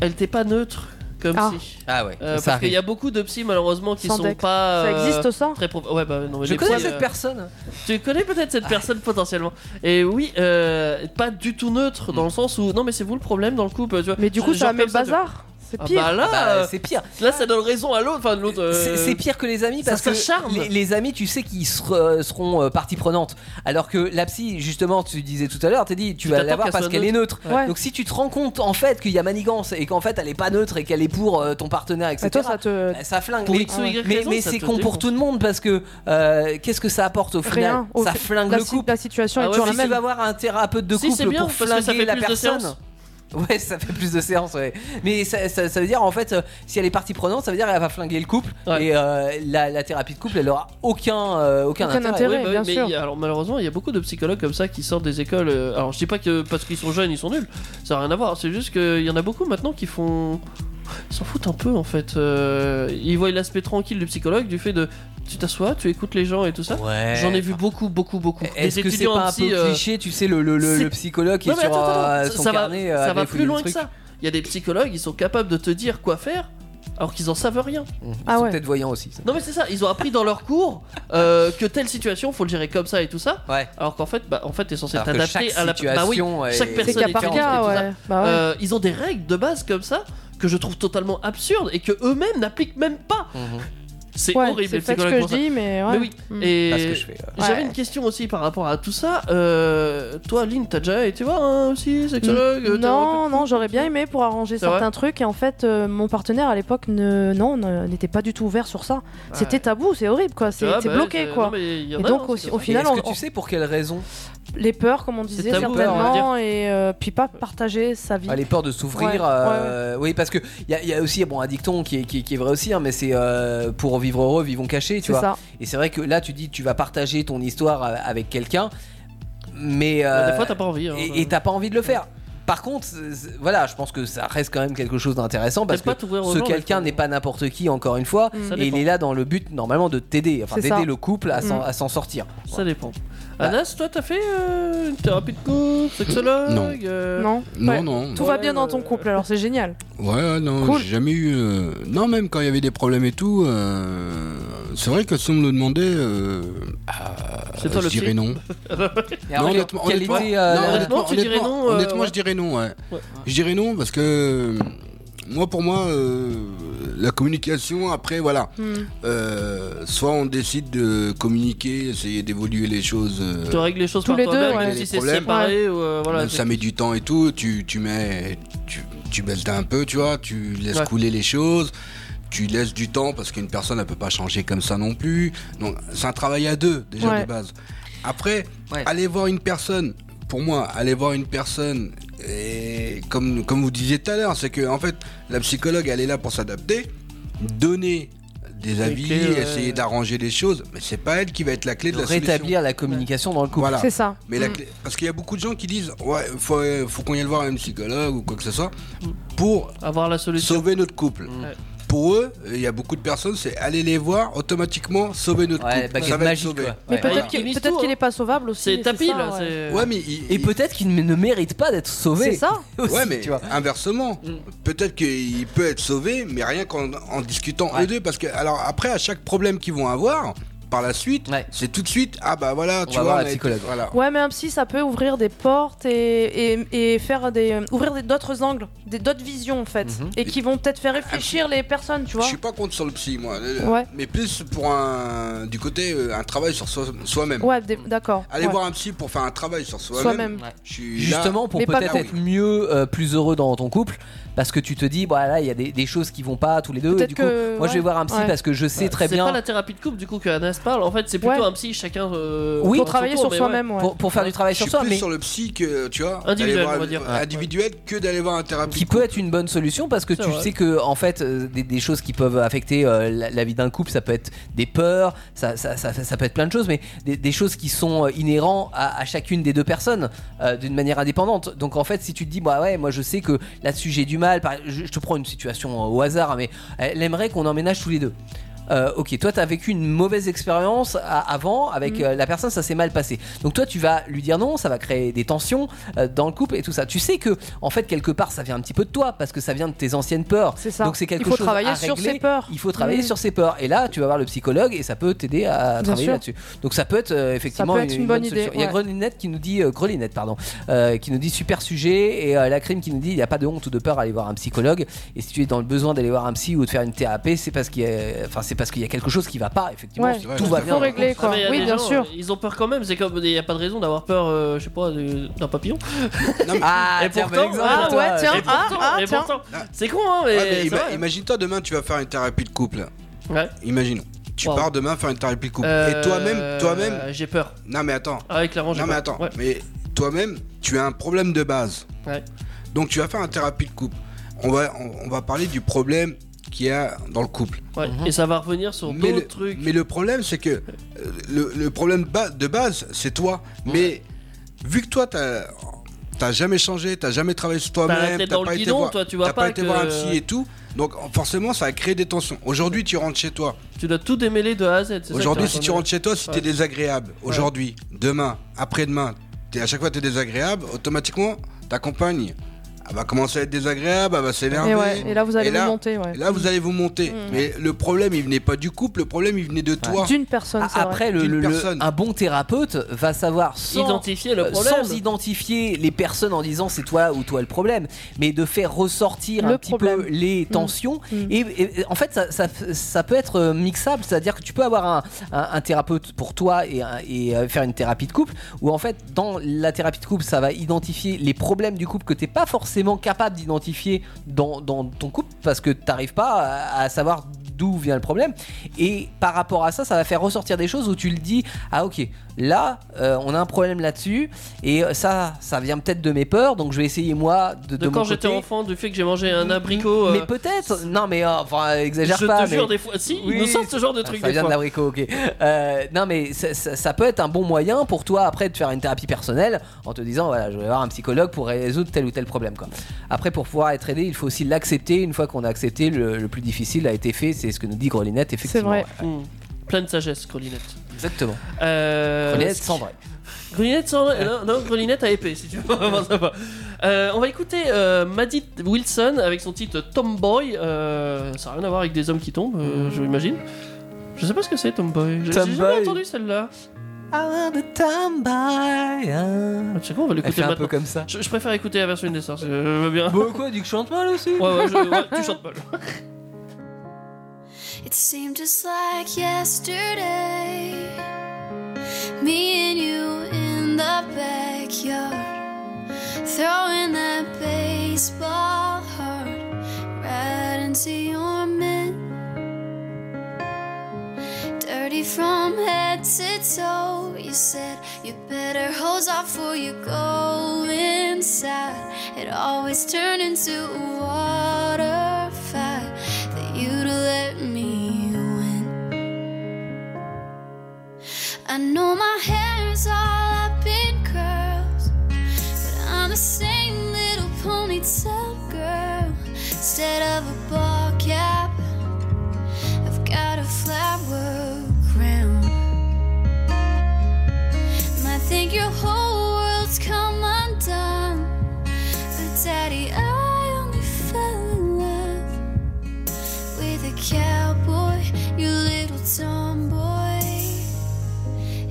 D: elle n'était pas neutre comme
B: Ah.
D: psy.
C: Ah ouais.
D: Euh,
C: ça
D: parce
C: arrive.
D: qu'il y a beaucoup de psy malheureusement qui
B: Sans
D: sont
B: deck.
D: pas.
B: Ça
D: euh,
B: existe ça
D: Très pro- ouais, bah, non, mais
C: Je
D: les
C: connais
D: psys,
C: cette
D: euh,
C: personne.
D: tu connais peut-être cette personne potentiellement. Et oui, euh, pas du tout neutre dans le sens où non mais c'est vous le problème dans le couple. Tu vois.
B: Mais du coup,
D: Genre
B: ça
D: comme
B: met le
D: tu-
B: bazar. C'est
D: Ah
B: pire.
D: bah là,
C: Bah,
D: euh,
C: c'est pire.
D: là ça donne raison à l'autre, enfin de l'autre. euh,
C: C'est c'est pire que les amis
D: ça
C: parce que
D: s'acharne.
C: les, les amis, tu sais qu'ils ser- seront euh, partie prenante. Alors que la psy, justement, tu disais tout à l'heure, t'as dit tu
D: Tu
C: vas
D: t'attends
C: l'avoir
D: qu'elle
C: parce
D: soit
C: qu'elle est neutre.
B: Ouais.
C: Donc si tu te rends compte en fait qu'il y a manigance et qu'en fait elle est pas neutre et qu'elle est pour euh, ton partenaire, etc.
B: Bah, toi, ça te.
C: Bah, ça flingue
D: Pour
C: mais-
D: X ou Y
C: mais,
D: raison,
C: mais
D: ça
C: c'est
D: te
C: con pour
D: défonce.
C: tout le monde parce que euh, qu'est-ce que ça apporte au final
B: Rien. Au
C: ça
B: fait,
C: flingue
B: la
C: le
B: si-
C: couple
B: La situation est
D: Ah ouais,
B: toujours
C: si
D: mais
B: la
C: tu
B: même.
C: vas voir un thérapeute de
D: Si,
C: couple
D: c'est
C: pour
D: bien, parce que ça
C: flinguer
D: fait
C: la
D: plus de
C: personne.
D: séances.
C: Ouais, ça fait plus de séances, ouais. Mais ça, ça- ça veut dire en fait, euh, si elle est partie prenante, ça veut dire qu'elle va flinguer le couple.
D: Ouais.
C: Et euh, la, la thérapie de couple, elle aura aucun, euh, aucun,
B: Aucun
C: intérêt.
B: intérêt.
D: Ouais,
B: Ouais,
D: bah
B: bien
D: oui, mais
B: sûr.
D: il y a- alors malheureusement, il y a beaucoup de psychologues comme ça qui sortent des écoles. euh, alors je dis pas que parce qu'ils sont jeunes, ils sont nuls. Ça n'a rien à voir. C'est juste qu'il y en a beaucoup maintenant qui font. Ils s'en foutent un peu en fait. Euh, ils voient l'aspect tranquille du psychologue du fait de tu t'assois, tu écoutes les gens et tout ça.
C: Ouais.
D: J'en ai vu beaucoup, beaucoup, beaucoup.
C: Est-ce
D: Des
C: que c'est
D: étudiants en
C: pas un
D: psy,
C: peu
D: euh,
C: cliché, tu sais, le, le, le-
D: c'est-
C: le psychologue qui
D: Non,
C: est
D: mais
C: sur
D: attends, attends,
C: euh,
D: ça-
C: son
D: ça va-
C: carnet
D: ça
C: euh,
D: va
C: avec
D: plus loin
C: le
D: que
C: truc.
D: ça. Il y a des psychologues, ils sont capables de te dire quoi faire alors qu'ils en savent rien.
C: Mmh.
B: Ah
C: Ils sont
B: ouais.
C: peut-être voyants aussi. ça.
D: Non mais c'est ça, ils ont appris dans leur cours euh, que telle situation, faut le gérer comme ça et tout ça.
C: Ouais.
D: Alors qu'en fait, bah, en fait, t'es censé
C: Alors que
D: t'adapter
C: chaque
D: à la Bah oui.
C: situation est-
D: chaque
C: est
D: personne personnes
B: C'est cas par
C: différente.
D: différentes et
B: cas,
D: tout
B: ouais. Bah ouais.
D: Euh, ils ont des règles de base comme ça que je trouve totalement absurdes et que eux-mêmes n'appliquent même pas.
C: Mhm.
D: C'est
B: Ouais,
D: horrible
B: C'est
D: les
B: peut-être
D: psychologues
B: ce que je
D: pour ça.
B: dis, mais ouais.
D: Mais oui.
B: Mm.
D: Et
C: Parce que je fais. euh,
D: j'avais
B: Ouais.
D: une question aussi par rapport à tout ça. Euh, toi, Lynn, t'as déjà été voir un aussi sexologue euh,
B: Mm. Non,
D: thérapeute
B: non, j'aurais bien aimé pour arranger
D: C'est vrai
B: certains trucs. Et en fait, euh, mon partenaire à l'époque ne, non, ne- n'était pas du tout ouvert sur ça. C'était tabou, c'est horrible, quoi.
D: Tu
B: C'est
D: vois,
B: c'est
D: bah,
B: bloqué,
D: c'est-
B: quoi.
D: non, mais il y en
B: Et
D: a,
B: donc,
D: hein,
B: au,
D: c'est
B: au
D: comme
C: mais
D: ça.
B: final,
C: Est-ce
B: on,
C: que tu sais pour quelle raison
B: les peurs, comme on disait,
C: tabou, on va
B: certainement, et euh, puis pas partager sa vie.
C: Ah, les peurs de souffrir.
B: Ouais,
C: euh, Oui, parce que il y, a- y a aussi bon un dicton qui est, qui est- qui est vrai aussi, hein, mais c'est euh, pour vivre heureux, vivons cachés, tu
B: C'est
C: vois.
B: ça.
C: Et c'est vrai que là, tu dis, tu vas partager ton histoire euh, avec quelqu'un, mais
D: Bah,
C: euh,
D: des fois, t'as pas envie. hein.
C: et et t'as pas envie de le faire. Par contre, c'est- c'est- voilà, je pense que ça reste quand même quelque chose d'intéressant parce que
D: Peut-être pas t'ouvrir aux
C: ce
D: gens,
C: quelqu'un n'est pas n'importe qui, encore une fois,
D: Mm. Ça
C: et il
D: dépend.
C: est là dans le but normalement de t'aider, enfin
D: C'est ça.
C: d'aider le couple à s'en
D: Mm.
C: à s'en sortir.
D: Ça dépend. Anas, toi, t'as fait euh, une thérapie de couple, sexologue
E: Non.
D: euh,
B: Non
E: Non,
B: Ouais.
E: non.
B: Tout va bien dans ton couple, alors c'est génial.
E: Ouais, non,
B: Cool.
E: j'ai jamais eu. euh, Non, même quand il y avait des problèmes et tout, euh, c'est vrai que si on me le demandait, euh, ah,
D: C'est toi
E: je
D: le Ah bah
E: dirais
D: psy
E: non.
C: Et alors, quelle était, euh,
E: non,
C: la-
D: honnêtement, tu dirais non, euh,
E: honnêtement,
D: ouais.
E: je dirais non, ouais.
D: Ouais.
E: Je dirais non parce que euh, moi, pour moi, euh, la communication, après, voilà.
D: Hmm.
B: Hmm.
E: Euh, soit on décide de communiquer, essayer d'évoluer les choses. euh,
D: Tu règles les choses
B: Tous
D: par
B: les deux,
D: toi-même,
B: ouais.
D: même
E: Les
D: si c'est
E: problèmes.
D: séparé. ou, euh, voilà,
E: même
D: c'est-
E: ça met du temps et tout, tu, tu mets, tu, tu baisses un peu, tu vois, tu laisses
D: Ouais.
E: couler les choses, tu laisses du temps parce qu'une personne ne peut pas changer comme ça non plus. Donc c'est un travail à deux déjà
B: Ouais.
E: de base. Après,
C: Ouais.
E: aller voir une personne, pour moi, aller voir une personne, et comme, comme vous disiez tout à l'heure, c'est que en fait, la psychologue, elle est là pour s'adapter, donner des avis,
D: clés, ouais.
E: essayer d'arranger les choses, mais c'est pas elle qui va être la clé de,
C: de
E: la solution.
C: rétablir la communication dans le couple.
E: Voilà.
B: C'est ça.
E: Mais la
B: Mm.
E: clé- parce qu'il y a beaucoup de gens qui disent ouais faut, euh, faut qu'on y aille voir un psychologue ou quoi que ce soit pour
D: Avoir la solution.
E: sauver notre couple.
C: Mm.
D: Ouais.
E: Pour eux, il y a beaucoup de personnes, c'est aller les voir automatiquement sauver notre
C: Ouais,
E: couple.
C: baguette
E: Ça va être
C: magique,
E: sauvé.
C: quoi.
B: Mais
C: Ouais.
B: peut-être
D: Voilà.
B: qu'il
D: Ils misent
B: peut-être
D: tout,
B: qu'il
D: hein.
B: est pas sauvable aussi.
D: C'est tapis
B: ça,
D: là.
B: ouais.
D: c'est-
E: Ouais, mais il-
C: Et
E: il-
C: peut-être qu'il ne mérite pas d'être sauvé.
B: C'est ça.
C: aussi,
E: ouais, mais
C: tu vois.
E: inversement,
D: Mm.
E: peut-être qu'il peut être sauvé, mais rien qu'en en discutant
C: Ouais.
E: eux deux, parce que alors après à chaque problème qu'ils vont avoir par la suite,
C: Ouais.
E: c'est tout de suite ah bah voilà
C: On
E: tu
C: va voir
E: vois
C: la
E: on a été-
C: psychologue.
E: voilà.
B: Ouais, mais un psy, ça peut ouvrir des portes et, et, et faire des ouvrir des- d'autres angles, des- d'autres visions en fait,
D: Mm-hmm.
C: Mhm.
B: et qui vont peut-être faire réfléchir les personnes, tu
E: Je
B: vois.
E: suis pas contre sur le psy moi, Euh,
B: Ouais.
E: mais plus pour un du côté euh, un travail sur soi- soi-même.
B: Ouais, des- d'accord.
E: Aller
B: ouais.
E: voir un psy pour faire un travail sur soi-même.
B: soi-même.
E: Je suis là-
C: Justement pour
B: Mais pas
C: peut-être
E: que-
C: être mieux, euh, plus heureux dans ton couple, parce que tu te dis, bah là, il y a des, des choses qui vont pas tous les deux. Et
B: Peut-être
C: du coup,
B: que-
C: moi, je vais
B: ouais.
C: voir un psy
B: Ouais.
C: parce que je sais très
D: c'est
C: bien.
D: pas la thérapie de couple du coup que Anas parle. En fait, c'est plutôt
B: Ouais.
D: un psy chacun. euh,
C: Oui.
D: dans
B: Pour
D: son
B: travailler
D: tour,
B: sur
D: mais
B: soi-même, ouais.
C: Pour, pour faire du travail
E: je suis
C: sur soi,
E: plus
C: mais
E: sur le psy que tu vois
D: Individuel,
E: d'aller
D: on va
E: un-
D: dire.
E: individuel que d'aller voir un thérapeute
C: qui peut être une bonne solution parce que
D: C'est
C: tu
D: vrai.
C: sais que en fait euh, des, des choses qui peuvent affecter euh, la, la vie d'un couple ça peut être des peurs ça, ça, ça, ça peut être plein de choses mais des, des choses qui sont euh, inhérents à, à chacune des deux personnes euh, d'une manière indépendante donc en fait si tu te dis bah ouais moi je sais que là-dessus j'ai du mal par- je, je te prends une situation euh, au hasard hein, mais elle aimerait qu'on emménage tous les deux Euh, ok, toi t'as vécu une mauvaise expérience à- avant avec
D: Mm.
C: euh, la personne, ça s'est mal passé. Donc toi tu vas lui dire non, ça va créer des tensions euh, dans le couple et tout ça. Tu sais que en fait quelque part ça vient un petit peu de toi parce que ça vient de tes anciennes peurs.
B: C'est ça.
C: Donc c'est quelque
B: Il faut
C: chose
B: travailler
C: à
B: sur
C: régler.
B: ses peurs.
C: Il faut travailler
B: Mm.
C: sur ses peurs. Et là tu vas voir le psychologue et ça peut t'aider à
B: Bien
C: travailler
B: sûr.
C: là-dessus. Donc ça peut être euh, effectivement
B: être une bonne idée,
C: solution. Il y a
B: ouais.
C: Grelinette qui nous dit euh, Grelinette, pardon euh, qui nous dit super sujet et euh, la crime qui nous dit il n'y a pas de honte ou de peur à aller voir un psychologue et si tu es dans le besoin d'aller voir un psy ou de faire une thérapie c'est parce qu'il y a enfin c'est parce qu'il y a quelque chose qui va pas effectivement
B: Ouais.
C: si
E: Ouais,
C: tout
E: tout
C: va
E: à fait.
C: bien
B: Faut régler
D: Ah,
B: quoi.
D: mais il y a
B: oui,
D: des
B: bien
D: gens,
B: sûr.
D: euh, Ils ont peur quand même. C'est comme il n'y a pas de raison d'avoir peur, euh, je sais pas, de- d'un papillon.
C: ah
D: Et
C: tiens, bon
D: pourtant-
C: exemple,
B: Ah
C: toi.
B: ouais, tiens,
D: Et
B: ah,
D: pourtant,
B: ah,
D: et
B: tiens.
D: pourtant, c'est con, hein, mais.
E: Ouais, mais
D: c'est
E: ima-
D: vrai.
E: imagine-toi demain tu vas faire une thérapie de couple
D: Ouais.
E: imaginons tu
D: Wow.
E: pars demain faire une thérapie de couple
D: Euh,
E: et toi-même toi-même
D: J'ai peur.
E: non mais attends
D: Ah, Avec l'arrange.
E: non mais attends
D: Ouais.
E: mais toi-même tu as un problème de base
D: Ouais.
E: donc tu vas faire un thérapie de couple on va on, on va parler du problème qu'il y a dans le couple
D: Ouais.
C: Mhm.
D: Et ça va revenir sur
E: mais le,
D: d'autres trucs.
E: mais le problème, c'est que euh, le, le problème ba- de base, c'est toi. Mais vu que toi, t'as t'as jamais changé, t'as jamais travaillé sur
D: T'as la
E: toi-même,
D: tête dans le
E: pas été
D: guidon,
E: voir-
D: toi, tu vois
E: t'as
D: pas
E: pas été voir un
D: que-
E: psy et tout. Donc en- forcément, ça a créé des tensions. Aujourd'hui, tu rentres chez toi.
D: Tu dois tout démêler de A à Z. c'est ça que
E: Aujourd'hui,
D: t'as
E: si
D: entendu.
E: tu rentres chez toi, si
D: Ouais.
E: t'es désagréable, aujourd'hui, demain, après-demain, t'es- à chaque fois t'es désagréable, automatiquement, ta compagne, elle va commencer à être désagréable, elle va s'énerver.
B: Et, ouais, et là, vous allez
E: là-
B: vous monter, ouais.
E: et là, vous allez vous monter.
B: Mm.
E: Mais le problème, il venait pas du couple, le problème, il venait de toi.
B: D'une personne,
C: Ah,
B: c'est vrai.
C: après le,
E: D'une
C: le- le-
E: personne.
C: un bon thérapeute va savoir sans
D: Identifier le
C: euh,
D: problème.
C: sans identifier les personnes en disant c'est toi ou toi le problème, mais de faire ressortir
B: Le
C: un petit
B: problème.
C: peu les tensions.
B: Mm.
C: Et, et- en fait, ça, ça- ça peut être euh, mixable, c'est-à-dire que tu peux avoir un, un- un thérapeute pour toi et, un- et, euh, faire une thérapie de couple, où en fait, dans la thérapie de couple, ça va identifier les problèmes du couple que t'es pas forcément capable d'identifier dans, dans ton couple parce que t'arrives pas à, à savoir d'où d'où vient le problème. Et par rapport à ça, ça va faire ressortir des choses où tu le dis ah ok, là euh, on a un problème là-dessus et euh, ça, ça vient peut-être de mes peurs, donc je vais essayer moi de,
D: De
C: de
D: quand
C: mon
D: j'étais
C: côté.
D: enfant, du fait que j'ai mangé un abricot. euh,
C: Mais peut-être, non mais euh, enfin exagère
D: je
C: pas.
D: te jure
C: mais-
D: des fois, si,
C: Oui,
D: ils nous sortent ce genre de truc
C: ça
D: des
C: vient de
D: fois.
C: l'abricot, ok. Euh, non, mais ça, ça- ça peut être un bon moyen pour toi après de faire une thérapie personnelle en te disant voilà, je vais voir un psychologue pour résoudre tel ou tel problème. Quoi. Après, pour pouvoir être aidé, il faut aussi l'accepter. Une fois qu'on a accepté, le, le plus difficile a été fait. C'est ce que nous dit Grolinette, effectivement.
D: vrai. Hmm. Pleine sagesse, Grolinette.
C: Exactement.
D: Euh,
C: Grolinette sans vrai.
D: Grelinette sans... Non, non, Grelinette à épée, si tu veux vraiment savoir. Euh, on va écouter euh, Maddie Wilson avec son titre Tomboy. Euh, ça n'a rien à voir avec des hommes qui tombent, euh, je l'imagine. Je sais pas ce que c'est Tomboy. J'ai- J'ai jamais
C: Hmm. Tomboy.
D: entendu celle-là. Tu sais quoi, on va
C: Elle fait
D: l'écouter
C: un
D: maintenant.
C: peu comme ça.
D: Je, je préfère écouter la version des euh, Je veux bien.
C: Bon, quoi, Dick chante mal aussi
D: Ouais, ouais, je- ouais, tu chantes mal.
K: It seemed just like yesterday. Me and you in the backyard, throwing that baseball hard right into your mitt. Dirty from head to toe, you said you better hose off before you go inside. It always turned into a water fight that you to let me win. I know my hair is all up in curls, but I'm the same little ponytail girl. Instead of a ball cap, I've got a flower crown. Might think your whole world's come undone, but daddy, I only fell in love with a cowboy. Your little tomboy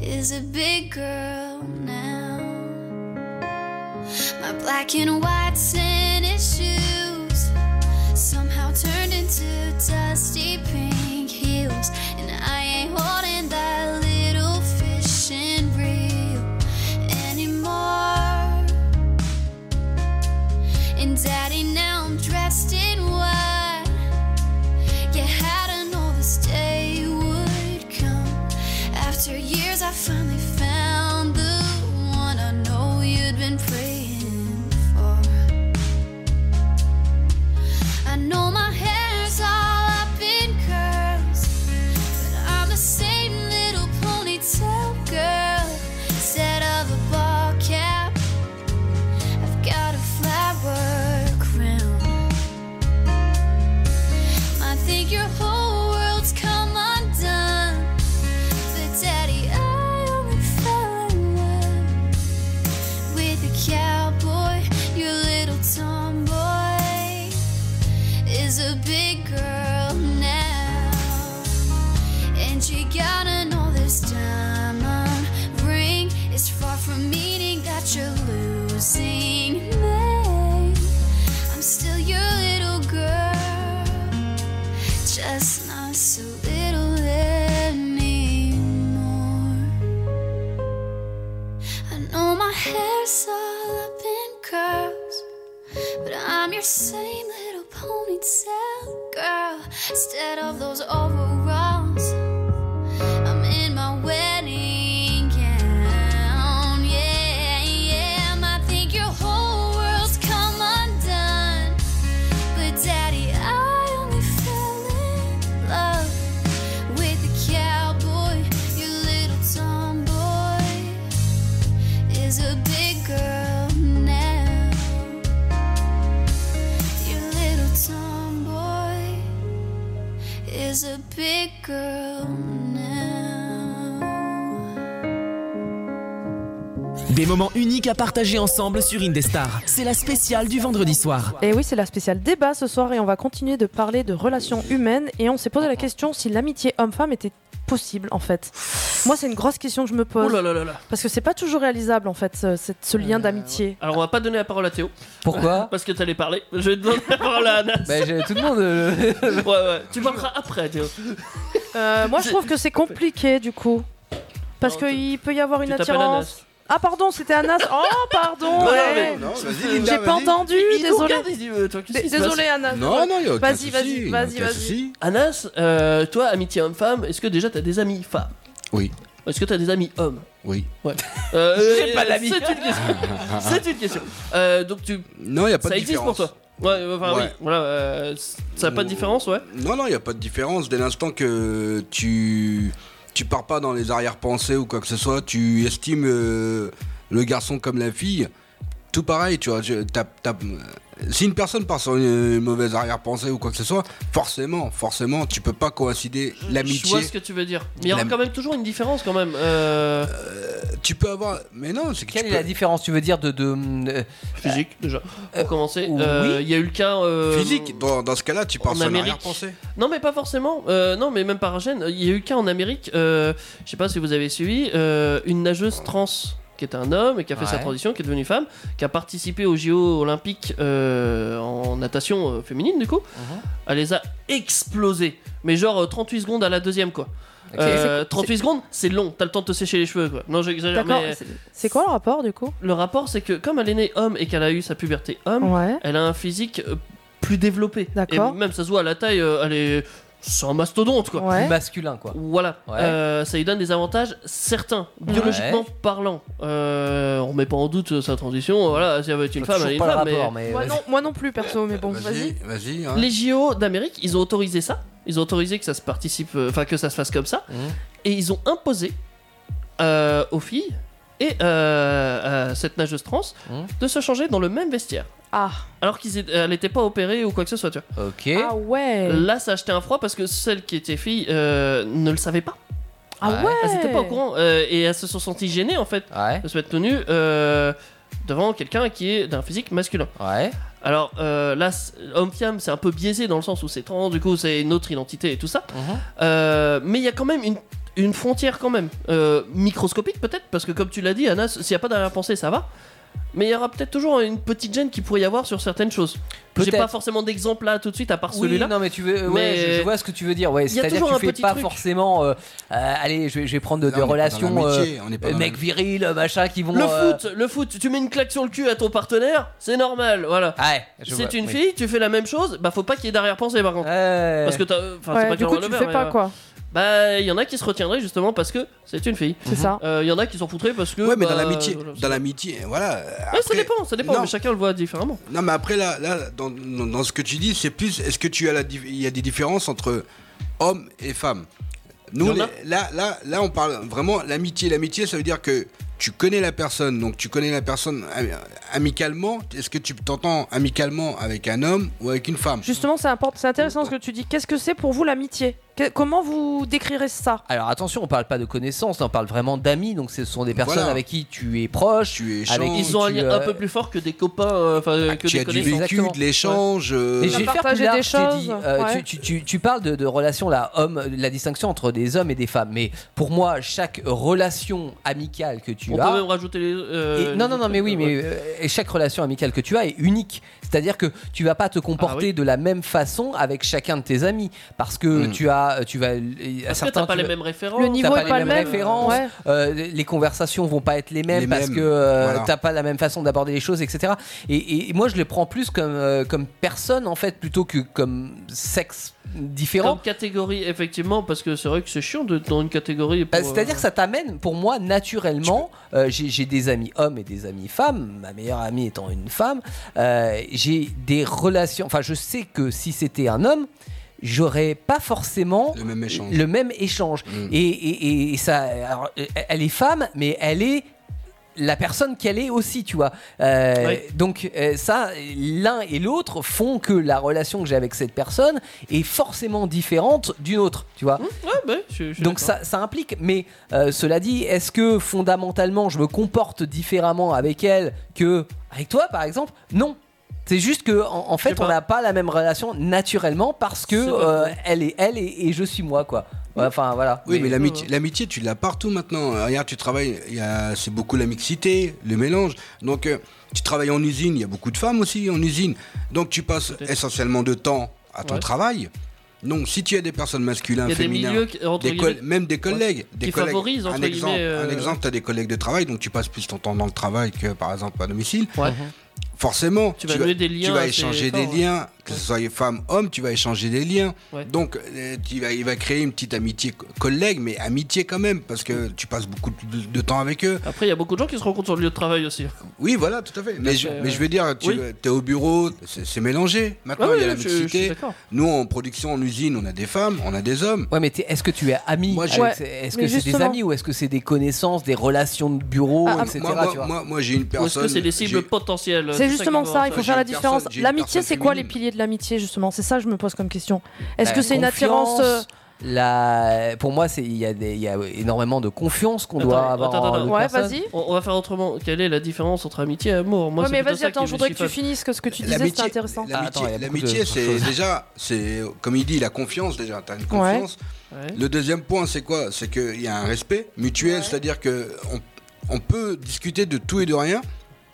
K: is a big girl now. My black and white scented shoes somehow turned into dusty pink heels, and I ain't holding that little fishing reel anymore. And daddy, now I'm dressed in white. You had to know this day would come. After years, I finally found the one I know you'd been praying for. I know my hair's all up in curls, but I'm the same little ponytail girl. Instead of a ball cap, I've got a flower crown. I think your whole world's come undone. But daddy, I only fell in love with a cowboy. Your little tomboy is a big girl now. And you gotta know this diamond ring is far from meaning that you're losing me. I'm still your little girl just not so little anymore. I know my hair's all up in curls, but I'm your same little ponytail girl. Instead of those overalls, I'm in my wedding gown. Yeah, yeah, I think your whole world's come undone. But daddy, I only fell in love with a cowboy. Your little tomboy is a big girl now. Your little tomboy is a big girl
H: Des moments uniques à partager ensemble sur Indestar. C'est la spéciale du vendredi soir.
B: Et oui, c'est la spéciale débat ce soir et on va continuer de parler de relations humaines et on s'est posé la question si l'amitié homme-femme était possible en fait. Moi, c'est une grosse question que je me pose.
D: Oh là là Euh, là là.
B: Parce que c'est pas toujours réalisable en fait ce, cette- ce lien d'amitié.
D: Alors, on va pas donner la parole à Théo.
C: Pourquoi
D: Parce que t'allais parler. Je vais te donner la parole à Anas.
C: Bah, j'ai- tout le monde. euh,
D: ouais, ouais. Tu parleras après, Théo.
B: Euh, moi, je trouve que c'est compliqué du coup. Parce qu'il peut y avoir une
D: tu t'appelles
B: attirance.
D: Anas.
B: Ah pardon, c'était un as. Oh pardon.
D: Non,
B: ouais.
D: non, mais-
E: vas-y, Linda,
B: J'ai pas
E: vas-y.
B: entendu,
D: Il nous
B: désolé.
D: regarde, il dit, euh, toi, qu'est-ce qui se
B: Désolé
D: passe
B: Anas.
E: Non, non, il y a aucun
B: Vas-y, vas-y,
E: souci,
B: vas-y,
E: aucun
B: vas-y.
E: souci.
D: Anas, euh, toi, amitié homme-femme, est-ce que déjà t'as des amis femmes
E: Oui.
D: Est-ce que t'as des amis hommes
E: Oui.
D: Ouais. Euh,
C: J'ai pas d'amis.
D: C'est une question. c'est une question. Euh, donc tu.
E: Non, il y a pas
D: ça
E: de
D: existe pour
E: différence.
D: toi. Ouais, enfin,
E: Ouais.
D: oui. Voilà, euh, ça a pas de différence, ouais.
E: Non, non, il n'y a pas de différence. Dès l'instant que tu tu pars pas dans les arrière-pensées ou quoi que ce soit, tu estimes euh, le garçon comme la fille, tout pareil, tu vois. je- t'as- t'as- euh, si une personne part sur une, mauvaise arrière-pensée ou quoi que ce soit, forcément, forcément, tu peux pas coïncider
D: Je vois
E: l'amitié.
D: ce que tu veux dire. Mais il y aura
E: La-
D: quand même toujours une différence quand même. Euh,
E: Tu peux avoir. Mais non, c'est que
C: Quelle
E: tu
C: est
E: peux-
C: la différence Tu veux dire de. de, euh,
D: Physique déjà. Pour commencer,
C: oui.
D: Euh, il y a eu le cas euh,
E: physique. Dans, dans ce cas-là, tu pars
D: en
E: sur une
D: Amérique.
E: arrière-pensée.
D: Non, mais pas forcément. Euh, non, mais même par gêne. Il y a eu le cas en Amérique. euh, je sais pas si vous avez suivi. euh, une nageuse trans qui est un homme et qui a fait
C: Ouais.
D: sa transition, qui est devenue femme, qui a participé aux JO olympiques euh, en natation euh, féminine du coup. Elle les a explosées. Mais genre euh, 38 secondes à la deuxième quoi.
C: Ok.
D: Euh, 38 secondes, c'est long. T'as le temps de te sécher les cheveux quoi. Non, j'exagère.
B: D'accord.
D: mais
B: c'est- C'est quoi le rapport du coup
D: Le rapport, c'est que comme elle est née homme et qu'elle a eu sa puberté homme,
B: Ouais.
D: elle a un physique euh, plus développé. Et
B: D'accord.
D: même ça se voit à la taille, euh, elle est. C'est un mastodonte quoi.
B: Ouais.
C: Masculin, quoi.
D: Voilà,
C: Ouais.
D: Euh, ça lui donne des avantages certains, biologiquement parlant. Euh, on met pas en doute euh, sa transition, voilà, si elle veut être une
C: Toujours
D: femme, elle est une
C: pas le
D: femme. mais-
C: rapport, mais. euh,
B: Moi Euh, non, moi non plus perso, mais bon, vas-y.
E: Euh, Vas-y, hein.
D: Les JO d'Amérique, ils ont autorisé ça, ils ont autorisé que ça se participe, euh, enfin que ça se fasse comme ça,
C: Mhm.
D: et ils ont imposé euh, aux filles et euh, à cette nageuse trans
C: Mhm.
D: de se changer dans le même vestiaire,
B: Ah,
D: alors qu'elle n'était pas opérée ou quoi que ce soit, tu vois.
C: Ok.
B: ah ouais.
D: Là, ça a acheté un froid parce que celle qui était fille euh, ne le savait pas.
B: Ah ouais.
D: Elles n'étaient pas au courant euh, et elles se sont senties gênées en fait
C: Ouais.
D: de se mettre tenue euh, devant quelqu'un qui est d'un physique masculin.
C: Ouais.
D: Alors euh, là, c- homme-femme, c'est un peu biaisé dans le sens où c'est trans, du coup c'est une autre identité et tout ça.
C: Mhm.
D: Euh, mais il y a quand même une, une frontière quand même, Euh, microscopique peut-être, parce que comme tu l'as dit, Anna, s'il n'y a pas d'arrière-pensée, ça va. Mais il y aura peut-être toujours une petite gêne qui pourrait y avoir sur certaines choses. J'ai
C: Peut-être.
D: pas forcément d'exemple là tout de suite à part
C: Oui,
D: celui-là.
C: non, mais tu veux. Euh, Ouais,
D: Mais-
C: je, je vois ce que tu veux dire. Ouais,
D: Il y a
C: c'est-à-dire
D: toujours
C: que
D: un
C: tu fais
D: petit
C: pas
D: truc.
C: forcément. euh, euh, allez, je vais, je vais prendre
E: Là,
C: des
E: on est pas dans
C: relations.
E: l'amitié, on est pas
C: euh,
E: dans
C: mec
E: la-
C: viril, machin, qui vont.
D: Le
C: euh,
D: foot, le foot, tu mets une claque sur le cul à ton partenaire, c'est normal, voilà.
C: Ah Ouais. je vois,
D: C'est une
C: oui.
D: fille, tu fais la même chose, bah faut pas qu'il y ait d'arrière-pensée par contre.
C: Ouais.
D: Parce que t'as. euh, Enfin, c'est
B: Ouais,
D: pas
B: du
D: qu'il
B: coup,
D: y en a le
B: tu le
D: verre,
B: fais
D: mais,
B: pas
D: euh,
B: quoi.
D: Bah, il y en a qui se retiendraient justement parce que c'est une fille. Euh,
B: C'est ça.
D: Il y en a qui s'en foutraient parce que.
E: Ouais, mais dans
D: bah,
E: l'amitié,
D: voilà,
E: dans l'amitié, voilà. euh,
D: Ouais, ça
E: après-
D: dépend, ça dépend,
E: Non.
D: mais chacun le voit différemment.
E: Non, mais après, là, là dans, dans- dans ce que tu dis, c'est plus est-ce que tu as la, div- il y a des différences entre hommes et femmes
D: Il
E: Nous,
D: y en a
E: les- là, là, là, on parle vraiment l'amitié. L'amitié, ça veut dire que tu connais la personne, donc tu connais la personne ami- amicalement. Est-ce que tu t'entends amicalement avec un homme ou avec une femme
B: Justement, c'est important, c'est intéressant ce que tu dis. Qu'est-ce que c'est pour vous l'amitié Que- Comment vous décrirez ça
C: Alors attention, on parle pas de connaissances, on parle vraiment d'amis. Donc ce sont des personnes
E: Voilà.
C: avec qui tu es proche,
E: Tu échanges.
C: avec qui
D: Ils ont un
C: tu,
D: lien
C: euh,
D: un peu plus fort que des copains, euh, enfin
E: Ah,
D: que
E: tu
D: des
E: as du
D: connaissances.
E: vécu,
C: exactement.
E: de l'échange. euh, Ah,
C: Mais je vais le faire
B: partager
C: plus large,
B: des
C: je t'ai dit,
B: choses,
C: euh,
B: ouais.
C: tu, tu- tu- tu parles de, de relations, là, homme, la distinction entre des hommes et des femmes. Mais pour moi, chaque relation amicale que tu
D: On
C: as.
D: peut même rajouter les. euh,
C: Et-
D: les
C: non, non, non,
D: autres,
C: mais oui,
D: euh,
C: mais euh, chaque relation amicale que tu as est unique. C'est-à-dire que tu vas pas te comporter
D: Ah oui.
C: de la même façon avec chacun de tes amis, parce que
E: Hmm.
C: tu as, euh, tu vas, à
D: Parce que
C: certains,
D: t'as pas
C: tu
D: les
C: vas-
D: mêmes références.
B: Le niveau
C: pas
B: est
C: les
B: pas le
C: mêmes
B: même.
C: références.
B: Ouais.
C: euh, les conversations vont pas être les mêmes
E: Les
C: parce
E: mêmes,
C: que euh,
E: voilà.
C: t'as pas la même façon d'aborder les choses, etc. Et, et- et moi, je les prends plus comme euh, comme personne en fait, plutôt que comme sexe différent.
D: Comme catégorie, effectivement, parce que c'est vrai que c'est chiant de dans une catégorie. pour,
C: Bah, C'est-à-dire
D: euh,
C: que ça t'amène, pour moi, naturellement, euh, j'ai j'ai des amis hommes et des amis femmes, ma meilleure amie étant une femme, euh, j'ai des relations, enfin je sais que si c'était un homme, j'aurais pas forcément
E: Le même échange.
C: le même échange.
E: Mm.
C: Et, et- et ça, alors, euh, elle est femme, mais elle est la personne qu'elle est aussi, tu vois. Euh,
D: Ouais.
C: Donc euh, ça, l'un et l'autre font que la relation que j'ai avec cette personne est forcément différente d'une autre, tu vois.
D: Mmh, Ouais, ouais, je- je suis
C: Donc
D: d'accord.
C: ça, ça implique, mais euh, cela dit, est-ce que fondamentalement je me comporte différemment avec elle que avec toi par exemple Non. C'est juste que en, en
D: Je
C: fait
D: sais
C: on
D: pas.
C: n'a pas la même relation naturellement parce que
D: C'est Mmh. pas
C: euh,
D: faux.
C: elle est elle et, et je suis moi quoi. Ouais, Enfin voilà.
E: Oui, mais,
D: Mais-
E: l'amitié, l'amitié, tu l'as partout maintenant. Euh, Regarde, tu travailles, il y a- c'est beaucoup la mixité, le mélange. Donc, euh, tu travailles en usine, il y a beaucoup de femmes aussi en usine. Donc, tu passes essentiellement de temps à ton
D: Ouais.
E: travail. Non, si tu as des personnes masculines,
D: Il y a des
E: féminins,
D: milieux qui- entre
E: des coll-
D: guillemets,
E: même des collègues,
D: qui
E: des collègues.
D: favorisent, entre
E: un exemple,
D: guillemets, euh,
E: un exemple, t'as des collègues de travail, donc tu passes plus ton temps dans le travail que par exemple à domicile. Forcément,
D: Tu vas nouer des liens
E: tu vas
D: assez
E: échanger
D: forts,
E: des
D: ouais.
E: liens, que ce soit femme, homme, tu vas échanger des liens.
D: Ouais.
E: Donc, euh, tu vas- il va créer une petite amitié co- collègue, mais amitié quand même, parce que tu passes beaucoup de, de temps avec eux.
D: Après, il y a beaucoup de gens qui se rencontrent sur le lieu de travail aussi.
E: Oui, voilà, tout à fait. Mais, je,
D: fait,
E: mais
D: ouais.
E: je veux dire, tu
D: Oui.
B: Ah,
E: es au bureau, c'est c'est mélangé. Maintenant,
D: Ah oui,
E: il y a la
D: oui, je- je suis
E: mixité.
D: d'accord.
E: Nous, en production, en usine, on a des femmes, on a des hommes.
C: Ouais, mais est-ce que tu es ami
E: Moi,
C: Avec- Ah, Est-ce que c'est des amis ou est-ce que c'est des connaissances, des relations de bureau,
E: Ah, ah,
C: etc.
E: moi-
C: tu vois
E: moi- moi, j'ai une
D: Ou est-ce que c'est des cibles potentielles euh,
B: C'est justement
D: qui
B: ça,
D: va-
B: il faut faire la différence.
E: personne- j'ai une
B: L'amitié,
E: personne
B: c'est quoi les
E: féminine.
B: piliers de l'amitié, justement C'est ça que je me pose comme question. Est-ce
C: La
B: que c'est une
C: confiance,
B: attirance. euh,
C: la... Pour moi, c'est- il y, a des- il y a énormément de confiance qu'on doit avoir. en l'autre personne.
D: On, on va faire autrement. Quelle est la différence entre amitié et amour Moi,
B: Ouais,
D: c'est
B: mais
D: plutôt
B: vas-y,
D: ça
B: attends,
D: qui
B: je
D: me
B: voudrais que tu
D: chiffonne.
B: finisses que ce que tu disais,
E: L'amitié-
B: c'était intéressant.
E: L'amitié,
C: Ah, attends, il y a beaucoup de-
E: l'amitié,
C: de
E: c'est
C: choses.
E: déjà, c'est comme il dit, la confiance déjà. T'as une confiance.
D: Ouais.
E: Le deuxième point, c'est quoi C'est qu'il y a un respect mutuel, c'est-à-dire que on, on peut discuter de tout et de rien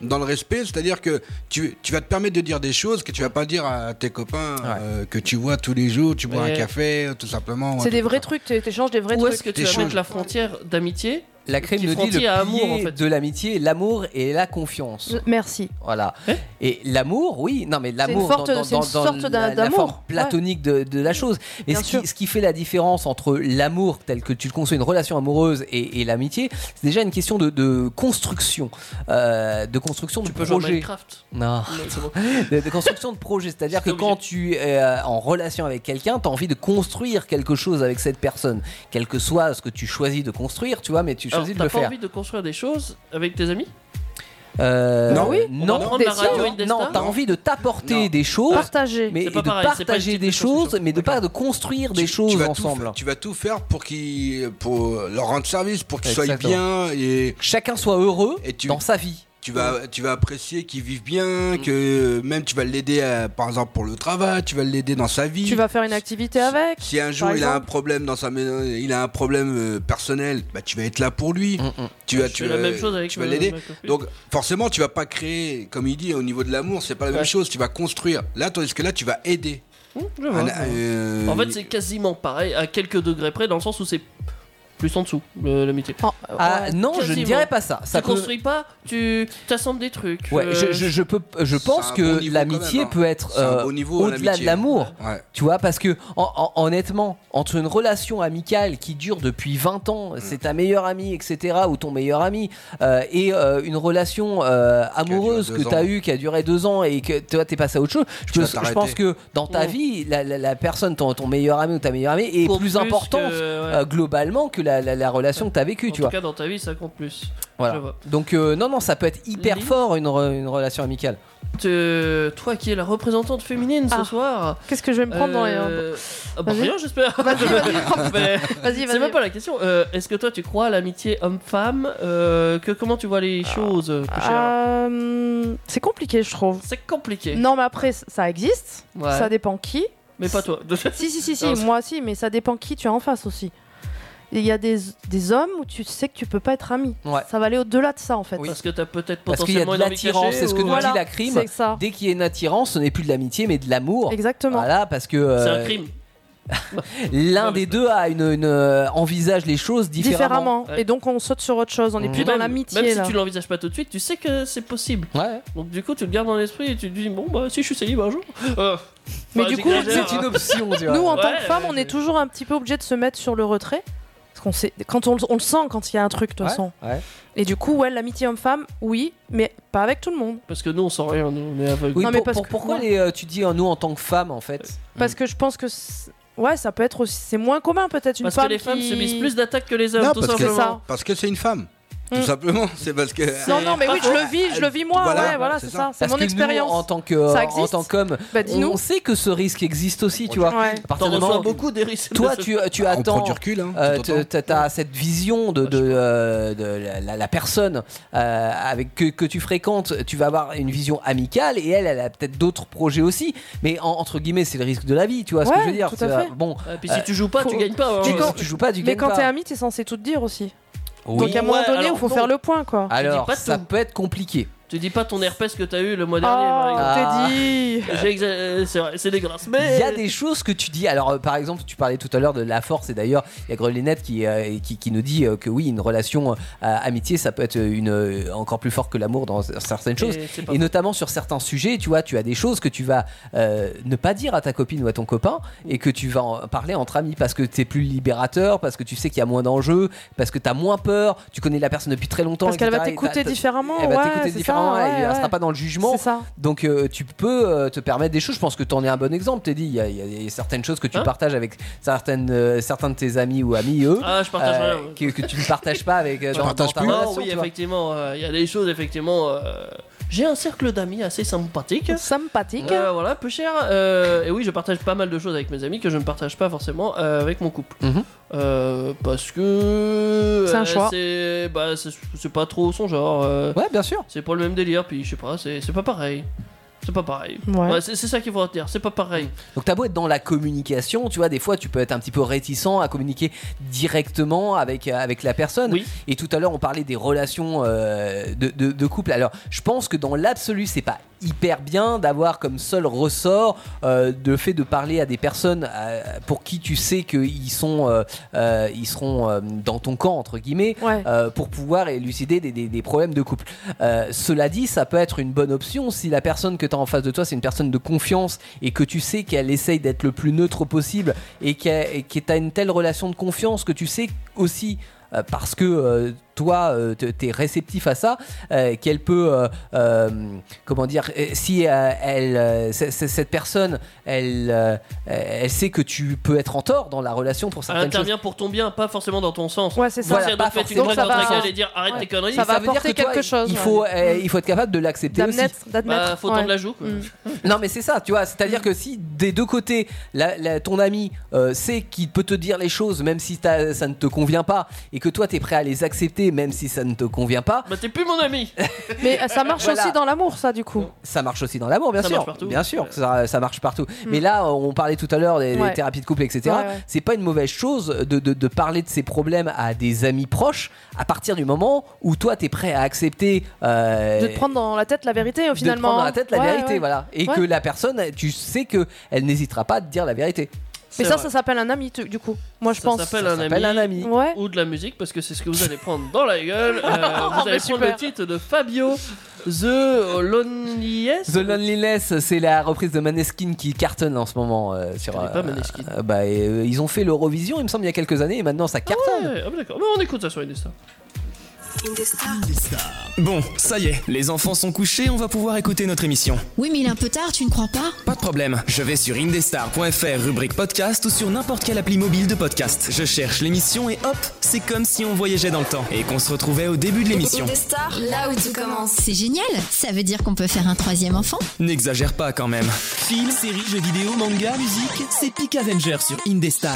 E: dans le respect, c'est-à-dire que tu, tu vas te permettre de dire des choses que tu vas pas dire à tes copains euh, que tu vois tous les jours, tu bois
D: Ouais.
E: un café, euh, tout simplement.
B: C'est
E: Ouais.
B: des vrais trucs, tu échanges des vrais
D: Où
B: trucs.
D: est-ce que tu vas
E: T'échanges.
D: mettre la frontière d'amitié
C: La crème
D: qui
C: nous dit le
D: frontier
C: pilier
D: à amour, en fait.
C: de l'amitié, l'amour et la confiance.
B: Euh, Merci.
C: Voilà.
D: Eh
C: Et l'amour, oui, non mais l'amour
B: forte-
C: dans, dans-
B: c'est une
C: dans- dans
B: sorte d'un-
C: la, la
B: d'amour,
C: forme
B: ouais.
C: platonique de, de la chose. Et
B: Bien
C: ce
B: sûr.
C: qui, ce qui fait la différence entre l'amour tel que tu le conçois, une relation amoureuse et, et l'amitié, c'est déjà une question de, de construction, euh, de construction de
D: Tu peux jouer à
C: projet.
D: Minecraft.
C: Non.
D: Non, c'est bon.
C: de, de construction de projet. C'est-à-dire que quand tu es euh, en relation avec quelqu'un, tu as envie de construire quelque chose avec cette personne, quel que soit ce que tu choisis de construire, tu vois, mais tu
D: Alors,
C: choisis de
D: T'as
C: le
D: pas
C: faire.
D: envie de construire des choses avec tes amis
C: Euh,
E: Non. Oui.
D: On
C: non,
D: va prendre la radio
C: non,
D: Indestar
C: non, t'as envie de t'apporter des choses,
B: Partager.
C: mais
D: C'est
C: et
D: pas
C: de
D: pareil, c'est pas le
C: partager
D: type
C: des choses, mais de pas de construire des choses
E: tu vas tout
C: ensemble.
E: faire- tu vas tout faire pour qu'ils, pour leur rendre service, pour qu'ils soient
C: Exactement.
E: bien et
C: Chacun soit heureux
E: et tu,
C: dans sa vie.
E: Tu vas, tu vas apprécier qu'ils vivent bien, que même tu vas l'aider, à- par exemple, pour le travail, tu vas l'aider dans sa vie.
B: Tu vas faire une activité avec.
E: Si un jour
B: par
E: il a un
B: exemple.
E: problème dans sa maison, il a un problème euh, personnel, bah, tu vas être là pour lui. Tu vas,
D: Mm, Je
E: tu
D: fais la
E: vas-
D: même chose avec
E: tu vas
D: ma-
E: l'aider.
D: ma copine.
E: Donc forcément, tu vas pas créer, comme il dit, au niveau de l'amour, c'est pas la
D: Ouais.
E: même chose. Tu vas construire. Là, tandis que là, tu vas aider.
D: Mmh, je vois,
E: Un-
D: je vois.
E: euh,
D: En fait, c'est quasiment pareil, à quelques degrés près, dans le sens où c'est plus en dessous, le- l'amitié.
C: Ah, non, je ne
D: Quasiment.
C: dirais pas ça. Ça
D: tu
C: peut-
D: construis pas, tu assembles des trucs.
C: Ouais,
D: euh,
C: je, je, je peux, je pense
E: un bon
C: que
E: niveau quand
C: l'amitié
E: même, hein.
C: peut être
E: C'est un
C: euh,
E: bon niveau,
C: au-delà de
E: l'amitié.
C: l'amour.
E: Ouais.
C: Tu vois, parce que en- en- honnêtement, entre une relation amicale qui dure depuis 20 ans,
E: Mm.
C: c'est ta meilleure amie, etc., ou ton meilleur ami, euh, et euh, une relation euh, amoureuse
E: deux
C: que tu as
E: ans.
C: eue, qui a duré deux ans, et que tu vois, t'es passé à autre chose,
E: Tu
C: je, peux-
E: vas
C: je
E: t'arrêter.
C: pense que dans ta
D: Mmh.
C: vie, la, la- la personne, ton, ton meilleur ami ou ta meilleure amie, est
D: Pour
C: plus,
D: plus
C: importante
D: que- ouais.
C: euh, globalement que la, la- la relation que tu as vécue,
D: en
C: tu
D: tout
C: vois.
D: cas, dans ta vie, ça compte plus. Je
C: Voilà.
D: vois.
C: Donc, euh, non, non, ça peut être hyper
D: Lily
C: fort une, re- une relation amicale.
D: Te- Toi qui es la représentante féminine
B: Ah.
D: ce soir.
B: Qu'est-ce que je vais me prendre dans les.
D: euh, ah bah
B: Vas-y.
D: rien, j'espère. Mais-
B: Vas-y, vas-y.
D: C'est même pas la question. Euh, Est-ce que toi tu crois à l'amitié homme-femme euh, que comment tu vois les
B: Ah.
D: choses euh, que Charles
B: Euh, C'est compliqué, je trouve.
D: C'est compliqué.
B: Non, mais après, c- ça existe.
D: Ouais.
B: Ça dépend qui.
D: Mais pas toi.
B: Si, si, si, si,
D: Non, c'est-
B: moi aussi, mais ça dépend qui tu as en face aussi. Il y a des, des hommes où tu sais que tu peux pas être ami.
C: Ouais.
B: Ça va aller au-delà de ça, en fait.
C: Oui.
D: Parce que t'as peut-être
C: Parce qu'il y a
D: potentiellement
C: de
D: une envie
C: l'attirance,
D: cachée
C: c'est ce que
D: ou-
C: nous
B: Voilà,
C: dit la crime.
B: C'est ça.
C: Dès qu'il y a une attirance, ce n'est plus de l'amitié, mais de l'amour.
B: Exactement.
C: Voilà, parce que euh,
D: C'est un crime.
C: l'un des deux a une, une, euh, envisage les choses différemment.
B: Différemment.
D: Ouais.
B: Et donc, on saute sur autre chose. On n'est
C: Mhm.
B: plus
D: Puis
B: dans
D: Mmh. même-
B: l'amitié,
D: Même
B: là.
D: si tu l'envisages pas tout de suite, tu sais que c'est possible.
C: Ouais.
D: Donc du coup, tu le gardes dans l'esprit et tu te dis bon bah si je suis célib un jour. Euh,
B: Mais
D: bah,
B: du coup,
D: j'exagère,
C: C'est une
D: hein.
C: option, tu vois.
B: Nous, en
D: Ouais,
B: tant que femmes, on
D: ouais.
B: est toujours un petit peu obligé de se mettre sur le retrait. Parce qu'on sait, quand on, le- on le sent quand il y a un truc, de toute
C: Ouais,
B: façon.
C: ouais.
B: Et du coup, ouais, l'amitié homme-femme, oui, mais pas avec tout le monde.
D: Parce que nous on sent rien, nous, on est aveugles.
C: Oui,
B: Non, mais
C: pour-
B: parce
C: pour-
B: que-
C: pourquoi
B: non.
C: les, euh, tu dis euh, nous en tant que femmes en fait
B: Parce que je pense que, c'est- ouais, ça peut être aussi, c'est moins commun peut-être une
D: Parce
B: femme
D: que les femmes
B: qui-
D: subissent plus d'attaques que les hommes,
E: Non,
D: tout
E: parce que-
D: simplement.
B: ça.
E: Parce que c'est une femme.
B: Mm.
E: Tout simplement, c'est parce que.
B: Non, non, mais oui, je le vis, je le vis moi.
E: Voilà,
B: ouais, voilà,
E: c'est
B: c'est
E: ça.
B: ça, c'est
C: Parce
B: mon
C: que nous, en
B: expérience.
C: tant que euh,
B: Ça
C: en
B: existe.
C: tant qu'homme,
B: Bah,
C: on,
B: dis-nous.
C: sait que ce risque existe aussi, tu vois.
B: Ouais.
C: À partir
D: T'en
C: du
D: ressens
C: moment-
D: beaucoup des risques.
C: toi, tu, tu
E: On prend
C: attends.
E: du recul. Hein,
C: Euh,
E: tout
C: t'as-
E: autant.
C: t'as t'as cette vision
E: Bah,
C: de, de, euh, de la, la- la personne euh, avec que, que tu fréquentes, tu vas avoir une vision amicale et elle, elle a peut-être d'autres projets aussi. Mais en- entre guillemets, c'est le risque de la vie, tu vois ce que
B: Ouais,
C: je veux dire
B: tout
C: c'est-
B: à fait.
C: Bon,
D: Et puis
C: Euh,
D: si tu joues pas, tu
B: faut-
D: gagnes pas. hein.
C: tu,
B: Mais quand-
C: si tu joues pas, tu
B: Mais
C: gagnes
B: quand
C: pas.
B: t'es ami, t'es censé tout te dire aussi.
C: Oui. Bah,
B: Donc à un moment
D: Ouais,
B: donné,
D: alors
B: il faut
D: non.
B: faire le point, quoi.
C: Alors,
D: pas
C: ça
D: tout.
C: peut être compliqué.
D: Tu dis pas ton herpès que t'as eu le mois dernier,
B: Ah,
D: par
B: on
D: exemple. J'ai exa- euh, C'est vrai, c'est dégueulasse. Mais
C: Il y a des choses que tu dis. Alors, euh, par exemple, tu parlais tout à l'heure de la force, et d'ailleurs, il y a Grelinette qui, euh, qui, qui nous dit euh, que oui, une relation euh, à- amitié, ça peut être une, euh, encore plus fort que l'amour dans certaines choses.
D: c'est
C: Et, notamment sur certains sujets, tu vois, tu as des choses que tu vas euh, ne pas dire à ta copine ou à ton copain et que tu vas en parler entre amis parce que t'es plus libérateur, parce que tu sais qu'il y a moins d'enjeux, parce que t'as moins peur, tu connais la personne depuis très longtemps.
B: Parce qu'elle va
C: etc., et
B: t'écouter
C: t'as- t'as-
B: différemment,
C: Elle va
B: ouais,
C: t'écouter
B: c'est ça,
C: différemment, elle
B: ouais,
C: elle
B: ouais.
C: restera pas dans le jugement.
B: C'est ça.
C: Donc euh, tu peux euh, te permettre des choses. Je pense que tu en es un bon exemple. T'es dit, il y, a- il y a- il y a certaines choses que
D: Hein
C: tu partages avec certaines, euh, certains de tes amis ou amis eux,
D: Ah, je partage
C: euh,
D: rien, ouais.
C: que, que tu ne partages pas avec. euh, dans, dans ta
D: Non,
C: relation,
D: oui,
C: tu vois.
D: effectivement. euh, Il y a des choses, effectivement. euh, J'ai un cercle d'amis assez sympathique.
B: Sympathique.
C: hein.
D: Euh, voilà, peu cher. euh, et oui, je partage pas mal de choses avec mes amis que je ne partage pas forcément euh, avec mon couple.
C: Mhm.
D: Euh, parce que.
B: C'est un
D: euh,
B: choix.
D: c'est- bah, c'est c'est pas trop son genre. euh.
C: ouais, bien sûr.
D: C'est pas le même délire, puis je sais pas, c'est c'est pas pareil. C'est pas pareil.
C: Ouais.
D: c'est c'est ça qu'il faut retenir, c'est pas pareil.
C: Donc t'as beau être dans la communication, tu vois, des fois tu peux être un petit peu réticent à communiquer directement avec, euh, avec la personne. Et tout à l'heure on parlait des relations euh, de, de- de couple. Alors je pense que dans l'absolu c'est pas hyper bien d'avoir comme seul ressort euh, le fait de parler à des personnes euh, pour qui tu sais qu'ils sont euh, euh, ils seront euh, dans ton camp entre guillemets euh, pour pouvoir élucider des, des- des problèmes de couple. Euh, cela dit, ça peut être une bonne option si la personne que tu as en face de toi, c'est une personne de confiance et que tu sais qu'elle essaye d'être le plus neutre possible et qu'elle- et que tu as une telle relation de confiance que tu sais aussi. euh, parce que euh, toi, euh, t- t'es réceptif à ça, euh, qu'elle peut, euh, euh, comment dire, euh, si euh, elle, euh, c- c- cette personne, elle, euh, elle sait que tu peux être en tort dans la relation pour
D: Elle
C: certaines choses.
D: intervient pour ton bien, pas forcément dans ton sens.
B: Ouais, c'est
C: ça. Voilà,
D: si elle
C: pas
D: doit te mettre une
C: forcément.
D: claque dans
C: Ça
D: ta
C: va-
D: gueule et dire arrête
C: Ouais.
D: tes conneries,
C: Ça va apporter quelque chose, Il faut, euh, il faut être capable de l'accepter aussi.
D: D'admettre- d'admettre, Bah, faut tendre ouais. la joue, quoi. Mm.
C: Non, mais c'est ça, tu vois. C'est-à-dire que si des deux côtés, la- la- ton ami euh, sait qu'il peut te dire les choses, même si t'as- ça ne te convient pas, et que toi, t'es prêt à les accepter, même si ça ne te convient pas,
D: Bah t'es plus mon ami
B: Mais euh, ça marche
C: Voilà.
B: aussi dans l'amour, ça, du coup.
C: ça marche aussi dans l'amour, bien
D: Ça
C: sûr.
D: marche partout.
C: Bien sûr que ça, ça marche partout. Mais là, on parlait tout à l'heure des, des
B: Mm. Ouais.
C: thérapies de couple, etc.
B: Ouais, ouais.
C: C'est pas une mauvaise chose de, de- de parler de ces problèmes à des amis proches à partir du moment où toi, t'es prêt à accepter. euh,
B: De te prendre dans la tête la vérité, euh,
C: de te
B: finalement.
C: prendre dans la tête la
B: Ouais,
C: vérité,
B: ouais.
C: voilà. Et
B: Ouais.
C: que la personne, tu sais que elle n'hésitera pas à te dire la vérité.
B: Mais ça, ça s'appelle un ami, tu- du coup. Moi, je pense.
D: Ça s'appelle un, ami
B: Ouais.
D: ou de la musique parce que c'est ce que vous allez prendre dans la gueule. Euh,
B: Oh,
D: vous allez
B: mais
D: prendre
B: super.
D: le titre de Fabio The Loneliest.
C: The Loneliness, c'est la reprise de Maneskin qui cartonne en ce moment euh, sur.
D: pas
C: euh, euh, bah, euh, ils ont fait l'Eurovision, il me semble, il y a quelques années, et maintenant ça cartonne.
D: Ouais, ah bah d'accord, Bah, on écoute ça sur Indestar.
H: Bon, ça y est, les enfants sont couchés, on va pouvoir écouter notre émission.
A: Oui, mais il est un peu tard, tu ne crois pas
H: Pas de problème, je vais sur indestar.fr rubrique podcast ou sur n'importe quelle appli mobile de podcast. Je cherche l'émission et hop, c'est comme si on voyageait dans le temps et qu'on se retrouvait au début de l'émission.
A: stars, là où tout commence. C'est génial, ça veut dire qu'on peut faire un troisième enfant
H: N'exagère pas quand même. Films, séries, jeux vidéo, manga, musique, c'est Peak Avenger sur Indestar.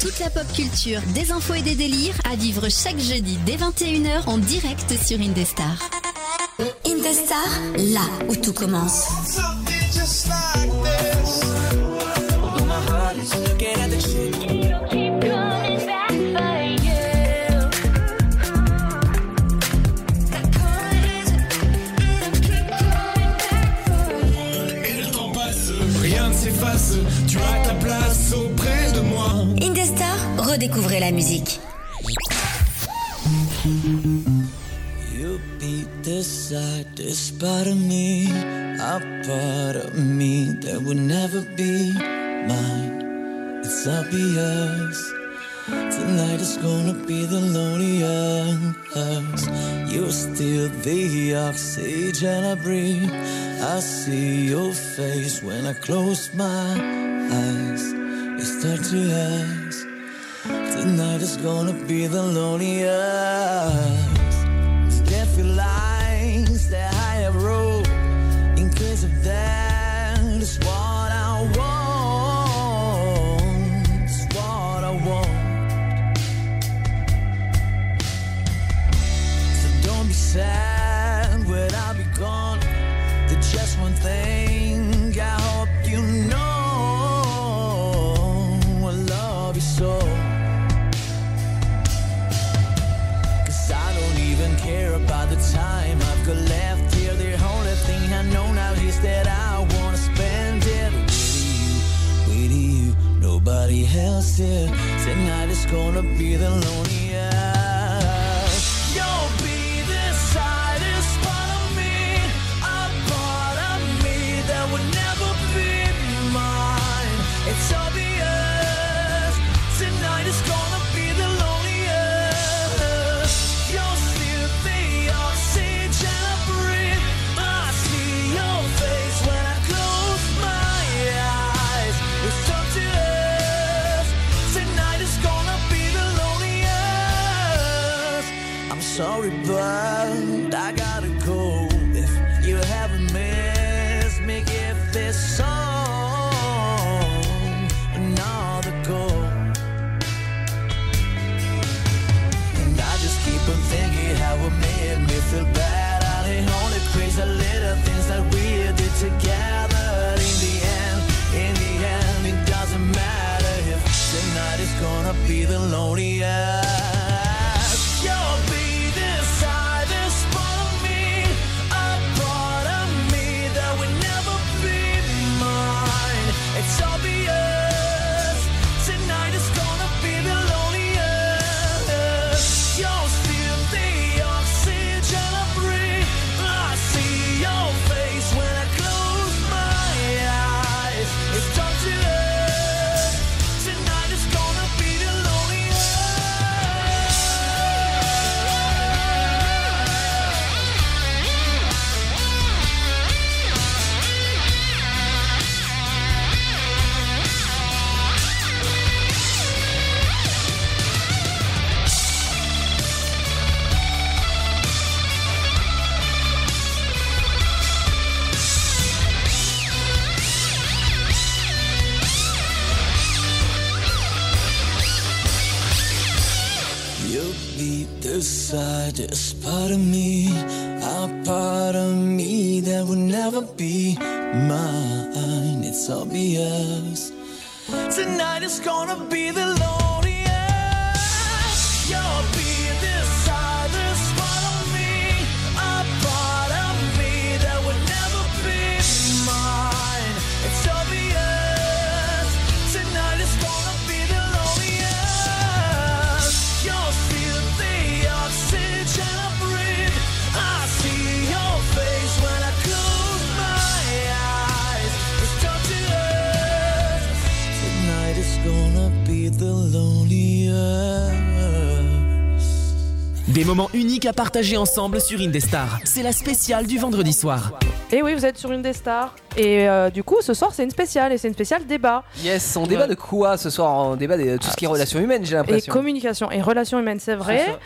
A: Toute la pop culture, des infos et des délires à vivre chaque jeudi dès 21h en direct sur Indestar.
L: Indestar, là où tout commence.
I: Rien ne s'efface, tu as ta place auprès de moi.
L: Indestar, redécouvrez la musique.
M: You beat this side, this part of me, a part of me that would never be mine. It's obvious. Tonight is gonna be the loneliest. You're still the oxygen I breathe. I see your face when I close my eyes. You start to ask. Tonight is gonna be the loneliest. Left your lines that I have wrote In case of that is what I want It's what I want So don't be sad when I be gone There's just one thing I hope you know I love you so Cause I don't even care
I: just it. Tonight is gonna be the loneliest. You'll be the saddest part of me, a part of me that would never be mine. It's obvious. Tonight is gonna be the loneliest. You're still the oxygen I breathe. I see your face when I close my eyes. It's up to us. Tonight is gonna be the loneliest. I'm sorry, but I gotta go. If you haven't missed me, give this song another go. And I just keep on thinking how it made me feel bad. I ain't only crazy little things that we did together. In the end, in the end, it doesn't matter if tonight is gonna be the loneliest. You'll be the saddest part of me, a part of me that would never be mine. It's obvious. Tonight is gonna be the loneliest. You're still the oxygen I breathe. I see your face when I close my eyes. It's dark to us. Tonight is gonna be the loneliest. You'll be the saddest part of me, a part of me that will never be mine. It's obvious. Tonight is gonna be the loneliest. You'll be the saddest part of me, a part of me that will never be mine. It's obvious. Tonight is gonna be the loneliest. You're still the oxygen I breathe. I see your face when I close my eyes. It's dark to earth. Tonight is gonna be the loneliest.
H: Des moments uniques à partager ensemble sur Indestar. C'est la spéciale du vendredi soir.
B: Et oui, vous êtes sur une des stars. Et euh, du coup, ce soir, c'est une spéciale. Et c'est une spéciale débat.
C: Yes, on débat de quoi ce soir On débat de tout ce qui est relations humaines, j'ai
B: Et
C: l'impression.
B: communication et relations humaines, c'est vrai.
D: C'est ça.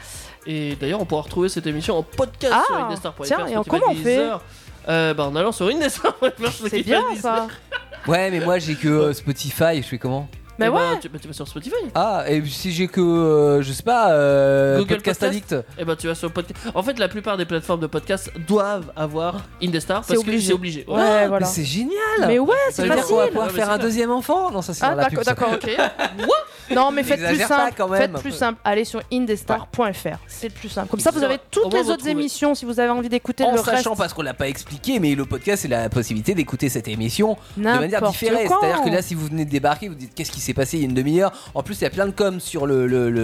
D: Et d'ailleurs, on pourra retrouver cette émission en podcast
B: Ah,
D: sur indestar.fr.
B: tiens, et en
D: Spotify,
B: comment on fait
D: Deezer. euh, bah, En allant sur indestar.fr.
B: C'est bien ça.
D: Eh
C: Ouais, mais moi j'ai que euh, Spotify, je fais comment
D: Mais ouais tu, bah, tu vas sur Spotify.
C: Ah, et si j'ai que, euh, je sais pas, euh, Podcast, Addict
D: Et ben tu vas sur podcast. En fait, la plupart des plateformes de podcast doivent avoir Indestar parce que c'est obligé.
C: Ouais,
D: Voilà.
C: voilà. c'est génial.
B: Mais ouais,
C: Ça
B: c'est
C: veut dire qu'on va
B: facile.
C: pouvoir faire un deuxième enfant Non, ça c'est
B: Ah,
C: dans la
B: d'accord,
C: pub. ça.
B: d'accord, ok. What non, mais faites plus
C: N'exagère pas,
B: simple.
C: quand même.
B: Faites plus simple. Allez sur indestar.fr. C'est le plus simple. Comme ça, vous
D: Exact.
B: avez
D: Au
B: toutes
D: moins,
B: les
D: vous
B: autres
D: trouvez.
B: émissions si vous avez envie d'écouter
C: En
B: le
C: sachant,
B: reste.
C: parce qu'on l'a pas expliqué, mais le podcast c'est la possibilité d'écouter cette émission de manière
B: N'importe
C: différente.
B: quand.
C: C'est-à-dire que là, si vous venez de débarquer, vous dites qu'est-ce qui s'est passé il y a une demi-heure. En plus, il y a plein de coms sur le, le, le,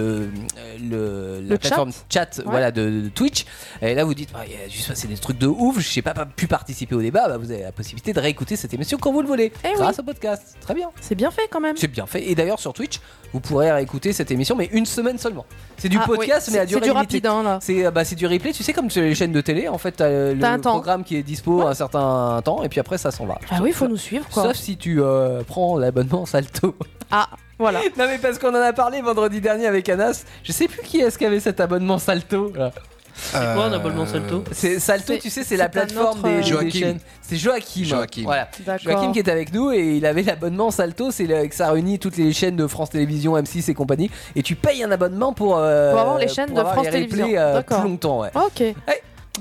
C: euh, le- la
B: Le
C: plateforme chat, voilà, de, de Twitch. Et là, vous dites Ah, il y a juste passé des trucs de ouf, je n'ai pas, pas pu participer au débat. Bah, vous avez la possibilité de réécouter cette émission quand vous le voulez
B: Eh oui.
C: grâce au podcast. Très bien.
B: C'est bien fait quand même.
C: C'est bien fait. Et d'ailleurs, sur Twitch, vous pourrez réécouter cette émission, mais une semaine seulement. C'est du
B: Ah,
C: podcast,
B: oui.
C: mais à
B: C'est-
C: durée
B: c'est du
C: limitée.
B: rapide, hein, là.
C: C'est euh, bah, c'est du replay, tu sais, comme sur les chaînes de télé, en fait, t'as euh, le
B: T'as un temps.
C: programme qui est dispo un certain temps, et puis après, ça s'en va.
B: Ah oui, faut nous suivre quoi.
C: Sauf si tu euh, prends l'abonnement Salto.
B: Ah, voilà.
C: non, mais parce qu'on en a parlé vendredi dernier avec Anas, je sais plus qui est-ce qui avait cet abonnement Salto. là.
D: C'est quoi un abonnement Salto
C: Euh, C'est Salto,
D: C'est-
C: tu sais, c'est la
D: c'est un
C: plateforme
D: autre,
C: des,
D: euh,
C: des
D: Joachim.
C: chaînes. C'est Joachim.
N: Joachim.
C: Voilà.
B: D'accord.
C: Joachim qui était avec nous et il avait l'abonnement Salto, c'est le- que ça réunit toutes les chaînes de France Télévisions, M6 et compagnie. Et tu payes un abonnement pour, euh,
B: Pour avoir les chaînes
C: pour
B: de
C: avoir
B: France
C: les replays,
B: Télévisions.
C: euh,
B: D'accord.
C: plus longtemps, ouais.
B: Ok.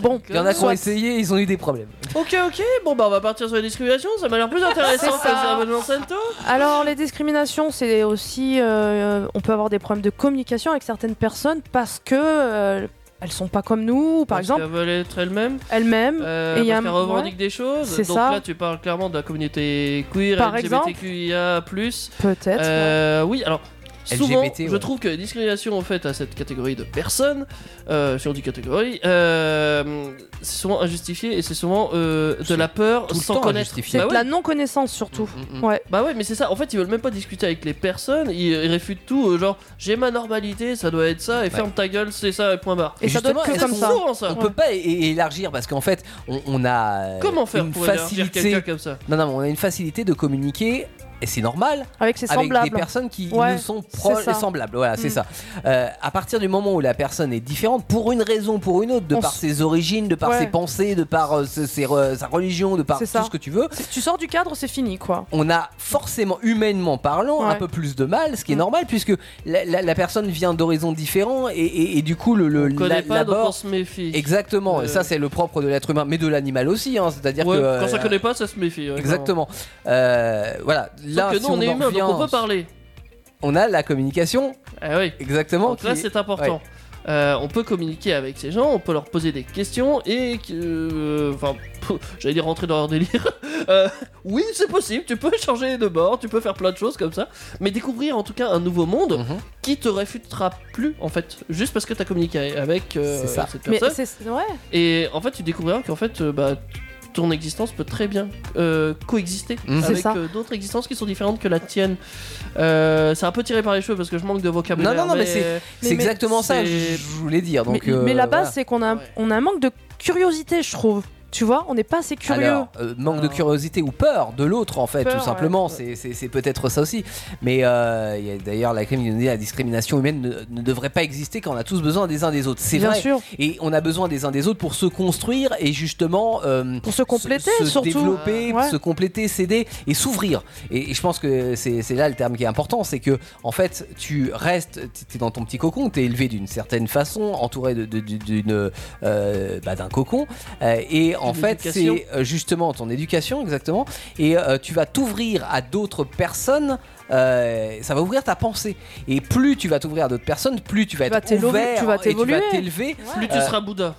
B: Bon,
C: Il y en a qui ont
B: soit.
C: essayé, ils ont eu des problèmes.
D: Ok, ok. Bon bah on va partir sur les discriminations. Ça m'a l'air plus intéressant que
B: C'est ça.
D: ça abonnement Salto.
B: Alors les discriminations, c'est aussi, euh, on peut avoir des problèmes de communication avec certaines personnes parce que euh, elles sont pas comme nous, par exemple,
D: Elles veulent être elles-mêmes.
B: elles-mêmes.
D: Euh,
B: et il
D: parce
B: y a-
D: qu'elles revendiquent
B: ouais.
D: des choses.
B: C'est
D: Donc
B: ça.
D: là, tu parles clairement de la communauté queer,
B: Par exemple.
D: LGBTQIA+.
B: Peut-être,
D: Euh, Oui, alors souvent,
C: LGBT,
D: je
C: ouais.
D: trouve que la discrimination en fait à cette catégorie de personnes, euh, si on dit catégorie, euh, c'est souvent injustifié et c'est souvent euh, de la peur
B: tout le
D: sans
B: temps
D: connaître.
B: injustifié. C'est de la non-connaissance surtout.
D: Ouais. Bah ouais, mais c'est ça. En fait, ils veulent même pas discuter avec les personnes. Ils, ils réfutent tout. euh, genre, j'ai ma normalité, ça doit être ça. Et ferme ta gueule, c'est ça. Et point barre.
C: justement,
D: c'est
C: est-ce qu'on-
D: souvent ça.
C: On peut pas é- é- élargir parce qu'en fait, on, on a euh,
D: Comment faire
C: une
D: pour élargir
C: facilité.
D: quelqu'un comme ça
C: Non, non, mais on a une facilité de communiquer. Et c'est normal
B: Avec ses
C: des
B: semblables.
C: personnes qui
B: Ouais,
C: nous sont
B: c'est
C: proches
B: ça.
C: et semblables. Voilà, c'est
B: Mm.
C: ça. Euh, à partir du moment où la personne est différente pour une raison, pour une autre, de
B: On
C: par
B: s-
C: ses origines, de par
B: Ouais.
C: ses pensées, de par euh, ses- ses re- sa religion, de par
B: C'est
C: tout
B: ça.
C: ce que tu veux,
B: Si tu sors du cadre, c'est fini quoi.
C: on a forcément, humainement parlant, un peu plus de mal, ce qui est
B: Mm.
C: normal, puisque la, la- la personne vient d'horizons différents et, et- et du coup, le, le
D: On connaît
C: la-
D: pas, donc
C: l'abord-
D: on se méfie.
C: Exactement,
D: Euh,
C: et ça c'est le propre de l'être humain, mais de l'animal aussi, hein, c'est-à-dire
D: Ouais,
C: que...
D: quand ça
C: euh,
D: connaît pas, ça se méfie. ouais,
C: Exactement. Euh, voilà,
D: clairement.
C: là,
D: Sauf que
C: si
D: nous, on est
C: en
D: humain,
C: revient-
D: donc on peut parler.
C: on a la communication. Exactement.
D: Donc là,
C: qui-
D: c'est important.
C: Ouais.
D: Euh, on peut communiquer avec ces gens, on peut leur poser des questions et. que- euh, Enfin, pff, j'allais dire rentrer dans leur délire. Euh, oui, c'est possible, tu peux changer de bord, tu peux faire plein de choses comme ça. Mais découvrir en tout cas un nouveau monde
B: Mhm.
D: qui te réfutera plus en fait, juste parce que tu as communiqué avec euh,
B: C'est ça.
D: cette
B: Mais
D: personne.
B: c'est ouais.
C: Ah,
D: Et en fait, tu découvriras qu'en fait, euh, bah, ton existence peut très bien euh, coexister
C: Mm.
B: Mhm. C'est
D: avec
B: ça.
D: euh, d'autres existences qui sont différentes que la tienne. Euh, c'est un peu tiré par les cheveux parce que je manque de vocabulaire.
C: Non, non, non, mais, c'est c'est exactement ça, je
D: c'est-
C: je voulais dire. Donc,
B: mais,
C: euh,
B: mais la base,
C: voilà.
B: c'est qu'on a, on a un manque de curiosité, je trouve. Tu vois, on n'est pas assez curieux. Ah.
C: Alors, euh, manque de curiosité ou peur de l'autre, en fait,
B: Peur,
C: tout simplement. C'est- C'est c'est peut-être ça aussi. Mais euh, il y a d'ailleurs la crime qui nous dit la discrimination humaine ne, ne devrait pas exister quand on a tous besoin des uns des autres. C'est
B: Bien
C: vrai.
B: sûr.
C: Et on a besoin des uns des autres pour se construire et justement. euh,
B: Pour se compléter,
C: se,
B: surtout.
C: développer,
B: Ouais.
C: se compléter, s'aider et s'ouvrir. Et, et je pense que c'est c'est là le terme qui est important, c'est que en fait tu restes, tu es dans ton petit cocon, tu es élevé d'une certaine façon, entouré de- de- de- d'une euh, bah, d'un cocon, Euh, et en
D: D'une
C: fait
D: éducation.
C: c'est euh, justement ton éducation exactement, et euh, tu vas t'ouvrir à d'autres personnes. euh, ça va ouvrir ta pensée et plus tu vas t'ouvrir à d'autres personnes, plus tu vas
B: Tu vas
C: être
B: t'élever-
C: ouvert
B: tu vas
C: et tu vas
B: t'évoluer.
C: t'élever.
D: Plus tu
C: Euh,
D: seras Bouddha.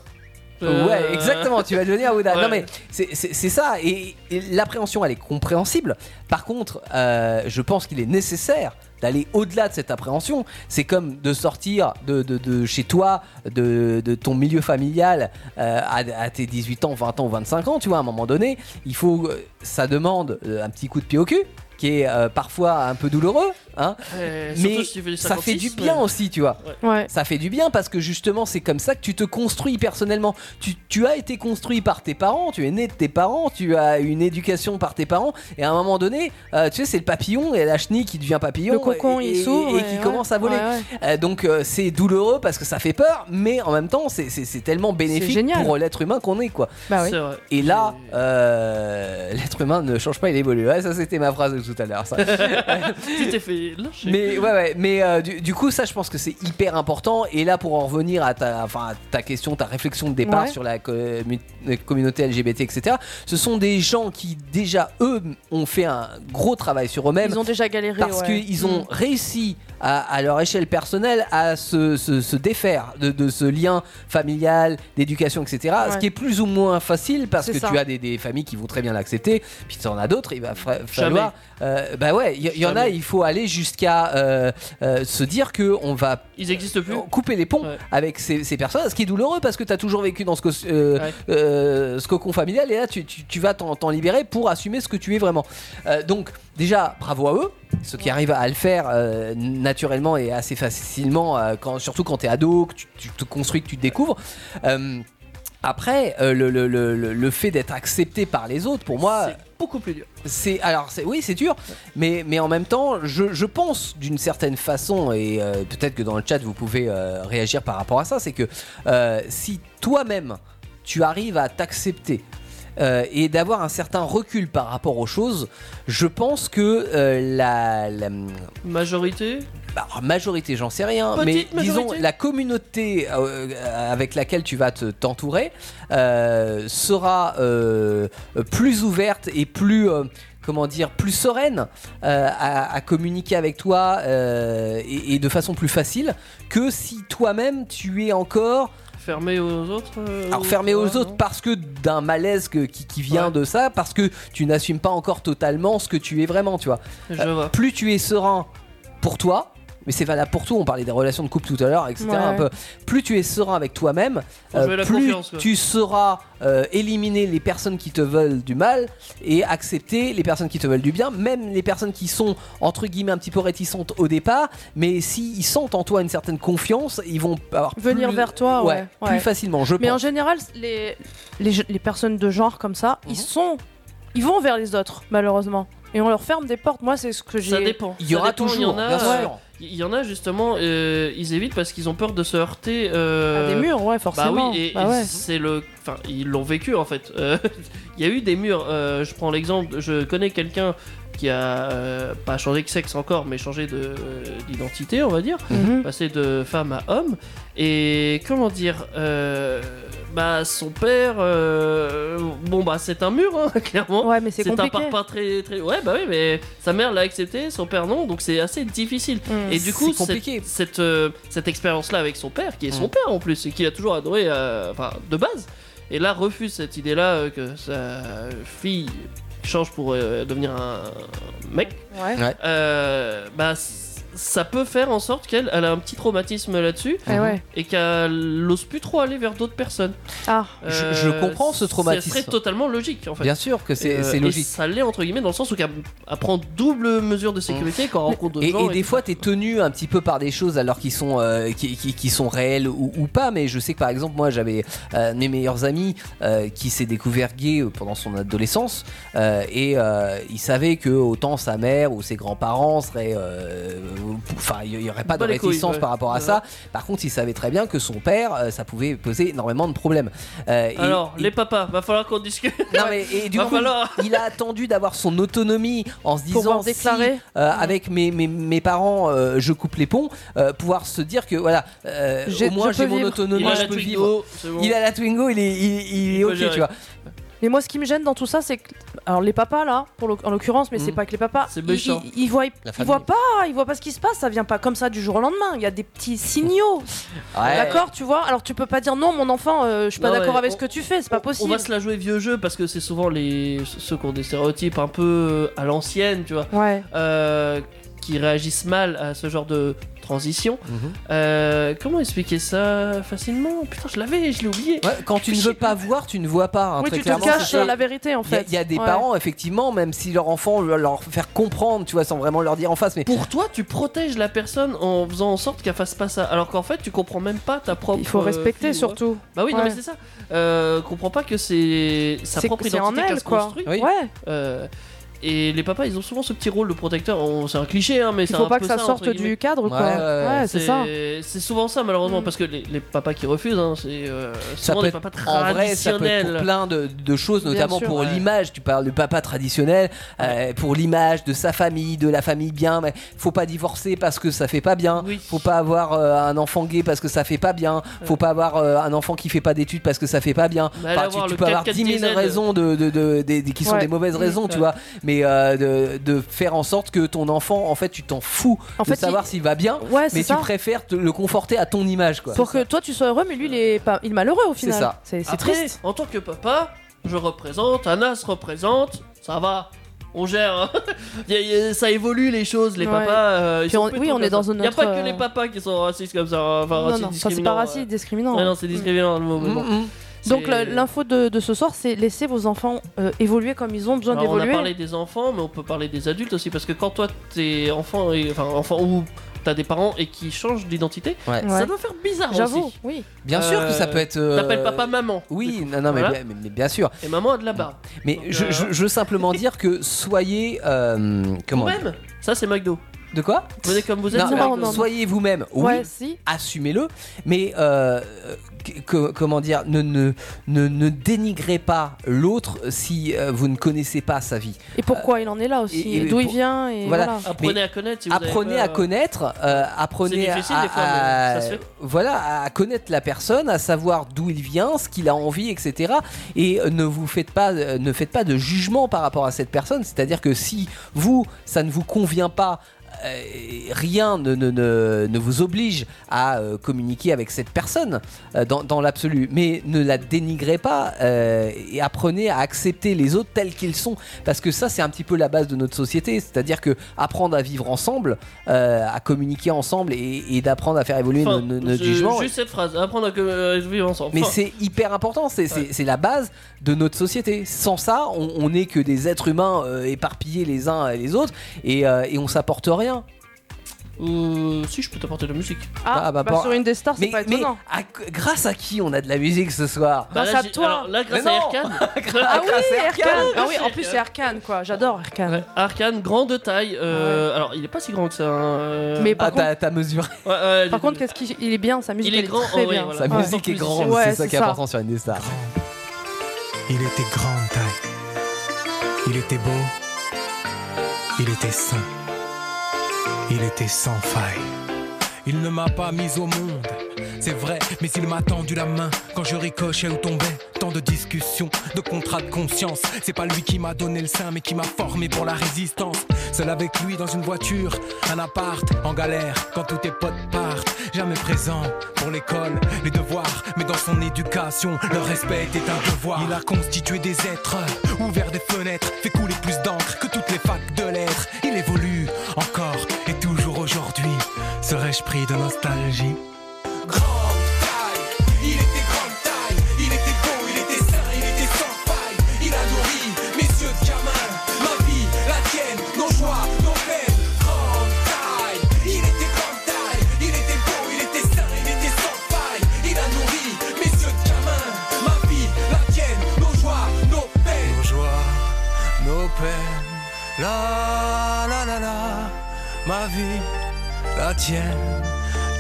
C: Ouais, exactement, tu vas devenir Bouddha.
D: Euh, Ouais.
C: Non, mais c'est- c'est c'est ça, et, et l'appréhension, elle est compréhensible. Par contre, euh, je pense qu'il est nécessaire d'aller au-delà de cette appréhension. C'est comme de sortir de, de- de chez toi, de, de ton milieu familial euh, à, à tes 18 ans, 20 ans, 25 ans, tu vois, à un moment donné, il faut, euh, ça demande euh, un petit coup de pied au cul, qui est euh, parfois un peu douloureux, hein,
D: Euh, surtout
C: mais
D: si tu fais du
C: ça fait du
D: 56,
C: bien
D: ouais.
C: aussi, tu vois.
B: Ouais.
C: Ça fait du bien parce que justement, c'est comme ça que tu te construis personnellement. Tu, tu as été construit par tes parents, tu es né de tes parents, tu as une éducation par tes parents, et à un moment donné, euh, tu sais, c'est le papillon et la chenille qui devient papillon.
B: Le cocon,
C: et,
B: il
C: et-
B: s'ouvre,
C: Et,
B: et
C: qui
B: ouais.
C: commence à voler.
B: Ouais, ouais.
C: Euh, donc, euh, c'est douloureux parce que ça fait peur, mais en même temps, c'est- c'est c'est tellement bénéfique
B: génial.
C: pour euh, l'être humain qu'on est, quoi.
B: Bah oui.
D: C'est vrai.
C: Et là, euh, l'être humain ne change pas, il évolue. Ouais, ça, c'était ma phrase de tout à l'heure. ça.
D: tu t'es fait lâcher.
C: Mais ouais, ouais, mais euh, du, du coup, ça, je pense que c'est hyper important. Et là, pour en revenir à ta, enfin, à ta question, ta réflexion de départ
B: Ouais.
C: sur la commu- euh, communauté LGBT, etc. Ce sont des gens qui déjà eux ont fait un gros travail sur eux-mêmes.
B: Ils ont déjà galéré.
C: Parce
B: ouais. Mm.
C: qu'ils ont réussi à, à leur échelle personnelle à se, se- se défaire de, de ce lien familial, d'éducation, etc. Ce
B: Ouais.
C: qui est plus ou moins facile parce
B: C'est
C: que
B: ça.
C: tu as des, des familles qui vont très bien l'accepter, puis tu en as d'autres, il va fa- falloir. euh, bah ouais, il y, il y en a,
D: Jamais.
C: il faut aller jusqu'à euh, euh, se dire qu'on va euh,
D: Ils existent plus.
C: couper les ponts avec ces, ces personnes, ce qui est douloureux parce que tu as toujours vécu dans ce, cos- euh, euh, ce cocon familial et là tu, tu- tu vas t'en t'en libérer pour assumer ce que tu es vraiment. Euh, donc déjà, bravo à eux, ceux qui arrivent à le faire euh, naturellement et assez facilement, euh, quand, surtout quand tu es ado, que tu, tu te construis, que tu te découvres. Euh, après, euh, le, le- le- le- le fait d'être accepté par les autres, pour moi,
D: Beaucoup plus dur.
C: c'est alors c'est oui c'est dur mais mais en même temps je, je pense d'une certaine façon et euh, peut-être que dans le chat vous pouvez euh, réagir par rapport à ça c'est que euh, si toi-même tu arrives à t'accepter euh, et d'avoir un certain recul par rapport aux choses je pense que euh, la, la
D: Majorité
C: bah, alors, majorité j'en sais rien
D: Petite
C: mais
D: majorité.
C: disons la communauté euh, avec laquelle tu vas te- t'entourer euh, sera euh, plus ouverte et plus euh, comment dire plus sereine euh, à, à communiquer avec toi euh, et, et de façon plus facile que si toi-même tu es encore
D: Fermé aux autres euh,
C: alors fermé
D: toi,
C: aux autres
D: non
C: parce que d'un malaise que- qui, qui vient de ça, parce que tu n'assumes pas encore totalement ce que Euh, tu es vraiment, tu vois.
D: Je vois.
C: Plus tu es serein pour toi, mais c'est valable pour tout. On parlait des relations de couple tout à l'heure, etc.
D: Ouais.
C: Un peu. Plus tu es serein avec toi-même, euh,
D: Faut jouer la
C: plus
D: confiance, quoi.
C: tu sauras euh, éliminer les personnes qui te veulent du mal et accepter les personnes qui te veulent du bien, même les personnes qui sont entre guillemets un petit peu réticentes au départ, mais s'ils sentent en toi une certaine confiance, ils vont avoir
B: Venir
C: plus-
B: vers toi, ouais.
C: plus
B: ouais.
C: facilement. Je
B: Mais en
C: pense.
B: général, les, les, je- les personnes de genre comme ça,
D: Mhm.
B: ils sont, ils vont vers les autres, malheureusement. Et on leur ferme des portes. Moi, c'est ce que j'ai.
D: Ça dépend. Ça dépend, Il y en a, euh, il y en a, justement, euh, ils évitent parce qu'ils ont peur de se heurter euh,
B: À des murs, ouais,
D: Bah
B: forcément.
D: oui, et,
B: Bah
D: et
B: ouais.
D: c'est le, enfin, ils l'ont vécu en fait. Euh, Il y a eu des murs. euh, je prends l'exemple, je connais quelqu'un qui a euh, pas changé de sexe encore, mais changé de euh, d'identité, on va dire,
B: Mhm.
D: passé de femme à homme. Et comment dire, euh, bah son père, euh, bon bah c'est un mur, hein, clairement.
B: Ouais, mais c'est
D: un
B: compliqué.
D: parpaing très, très. Ouais, bah oui, mais sa mère l'a accepté, son père non, donc c'est assez difficile.
B: Mm.
D: Et du coup,
B: C'est compliqué.
D: cette, cette, euh, cette expérience-là avec son père, qui est son
B: Mm.
D: père en plus, et qu'il a toujours adoré, euh, enfin, de base, et là refuse cette idée-là euh, que sa fille change pour euh, devenir un mec.
B: Ouais. Ouais.
D: Euh, bah, c- ça peut faire en sorte qu'elle elle a un petit traumatisme là-dessus
B: Eh ouais.
D: et qu'elle n'ose plus trop aller vers d'autres personnes. Euh,
B: Ah.
C: Je- je comprends ce traumatisme.
D: C'est totalement logique en fait.
C: Bien sûr que c'est-
D: Et,
C: c'est
D: et
C: logique.
D: ça l'est entre guillemets dans le sens où qu'elle elle prend double mesure de sécurité quand elle rencontre d'autres
C: Mmh. et,
D: gens.
C: et des fois, t'es tenu un petit peu par des choses alors qu'ils sont, euh, qui, qui- qui sont réelles ou, ou pas. Mais je sais que par exemple, moi, j'avais euh, mes meilleurs amis euh, qui s'est découvert gay euh, pendant son adolescence euh, et euh, il savait que autant sa mère ou ses grands-parents seraient, euh, enfin, il n'y aurait pas de
D: Pas les couilles,
C: réticence
D: ouais.
C: par rapport à
D: Ouais.
C: ça. Par contre, il savait très bien que son père, euh, ça pouvait poser énormément de problèmes. Euh, et-
D: Alors, les papas, va falloir qu'on discute.
C: Non mais et du
D: va
C: coup,
D: falloir.
C: il a attendu d'avoir son autonomie en se
D: Pour
C: disant
D: pouvoir déclarer.
C: si, euh, avec mes, mes, mes parents euh, je coupe les ponts, euh, pouvoir se dire que voilà, euh,
B: J'ai-
C: au moins
B: je
C: j'ai
B: peux
C: mon
B: vivre.
C: autonomie,
D: Il a
C: je
D: la
C: peux
D: Twingo,
C: vivre.
D: c'est bon.
C: Il a la Twingo, il est, il, il est
D: peut
C: ok,
D: gérer.
C: tu vois.
B: Mais moi, ce qui me gêne dans tout ça, c'est que. Alors, les papas, là, pour l'oc- en l'occurrence, mais c'est
C: Mm.
B: pas que les papas.
C: C'est
B: ils,
C: méchant.
B: ils, ils voient,
C: La
B: ils
C: famille.
B: voient pas, ils voient pas ce qui se passe, ça vient pas comme ça du jour au lendemain. Il y a des petits signaux.
D: Ouais.
B: D'accord, tu vois Alors, tu peux pas dire non, mon enfant, euh, je suis pas
D: Non,
B: d'accord
D: mais
B: avec
D: on-
B: ce que tu fais, c'est pas
D: On
B: possible.
D: va se la jouer vieux jeu parce que c'est souvent les ceux qui ont des stéréotypes un peu euh, à l'ancienne, tu vois,
B: Ouais.
D: euh, qui réagissent mal à ce genre de transition.
C: Mmh.
D: Euh, comment expliquer ça facilement Putain, je l'avais, je l'ai oublié.
C: Ouais, quand tu ne veux pas voir, tu ne vois pas. hein,
B: Oui,
C: très
B: tu te
C: clairement,
B: caches
C: c'est ça.
B: la vérité, hein. en
C: Il y a-
B: fait.
C: Il y, a des
B: Ouais.
C: parents, effectivement, même si leur enfant veut leur faire comprendre, tu vois, sans vraiment leur dire en face. Mais
D: Pour toi, tu protèges la personne en faisant en sorte qu'elle fasse pas ça, alors qu'en fait, tu comprends même pas ta propre. euh,
B: Il faut respecter,
D: fille, ouais.
B: surtout.
D: Bah oui, non,
B: Ouais.
D: mais c'est ça. Euh, comprends pas que c'est sa
B: C'est-
D: propre
B: c'est en
D: identité qu'elle
B: elle,
D: se
B: quoi.
D: construit.
B: Oui. Ouais.
D: Euh, et les papas, ils ont souvent ce petit rôle de protecteur. On- C'est un cliché, hein, mais
B: Il
D: c'est
B: faut
D: un
B: pas
D: peu
B: que ça
D: ça,
B: sorte
D: entre
B: du
D: guillemets.
B: cadre, quoi. Ouais, ouais, ouais. Ouais, c'est ça.
D: C'est souvent ça, malheureusement,
B: Mm.
D: parce que les, les papas qui refusent, hein, c'est euh,
C: ça
D: souvent
C: peut
D: des
C: être,
D: papas
C: en vrai, ça peut être
D: traditionnels.
C: pour plein de, de choses,
D: Bien
C: notamment
D: sûr,
C: pour
D: ouais.
C: l'image. Tu parles du papa traditionnel, euh, pour l'image de sa famille, de la famille bien. Mais faut pas divorcer parce que ça fait pas bien. Faut pas avoir euh, un enfant gay parce que ça fait pas bien. Faut pas avoir euh, un enfant qui fait pas d'études parce que ça fait pas bien.
D: Bah, aller
C: Enfin,
D: avoir
C: tu, tu
D: le
C: peux avoir
D: 4-4
C: 10 000
D: diesel.
C: raisons de, de- de- des- des- qui sont
D: Ouais.
C: des mauvaises
D: Mmh.
C: raisons, tu
D: Ouais.
C: vois. Mais euh, de, de faire en sorte que ton enfant, en fait, tu t'en fous
B: En
C: de
B: fait,
C: savoir
B: il-
C: s'il va bien.
B: Ouais,
C: mais
B: c'est
C: tu
B: ça.
C: préfères te- le conforter à ton image, quoi.
B: Pour que toi, tu sois heureux, mais lui, il est, pas... il est malheureux, au final. C'est c'est
D: Après,
B: triste.
D: En tant que papa, je représente, Anna se représente, ça va. On gère, hein. Y a- y a- ça évolue les choses, les
B: Ouais.
D: papas. euh, ils
B: Puis
D: sont
B: on-
D: plus
B: oui,
D: trop
B: on
D: comme
B: est dans
D: ça.
B: un
D: Y a
B: autre,
D: pas
B: euh,
D: que les papas qui sont racistes comme ça, hein. enfin
B: Non,
D: racistes,
B: non, ça c'est pas
D: discriminants,
B: raciste,
D: euh.
B: discriminant.
D: Ouais, non, c'est discriminant le mot.
C: Mm,
D: mais bon.
B: Donc
D: C'est-
B: la- l'info de, de ce soir, c'est laisser vos enfants euh, évoluer comme ils ont besoin
D: Alors, Bah, on a
B: d'évoluer.
D: parlé des enfants, mais on peut parler des adultes aussi, parce que quand toi t'es enfant, et, enfin enfant ou t'as des parents et qui changent d'identité,
C: Ouais.
D: ça
C: Ouais.
D: doit faire bizarre
B: J'avoue,
D: aussi.
B: oui.
C: Bien sûr que ça peut être. euh,
D: T'appelles papa maman.
C: Oui, non, non, mais,
D: Voilà.
C: bien- mais- mais bien sûr.
D: Et maman a de la barbe.
C: Mais je,
D: euh,
C: je- je veux simplement dire que soyez. euh, comment dire
D: Vous-même, ça c'est McDo.
C: De quoi
D: Venez comme vous êtes.
C: Non,
D: c'est
C: alors,
D: McDo.
C: Soyez vous-même. Oui,
D: Ouais, si.
C: assumez-le. Mais euh, que- que- comment dire ne, ne, ne, ne dénigrez pas l'autre si euh, vous ne connaissez pas sa vie.
B: Et pourquoi il en est là aussi,
C: et-
B: et,
C: et
B: d'où il
C: pour-
B: vient, et
C: voilà.
B: voilà.
D: Apprenez
C: Mais
D: à connaître. Si vous avez
C: apprenez
D: pas,
C: à
D: euh,
C: connaître, euh, apprenez
D: C'est
C: à,
D: difficile, des fois,
C: à-
D: mais ça se fait.
C: voilà, à connaître la personne, à savoir d'où il vient, ce qu'il a envie, etc. Et euh, ne vous faites pas, euh, ne faites pas de jugement par rapport à cette personne. C'est-à-dire que si vous, ça ne vous convient pas. euh, rien ne, ne- ne- ne vous oblige à euh, communiquer avec cette personne euh, dans, dans l'absolu. Mais ne la dénigrez pas euh, et apprenez à accepter les autres tels qu'ils sont. Parce que ça, c'est un petit peu la base de notre société. C'est-à-dire que apprendre à vivre ensemble, euh, à communiquer ensemble et, et d'apprendre à faire évoluer
D: Enfin,
C: nos- nos- notre
D: je-
C: jugement.
D: Juste cette phrase, apprendre à que- euh, vivre ensemble.
C: Mais
D: Enfin,
C: c'est hyper important, c'est c'est- c'est la base de notre société. Sans ça, on on n'est que des êtres humains euh, éparpillés les uns et les autres et, euh, et on s'apporte rien.
D: Euh, si je peux t'apporter de la musique.
B: Ah, bah,
C: bon.
B: sur une des stars, c'est
C: mais,
B: pas
C: mais
B: étonnant.
C: à- grâce à qui on a de la musique ce soir
D: Bah, Grâce là, à j'ai- toi. alors là, grâce
C: Mais
D: à
C: non.
D: Erkan.
C: Grâce
B: Ah oui,
C: à
B: Erkan.
C: Erkan.
B: Ah oui, en plus c'est Erkan quoi. J'adore Erkan.
D: Arcane, grand de taille. euh, Alors, il est pas si grand que ça. hein, euh,
B: Mais par Ah, contre-
C: t'as- t'as mesuré.
D: Ouais, ouais,
B: Par contre, qu'est-ce qu'il il est bien sa musique
D: Il est
B: elle
D: grand,
B: très
D: oh oui,
B: bien.
D: voilà.
C: Sa
D: Ouais.
C: musique est grande,
B: Ouais,
C: c'est ça
B: c'est
C: qui est
B: ça.
C: important sur une des stars.
O: Il était grande taille. Il était beau. Il était sain. Il était sans faille. Il ne m'a pas mis au monde, c'est vrai, mais il m'a tendu la main quand je ricochais ou tombais. Tant de discussions, de contrats de conscience. C'est pas lui qui m'a donné le sein, mais qui m'a formé pour la résistance. Seul avec lui dans une voiture, un appart, en galère, quand tous tes potes partent. Jamais présent pour l'école, les devoirs, mais dans son éducation, le respect était un devoir. Il a constitué des êtres, ouvert des fenêtres, fait couler plus d'encre que toutes les facs de lettres. Il évolue encore et toujours aujourd'hui. Serais-je pris de nostalgie
P: Il était grande taille, il était beau, il était sain, Oh, il était sans faille. Il a nourri mes yeux de gamin, ma vie, la tienne, nos joies, nos peines. Grande taille, il était grande taille, il était beau, il était sain, il était sans faille. Il a nourri mes yeux de gamin, ma vie, la tienne, nos joies, nos peines.
O: Nos joies, nos peines, la la la la, ma vie, la tienne,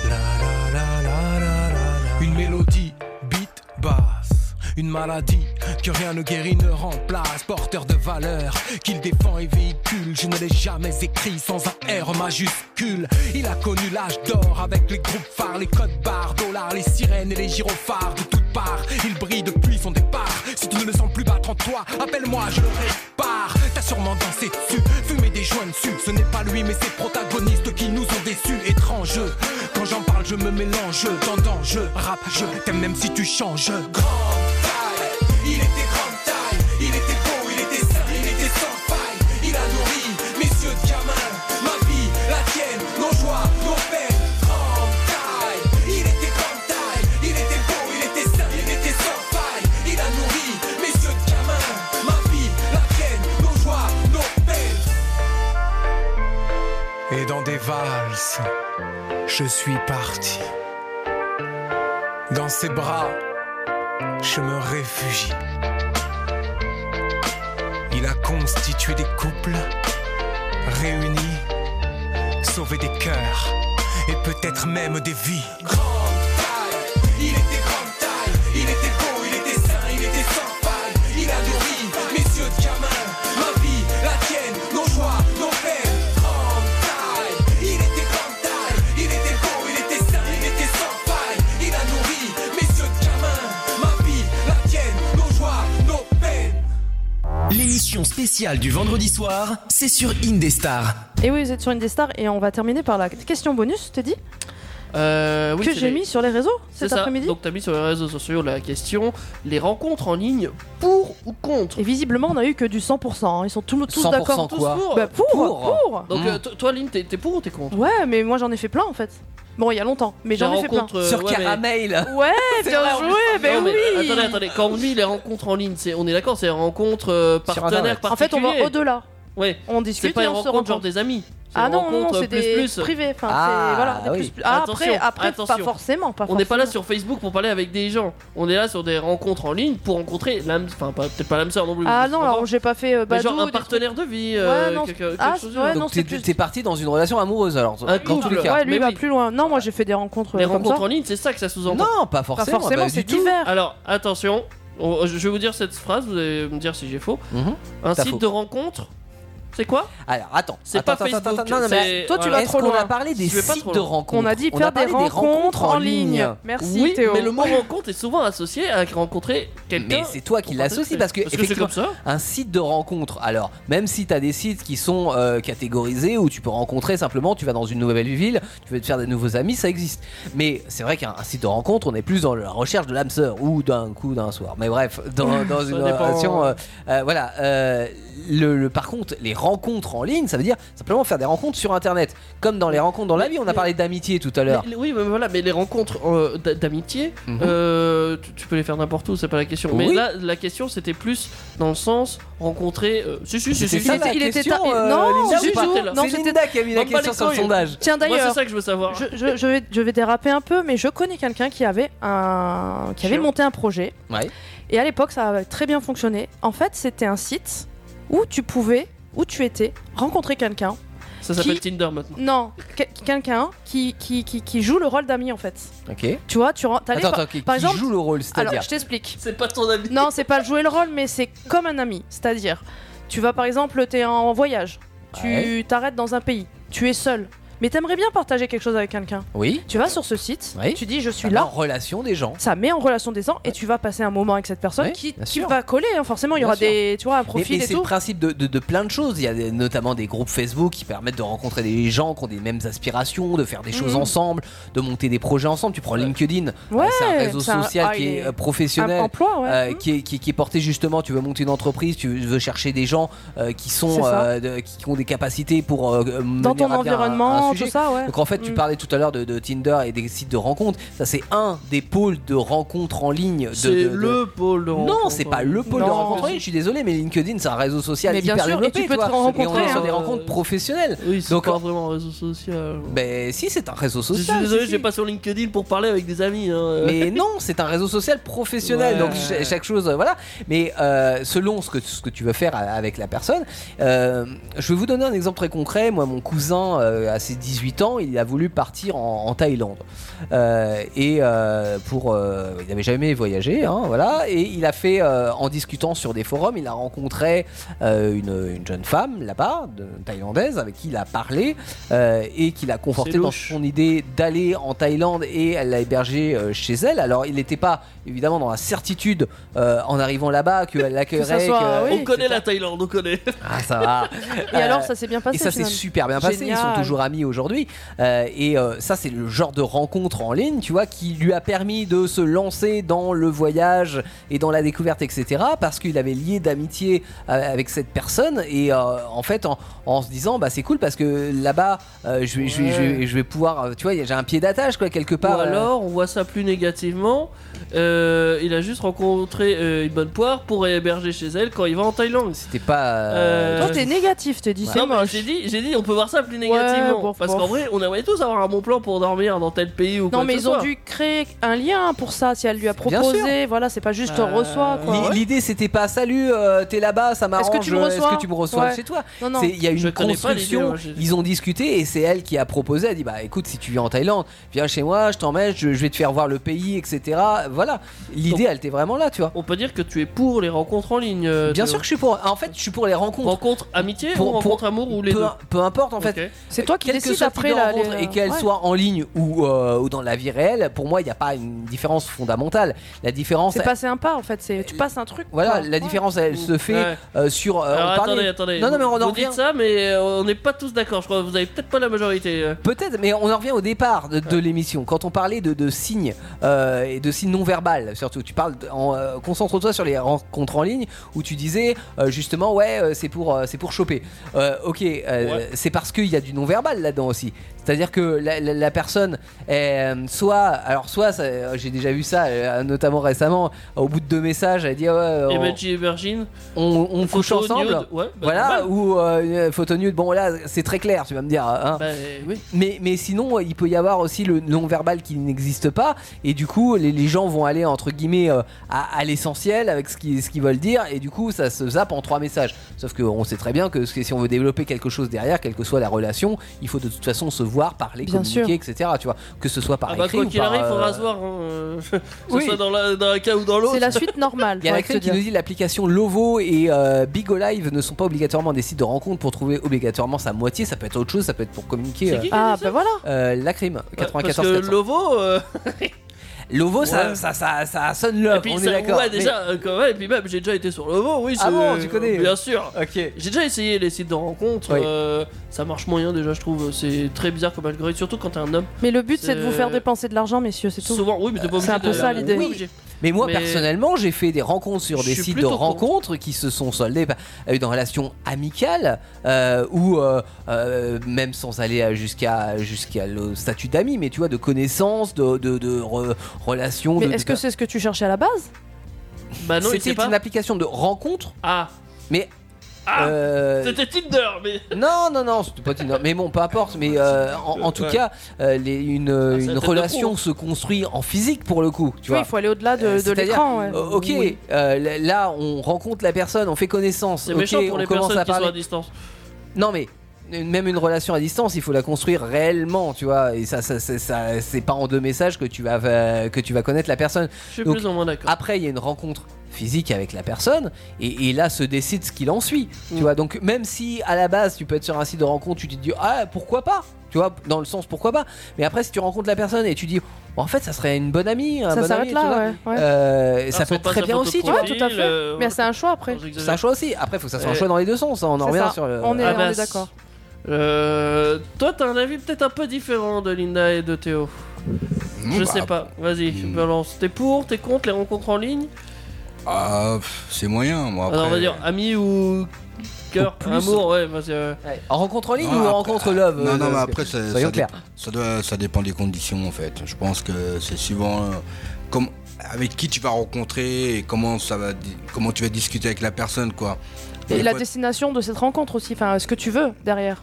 O: la la la la la la. la. Une mélodie, beat, basse, une maladie que rien ne guérit ne remplace, porteur de valeur qu'il défend et véhicule. Je ne l'ai jamais écrit sans un R majuscule. Il a connu l'âge d'or avec les groupes phares, les codes barres, dollars, les sirènes et les gyrophares de toutes parts. Il brille depuis son départ. Si tu ne le sens plus battre en toi, appelle-moi, je le répare. T'as sûrement dansé dessus, fumé des joints dessus. Ce n'est pas lui, mais ses protagonistes qui nous ont déçus. Étrange, quand j'en parle, je me mélange. Tendant, je rap, je t'aime même si tu changes.
P: Il était grande taille, il était beau, il était sain, il était sans faille. Il a nourri mes yeux de gamin, ma vie, la tienne, nos joies, nos peines. Grande taille, il était grande taille, il était beau, il était sain, il était sans faille. Il a nourri mes yeux de gamin, ma vie, la tienne, nos joies, nos peines.
O: Et dans des valses, je suis parti. Dans ses bras, je me réfugie. Il a constitué des couples, réunis, sauvé des cœurs, et peut-être même des vies.
P: Il était grande taille, il était beau, il était sain, il était sans faille. Il a nourri mes yeux de gamin, ma vie, la tienne, nos joies, nos peines. Grande taille, il était grande taille, il était beau, il était sain, il était sans faille. Il a nourri mes yeux de gamin, ma vie, la tienne, nos joies, nos peines.
H: L'émission spéciale du vendredi soir, c'est sur Indestar.
B: Et oui, vous êtes sur une des stars et on va terminer par la question bonus, t'es dit
D: Euh, oui,
B: Que
D: c'est
B: j'ai
D: les-
B: mis sur les réseaux
D: C'est
B: cet
D: ça.
B: après-midi.
D: Donc t'as mis sur les réseaux sociaux la question les rencontres en ligne pour ou contre
B: Et visiblement, on a eu que du 100%. hein. Ils sont tout- tous
D: 100%
B: d'accord.
D: tous
B: Tous
D: pour.
B: Bah, pour, pour.
D: Donc
C: Mmh.
D: euh, to- toi, Lynn, t'es t'es pour ou t'es contre
B: Ouais, mais moi j'en ai fait plein en fait. Bon, il y a longtemps, mais j'en ai fait plein.
D: rencontre, euh, ouais, mais-
B: Ouais,
D: C'est
B: bien
D: vrai, on
B: joué,
D: est-
B: ben
D: Non, mais
B: oui.
D: Attendez, attendez, quand on dit les rencontres en ligne, c'est- on est d'accord, c'est les rencontres euh, partenaires
B: En fait, on va
D: particuliers.
B: au-delà.
D: Ouais.
B: On discute
D: C'est pas
B: et
D: une
B: on se
D: rencontre genre
B: rencontre.
D: des amis.
B: Ah
D: une
B: non, non,
D: rencontre euh,
B: c'est
D: plus,
B: des
D: plus.
B: privés. Enfin, c'est voilà, des plus- Ah, après,
D: Attention,
B: après pas
D: attention.
B: forcément, pas
D: on n'est pas là
B: forcément.
D: sur Facebook pour parler avec des gens. On est là sur des rencontres en ligne pour rencontrer l'âme, enfin pas- peut-être pas l'âme sœur non plus.
B: Ah
D: mais
B: non, alors j'ai pas fait euh,
D: Mais
B: Badou.
D: genre un
B: des
D: partenaire de vie,
B: Ouais, non,
D: euh, quelque
B: ah,
D: quelque chose.
B: ouais, non,
C: Donc t'es
B: c'est plus-
C: t'es parti dans une relation amoureuse alors.
D: Un
C: dans tous les
D: couple.
C: cas.
B: Ouais, lui
D: Mais
B: il va
D: oui.
B: plus loin. Non, moi j'ai fait des rencontres
D: Les
B: euh, comme
D: rencontres
B: ça.
D: en ligne, c'est ça que ça sous-entend.
C: Non, pas forcément,
B: Pas forcément,
C: bah,
B: c'est
C: du tout.
B: divers.
D: Alors, attention, on- je vais vous dire cette phrase, vous allez me dire si j'ai faux.
C: Mhm.
D: Un
C: T'as
D: site
C: faux.
D: de rencontre C'est quoi
C: Alors attends,
D: C'est
C: attends,
D: pas
C: attends, attends,
D: Facebook,
C: attends, non, non, mais
D: c'est- Toi, tu vas
C: est-ce
D: trop
C: qu'on
D: loin.
C: a parlé des
D: Tu vas pas
C: sites
D: trop
C: de
D: loin.
C: rencontres.
B: On a dit faire des
C: parlé
B: rencontres en ligne. Merci,
D: oui,
B: Théo.
D: Mais le mot rencontre est souvent associé à rencontrer quelqu'un.
C: Mais c'est toi qui
D: Pour
C: l'associes
D: partager.
C: parce que,
D: Parce que c'est
C: effectivement,
D: comme ça.
C: un site de rencontre. Alors, même si tu as des sites qui sont euh, catégorisés où tu peux rencontrer simplement, tu vas dans une nouvelle ville, tu veux te faire des nouveaux amis, ça existe. Mais c'est vrai qu'un un site de rencontre, on est plus dans la recherche de l'âme sœur ou d'un coup d'un soir. Mais bref, dans, dans une
D: dépend.
C: relation, euh, euh, voilà. euh, le, le- par contre, les rencontres en ligne, ça veut dire simplement faire des rencontres sur internet. Comme dans les rencontres dans la vie, on a parlé d'amitié tout à l'heure.
D: Mais- oui, mais voilà, mais les rencontres euh, d'a- d'amitié,
C: Mhm.
D: euh, tu, tu peux les faire n'importe où, c'est pas la question. Mais
C: Oui.
D: là, la question c'était plus dans le sens rencontrer. euh, si, si, si,
C: C'était
D: si,
C: ça,
D: si,
C: la
D: si,
C: question,
D: tard-
C: euh,
D: non,
C: Linda,
D: si,
C: ou pas
D: si, non,
C: C'est
D: c'était-
C: Linda qui a mis la
D: Bon, pas
C: question
D: les
C: sur le
D: couilles.
C: sondage.
B: Tiens,
D: Moi,
B: d'ailleurs,
D: c'est ça que je veux savoir.
B: Je, je- je vais, je vais déraper un peu, mais je connais quelqu'un qui avait un, qui avait
D: Sure.
B: monté un projet.
C: Ouais.
B: Et à l'époque, ça a très bien fonctionné. En fait, c'était un site où tu pouvais, où tu étais, rencontrer quelqu'un.
D: Ça s'appelle
B: qui-
D: Tinder maintenant.
B: Non, que- quelqu'un qui, qui, qui, qui joue le rôle d'ami en fait.
C: Ok.
B: Tu vois, tu ren- t'allais
C: Attends,
B: par-
C: attends, qui,
B: par
C: qui
B: exemple,
C: joue le rôle,
B: alors,
C: c'est-à-dire
B: je t'explique.
D: C'est pas ton ami.
B: Non, c'est pas jouer le rôle, mais c'est comme un ami. C'est-à-dire, tu vas par exemple, t'es en voyage, tu
C: Ouais.
B: t'arrêtes dans un pays, tu es seul, mais t'aimerais bien partager quelque chose avec quelqu'un.
C: Oui.
B: Tu vas sur ce site,
C: Oui.
B: tu dis je suis
C: Ça met
B: là.
C: En relation des gens.
B: Ça met en relation des gens et tu vas passer un moment avec cette personne
C: Oui,
B: qui,
C: bien
B: qui
C: sûr.
B: va coller. hein, Forcément, il y
C: Bien
B: aura
C: sûr.
B: des, tu vois, un
C: Mais,
B: profil
C: mais
B: et
C: c'est le
B: tout.
C: principe de, de- de plein de choses. Il y a des- notamment des groupes Facebook qui permettent de rencontrer des gens qui ont des mêmes aspirations, de faire des choses
B: Mhm.
C: ensemble, de monter des projets ensemble. Tu prends LinkedIn,
B: Ouais,
C: euh, c'est un réseau
B: c'est un-
C: social
B: ah,
C: qui
B: il
C: est,
B: est-
C: euh, professionnel,
B: un emploi, ouais.
C: euh, qui, est, qui- qui est porté justement. Tu veux monter une entreprise, tu veux chercher des gens euh, qui sont
B: C'est ça.
C: euh, de- qui ont des capacités pour euh, mener
B: Dans
C: à bien
B: ton
C: un- un
B: environnement,
C: sujet.
B: tout ça, ouais.
C: Donc en fait, tu
B: Mm.
C: parlais tout à l'heure de, de Tinder et des sites de rencontres. Ça, c'est un des pôles de rencontres en ligne. de-
D: C'est
C: de- de-
D: le pôle de rencontre.
C: non, c'est pas le pôle de
B: Non.
C: rencontre. en ligne, Je suis désolé, mais LinkedIn, c'est un réseau social
B: Mais bien
C: hyper
B: sûr, et
C: développé.
B: tu peux te
C: vois.
B: rencontrer,
C: Et on est sur
D: hein.
C: des rencontres professionnelles.
D: Oui, c'est
C: Donc,
D: pas vraiment un réseau social.
C: ben si, c'est un réseau
D: Je suis
C: social.
D: désolé,
C: si, si.
D: j'ai pas sur LinkedIn pour parler avec des amis. hein.
C: Mais non, c'est un réseau social professionnel.
D: Ouais.
C: Donc cha- chaque chose, euh, voilà. Mais euh, selon ce que, ce que tu veux faire a- avec la personne, euh, je vais vous donner un exemple très concret. Moi, mon cousin, euh, à ses 18 ans, il a voulu partir en, en Thaïlande. Euh, et euh, pour, euh, il n'avait jamais voyagé, hein, voilà. Et il a fait, euh, en discutant sur des forums, il a rencontré euh, une, une jeune femme là-bas, de- thaïlandaise, avec qui il a parlé euh, et qui l'a conforté
D: C'est
C: dans
D: louche.
C: son idée d'aller en Thaïlande et elle l'a hébergé euh, chez elle. Alors il n'était pas évidemment dans la certitude euh, en arrivant là-bas qu'elle l'accueillerait.
B: soit-
C: que-
B: oui.
D: On connaît la Thaïlande, on connaît.
C: Ah, ça va.
B: Et
C: Euh,
B: alors, ça s'est bien passé.
C: et ça s'est
B: finalement.
C: super bien passé, ils
B: Génial.
C: sont toujours amis aujourd'hui. Euh, et euh, ça, c'est le genre de rencontre en ligne, tu vois, qui lui a permis de se lancer dans le voyage et dans la découverte, etc. Parce qu'il avait lié d'amitié euh, avec cette personne. Et euh, en fait, en, en se disant, bah c'est cool parce que là-bas, euh, je, vais, je, vais, je vais- je vais pouvoir, euh, tu vois, j'ai un pied d'attache, quoi, quelque
D: Ou
C: part. euh,
D: alors, on voit ça plus négativement. euh, il a juste rencontré euh, une bonne poire pour héberger chez elle quand il va en Thaïlande.
C: c'était pas.
D: Euh,
B: Toi, t'es négatif, te dis
D: Non,
B: c'est
D: mais
B: moche.
D: j'ai dit, j'ai dit, on peut voir ça plus négativement.
B: Ouais, bof,
D: parce
B: bof.
D: qu'en vrai, on aimerait tous avoir un bon plan pour dormir dans tel pays ou quoi
B: Non, mais
D: que ce
B: ils ont
D: soit.
B: dû créer un lien pour ça. Si elle lui a
C: Bien
B: proposé, voilà, c'est pas juste
D: Euh,
B: reçois
C: Bah, L'i-
B: quoi.
C: L'idée c'était pas salut, euh, t'es là-bas, ça m'arrange.
B: Est-ce que tu me reçois
C: tu me reçois
B: Ouais.
C: chez toi
B: Non, non.
C: C'est- Il y a
D: Je
C: une
D: connais pas les deux,
C: construction.
D: moi, j'ai-
C: ils ont discuté et c'est elle qui a proposé. Elle dit bah écoute, si tu viens en Thaïlande, viens chez moi, je t'emmène, je, je vais te faire voir le pays, etc. Voilà. L'idée,
D: Donc-
C: elle était vraiment là, tu vois.
D: On peut dire que tu es pour les rencontres en ligne. euh,
C: Bien
D: Théo.
C: sûr que je suis pour. En fait, je suis pour les rencontres.
D: Rencontre amitié
C: Pour-
D: ou
C: pour-
D: rencontre amour ou les
C: peu,
D: deux.
C: peu importe en fait.
D: Ok.
B: C'est toi qui
C: Quel que
B: décides
C: soit le type
B: après
C: de
B: la
C: rencontre
B: les-
C: et qu'elle
B: ouais.
C: soit en ligne ou, euh, ou dans la vie réelle, pour moi, il n'y a pas une différence fondamentale. La différence,
B: C'est passer un pas en fait. C'est tu passes un truc.
C: voilà,
B: quoi.
C: la
B: Ouais.
C: différence, elle se fait
D: Mmh. Ouais.
C: euh, sur. euh,
D: Alors
C: on parlait-
D: attendez, attendez.
C: Non, non, mais on en
D: vous
C: revient.
D: dites ça, mais euh, on n'est pas tous d'accord. Je crois que vous avez peut-être pas la majorité. euh.
C: Peut-être, mais on en revient au départ de, de l'émission. Quand on parlait de, de signes euh, et de signes non verbales, surtout, tu parles, de- en, euh, concentre-toi sur les rencontres en ligne où tu disais euh, justement, ouais, euh, c'est pour, euh, c'est pour choper. Euh, ok, euh,
D: Ouais.
C: c'est parce qu'il y a du non verbal là-dedans aussi. C'est-à-dire que la, la- la personne, euh, soit, alors soit, ça- euh, j'ai déjà vu ça, euh, notamment récemment, au bout de deux messages, elle dit, ah ouais, on-
D: Emoji Virgin.
C: on, on couche ensemble.
D: Ouais, bah,
C: Voilà,
D: normal.
C: ou euh, une photo nude, bon là c'est très clair, tu vas me dire. hein.
D: Bah, oui.
C: Mais, mais sinon, il peut y avoir aussi le non-verbal qui n'existe pas, et du coup, les, les gens vont aller entre guillemets euh, à, à l'essentiel avec ce qu'ils ce qu'ils veulent dire, et du coup, ça se zappe en trois messages. Sauf qu'on sait très bien que ce- si on veut développer quelque chose derrière, quelle que soit la relation, il faut faut de toute façon se voir, parler,
D: Bien
C: communiquer,
D: sûr.
C: etc. Tu vois, que ce soit par
D: Ah bah
C: écrit
D: quoi
C: ou
D: qu'il
C: par,
D: arrive,
C: euh,
D: faudra se voir. hein, euh, que
C: Oui.
D: ce soit dans, la, dans un cas ou dans l'autre.
B: C'est la suite normale.
C: Il y a la
B: faudrait que je
C: crème
B: te
C: qui nous
B: dise.
C: dit euh, l'application Lovo et euh, Big Olive ne sont pas obligatoirement des sites de rencontre pour trouver obligatoirement sa moitié. Ça peut être autre chose, ça peut être pour communiquer.
D: qui qui a
B: Ah,
D: dit
B: bah voilà.
C: Euh, la crime
D: Parce
C: 94
D: que
C: 400.
D: Lovo. euh,
C: Lovo, ça,
D: Ouais.
C: ça, ça, ça sonne l'heure,
D: et puis
C: on
D: ça-
C: est d'accord.
D: ouais,
C: mais-
D: déjà, euh, quand même, et puis même, j'ai déjà été sur Lovo, oui.
C: Ah
D: c'est- euh,
C: bon, tu connais
D: Bien sûr.
C: Ok.
D: J'ai déjà essayé les sites de rencontres.
C: Oui.
D: euh, ça marche moyen déjà, je trouve. C'est très bizarre comme algorithme, surtout quand t'es un homme.
B: Mais le but, c'est de vous faire
D: Euh,
B: dépenser de l'argent, messieurs, c'est tout.
D: Souvent, oui, mais t'es pas obligé
B: C'est un peu
D: de-
B: ça l'idée.
D: Oui. Obligé.
C: Mais moi
D: Mais-
C: personnellement, j'ai fait des rencontres sur
D: Je
C: des
D: suis
C: sites de
D: plutôt
C: rencontres qui se sont soldés par- avec une relation amicale euh, ou euh, euh, même sans aller à- jusqu'à jusqu'à le statut d'ami, mais tu vois, de connaissance, de, de, de re- relation.
B: Mais
C: de-
B: est-ce
C: de-
B: que c'est ce que tu cherchais à la base
D: Bah non, il
C: C'était
D: sait pas.
C: une application de rencontre.
D: Ah.
C: Mais.
D: Ah.
C: euh,
D: C'était Tinder, mais.
C: Non, non, non, c'était pas Tinder. Mais bon, peu importe. Mais euh, en, en tout
D: Ouais.
C: cas, euh, les- une,
D: c'est la
C: une
D: tête Ah, de
C: relation
D: pro.
C: se construit en physique pour le coup. Tu
B: Oui,
C: vois.
B: il faut aller au-delà de,
C: Euh,
B: de
C: c'est-à-dire,
B: l'écran. ouais.
C: euh, ok,
B: Oui.
C: euh, là- là on rencontre la personne, on fait connaissance.
D: C'est
C: ok,
D: méchant pour
C: on
D: les
C: commence
D: personnes
C: à
D: qui sont à
C: parler.
D: distance.
C: Non mais une- même une relation à distance, il faut la construire réellement, tu vois. Et ça, ça, ça, ça- c'est pas en deux messages que tu vas euh, que tu vas connaître la personne.
D: Je suis
C: Donc,
D: plus ou moins d'accord.
C: Après, il y a une rencontre physique avec la personne et, et là se décide ce qu'il en suit.
D: Mm.
C: Tu vois. Donc même si à la base tu peux être sur un site de rencontre, tu te dis ah pourquoi pas. Tu vois, dans le sens pourquoi pas. Mais après, si tu rencontres la personne et tu dis, Bon, en fait, ça serait une bonne amie, un
B: Ça
C: bon
B: s'arrête
C: ami,
B: là,
C: tu vois.
B: ouais, ouais.
C: Euh,
D: Ah,
C: ça peut
D: on
C: être
D: passe
C: très
D: à
C: bien
D: photo
C: aussi, tu
D: profil,
C: vois.
B: Ouais, tout à fait.
D: euh,
B: Mais c'est un choix après.
C: C'est un choix aussi. Après, faut que ça soit un
D: Ouais.
C: choix dans les deux sens. hein. On en
B: C'est
C: revient
B: ça.
C: sur le.
B: On est,
D: Ah
B: on
D: bah,
B: est d'accord.
D: Euh, toi, t'as un avis peut-être un peu différent de Linda et de Théo. Je
E: bah,
D: sais pas. Vas-y, balance. T'es pour, t'es contre les rencontres en ligne
E: Ah, pff, c'est moyen, moi. Après, euh,
D: Alors, on va dire ami ou cœur,
E: Au plus.
D: amour, ouais, parce que. euh,
C: En rencontre en ligne
E: Non,
C: ou en
E: après-
C: rencontre love euh,
E: Non, non, mais
C: parce
E: après,
C: que-
E: ça,
C: Soyons
E: ça
C: clairs.
E: dépend- ça doit- ça dépend des conditions, en fait. Je pense que c'est suivant euh, comme, avec qui tu vas rencontrer et comment, ça va, di- comment tu vas discuter avec la personne, quoi.
B: Et
E: Des
B: la
E: fois-
B: destination de cette rencontre aussi, enfin, ce que tu veux derrière.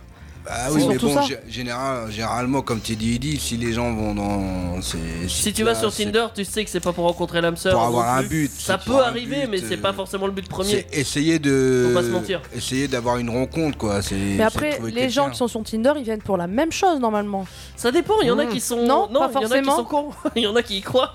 E: Ah
B: c'est
E: oui, mais
B: surtout
E: bon,
B: ça.
E: gé- général, généralement, comme tu dis, il dit, si les gens vont dans. c'est-
D: Si tu vas
E: là,
D: sur
E: Bah, c'est
D: Tinder, tu sais que c'est pas pour rencontrer l'âme sœur.
E: Pour
D: non
E: avoir un
D: plus.
E: but,
D: Ça
E: c'est
D: peut
E: pour un
D: arriver,
E: but,
D: mais c'est
E: euh,
D: pas forcément le but premier.
E: C'est essayer de.
D: Faut pas se mentir.
E: Essayer d'avoir une rencontre, quoi. C'est.
B: Mais après, les gens qui sont sur Tinder, ils viennent pour la même chose normalement.
D: Ça dépend, il y en a
C: Hmm.
B: Mm.
D: qui sont.
B: Non, pas
D: il y en a qui
B: forcément.
D: sont cons. Il y en a qui y croient.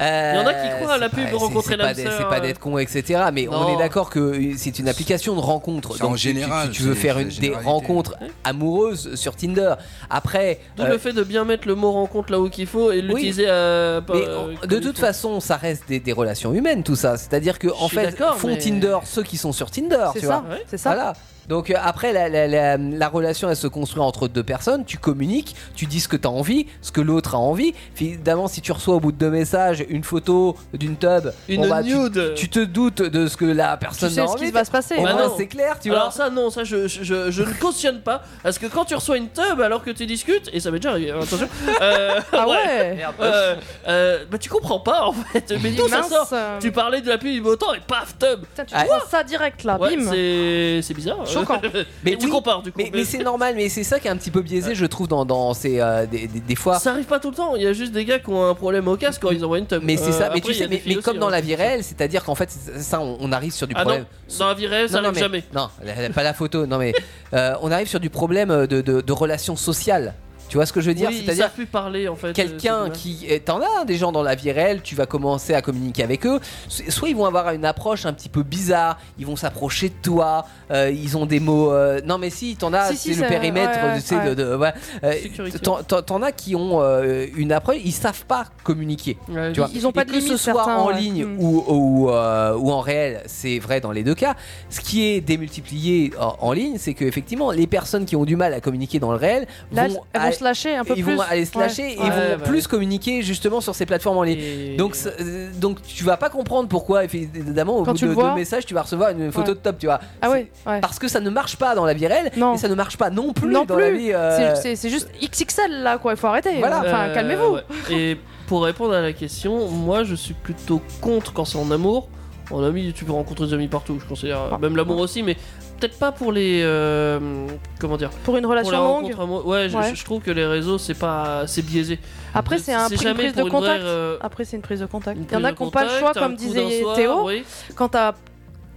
C: Euh,
D: Il y en a qui croient à la
C: c'est
D: pub
C: pas-
D: de rencontrer
C: c'est- c'est pas
D: l'âme
C: d'être-
D: sœur,
C: C'est pas
D: euh.
C: d'être con, etc. Mais on
D: Non.
C: est d'accord que c'est une application de rencontre.
E: C'est en
C: Donc, tu- tu-
E: général,
C: tu, veux
E: c'est-
C: faire
E: c'est
C: une,
E: la
C: des
E: généralité.
C: rencontres amoureuses sur Tinder. Après,
D: D'où
C: euh,
D: le fait de bien mettre le mot rencontre là où qu'il faut et l'utiliser à. pas-
C: Mais
D: euh,
C: de
D: comme il
C: toute
D: faut.
C: façon, ça reste des, des relations humaines, tout ça. C'est-à-dire que en
D: suis
C: fait,
D: d'accord,
C: font
D: mais-
C: Tinder ceux qui sont sur Tinder,
B: C'est
C: tu
B: ça,
C: vois.
D: Ouais.
B: c'est ça.
C: Voilà. Donc euh, après, la, la- la- la relation, elle se construit entre deux personnes. Tu communiques, tu dis ce que tu as envie, ce que l'autre a envie. Évidemment, si tu reçois au bout de deux messages une photo d'une tub,
D: Une
C: bon, bah, tu-
D: nude.
C: tu, te doutes de ce que la personne
B: Tu sais
C: a
B: ce
C: envie.
B: qui va se passer. Oh.
C: Au
D: Bah
C: moins,
D: non.
C: c'est clair, tu
D: alors
C: vois.
D: ça non, ça je, je, je- je ne cautionne pas parce que quand tu reçois une tub alors que tu discutes et ça m'est déjà arrivé, euh, attention. euh,
B: Ah ouais.
C: Merde.
D: euh, euh, bah tu comprends pas en fait, mais d'où ça
B: Mince,
D: sort
B: euh,
D: Tu parlais de la pluie du beau temps et paf tub.
B: putain, tu
C: Ah.
B: vois ça direct là,
D: Ouais,
B: bim.
D: c'est c'est bizarre. hein.
B: Choquant.
C: Mais
D: mais tu
C: oui,
D: compares du coup.
C: Mais, mais c'est normal, mais c'est ça qui est un petit peu biaisé, je trouve, dans, dans ces euh, des, des- des fois.
D: ça arrive pas tout le temps. Il y a juste des gars qui ont un problème au casque quand ils envoient une tub.
C: Mais
D: Euh,
C: c'est ça, mais
D: après,
C: tu
D: il y a
C: sais,
D: des
C: mais,
D: filles
C: mais comme
D: aussi,
C: dans
D: hein.
C: la vie réelle, c'est-à-dire qu'en fait, c'est- ça, on, on arrive sur du
D: Ah
C: problème.
D: non, dans la vie réelle, ça
C: Non, non,
D: arrive
C: mais-
D: jamais.
C: Non, la- pas la photo, non, mais euh, on arrive sur du problème euh, de, de, de relations sociales. Tu vois ce que je veux dire
D: Oui, ils
C: C'est-à-dire
D: savent plus parler en fait.
C: quelqu'un
D: euh, ces
C: qui est- t'en as hein, des gens dans la vie réelle tu vas commencer à communiquer avec eux So- soit ils vont avoir une approche un petit peu bizarre ils vont s'approcher de toi euh, ils ont des mots euh, non mais si t'en as
B: Si, si,
C: c'est le
B: ça-
C: périmètre
B: ouais, ouais,
C: tu sais, de-
B: ouais.
C: de- ouais. Euh,
D: Sécurité.
C: t'en- t'en t'en as qui ont euh, une approche ils savent pas communiquer
D: gars-là. Ouais,
C: tu vois.
B: Ils ont pas
C: Et
B: de
C: que ce
B: limite,
C: soit
B: certains,
C: en
B: ouais.
C: ligne
B: Mm.
C: ou, ou, euh, ou en réel, c'est vrai dans les deux cas. Ce qui est démultiplié en, en ligne, c'est que effectivement, les personnes qui ont du mal à communiquer dans le réel
B: Là,
C: vont,
B: elles vont
C: aller-
B: se lâcher un peu
C: ils
B: plus.
C: vont aller se
B: Ouais.
C: lâcher et
D: Ouais,
C: vont
D: bah
C: plus
D: oui.
C: communiquer justement sur ces plateformes en ligne.
D: Et-
C: Donc, c'est- euh, donc tu vas pas comprendre pourquoi évidemment au
B: Quand
C: bout
B: tu
C: de
B: le
C: deux
B: vois-
C: messages tu vas recevoir une photo
B: Ouais.
C: de top tu vois
B: Ah
C: C'est-
B: ouais, ouais.
C: parce que ça ne marche pas dans la vie réelle
B: Non.
C: et ça ne marche pas non plus
B: non
C: dans la
B: plus.
C: vie euh,
B: C'est- C'est c'est juste XXL là quoi, il faut arrêter.
C: Voilà.
B: Enfin,
D: Euh,
B: calmez-vous.
D: ouais. Et pour répondre à la question, moi je suis plutôt contre quand c'est en amour. En ami, tu peux rencontrer des amis partout, je considère. euh,
B: Ah.
D: Même l'amour aussi, mais peut-être pas pour les. euh, comment dire
B: Pour une
D: Pour la
B: relation longue.
D: rencontre amoureuse. Ouais, je-
B: Ouais.
D: Je, je trouve que les réseaux, c'est pas. C'est biaisé.
B: Après, c'est un, une
D: jamais
B: prise de
D: pour une vraie,
B: contact.
D: euh,
B: Après, c'est une prise de contact.
D: une
B: Il y en a
D: prise
B: qui n'ont
D: de
B: pas le choix,
D: contact, un
B: comme
D: coup
B: disait
D: d'un soir,
B: Théo.
C: Euh,
D: oui.
B: Quand t'as